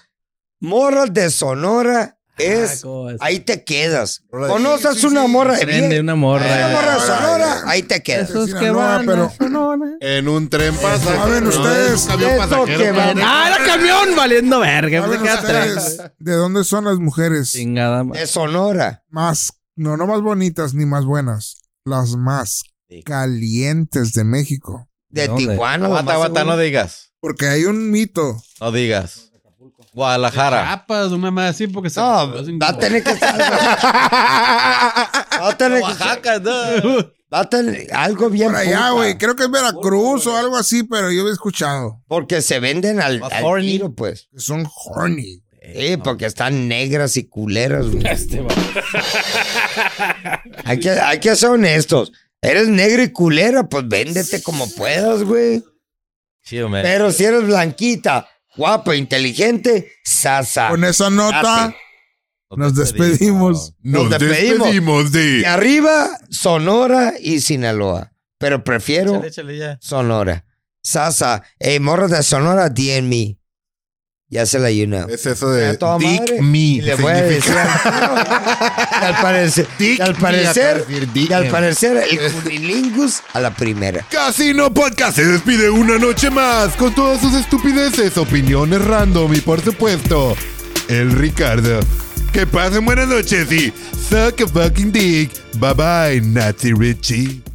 Speaker 4: Morras de Sonora
Speaker 8: Ah,
Speaker 4: es.
Speaker 8: ¿cómo es?
Speaker 4: Ahí te quedas.
Speaker 1: Rola de-
Speaker 4: Conoces
Speaker 1: Sí, sí,
Speaker 4: una
Speaker 1: sí.
Speaker 4: morra de
Speaker 8: Tren de
Speaker 4: bien.
Speaker 8: una
Speaker 4: Una
Speaker 8: morra.
Speaker 4: morra de Sonora, ahí te quedas.
Speaker 8: Esos que
Speaker 2: Sinaloa,
Speaker 8: van
Speaker 2: pero-
Speaker 8: a Sonora.
Speaker 1: En un tren pasa.
Speaker 2: ¿Saben
Speaker 1: No,
Speaker 2: ustedes?
Speaker 1: es camión
Speaker 4: Eso
Speaker 1: pasajero,
Speaker 4: que
Speaker 1: cabrón.
Speaker 8: ¡Ah, era camión! Valiendo verga.
Speaker 2: ¿Saben
Speaker 8: Me queda tres.
Speaker 2: ustedes ¿De dónde son las mujeres
Speaker 8: Chingada madre.
Speaker 4: De Sonora.
Speaker 2: más, no, no más bonitas ni más buenas, las más calientes de México?
Speaker 4: De
Speaker 8: ¿Dónde?
Speaker 4: Tijuana. lo
Speaker 6: Guata,
Speaker 4: más
Speaker 6: guata, no
Speaker 4: seguro.
Speaker 6: digas.
Speaker 2: Porque hay un mito.
Speaker 6: No digas. Guadalajara.
Speaker 9: Chapas, una madre así, porque se.
Speaker 4: Ah. No, va a tener que estar. Va a tener que
Speaker 6: Oaxaca, no.
Speaker 4: Va a tener algo bien.
Speaker 2: Por allá,
Speaker 4: puta,
Speaker 2: güey. Creo que es Veracruz o algo así, pero yo he escuchado
Speaker 4: Porque se venden al,
Speaker 6: Más
Speaker 4: al
Speaker 6: horny.
Speaker 4: tiro, pues.
Speaker 2: que son horny.
Speaker 4: Sí, porque están negras y culeras, güey. hay, que, hay que ser honestos. Eres negro y culera, pues véndete como puedas, güey.
Speaker 6: Sí, hombre.
Speaker 4: Pero si eres blanquita, guapo, inteligente, sasa.
Speaker 2: Con esa nota nos
Speaker 6: te
Speaker 2: despedimos.
Speaker 1: Nos
Speaker 4: Nos despedimos.
Speaker 1: despedimos
Speaker 4: Y
Speaker 1: de.
Speaker 4: arriba, Sonora y Sinaloa. Pero prefiero
Speaker 6: Échale, échale ya.
Speaker 4: Sonora. Sasa, hey, morra de Sonora, DNM. Ya se la you know.
Speaker 1: Es eso de.
Speaker 4: A toda
Speaker 1: Dick
Speaker 4: madre.
Speaker 1: me.
Speaker 4: Y le voy a decir
Speaker 1: Eh, significa-
Speaker 4: al- al parecer,
Speaker 1: Dick
Speaker 4: y al
Speaker 1: me,
Speaker 4: parecer,
Speaker 1: acaba de decir
Speaker 4: y
Speaker 1: dick
Speaker 4: al
Speaker 1: me.
Speaker 4: parecer, el cunilingus a la primera.
Speaker 1: Casino Podcast se despide una noche más con todas sus estupideces, opiniones random y por supuesto, el Ricardo. Que pasen buenas noches y suck a fucking dick. Bye bye, Nazi Richie.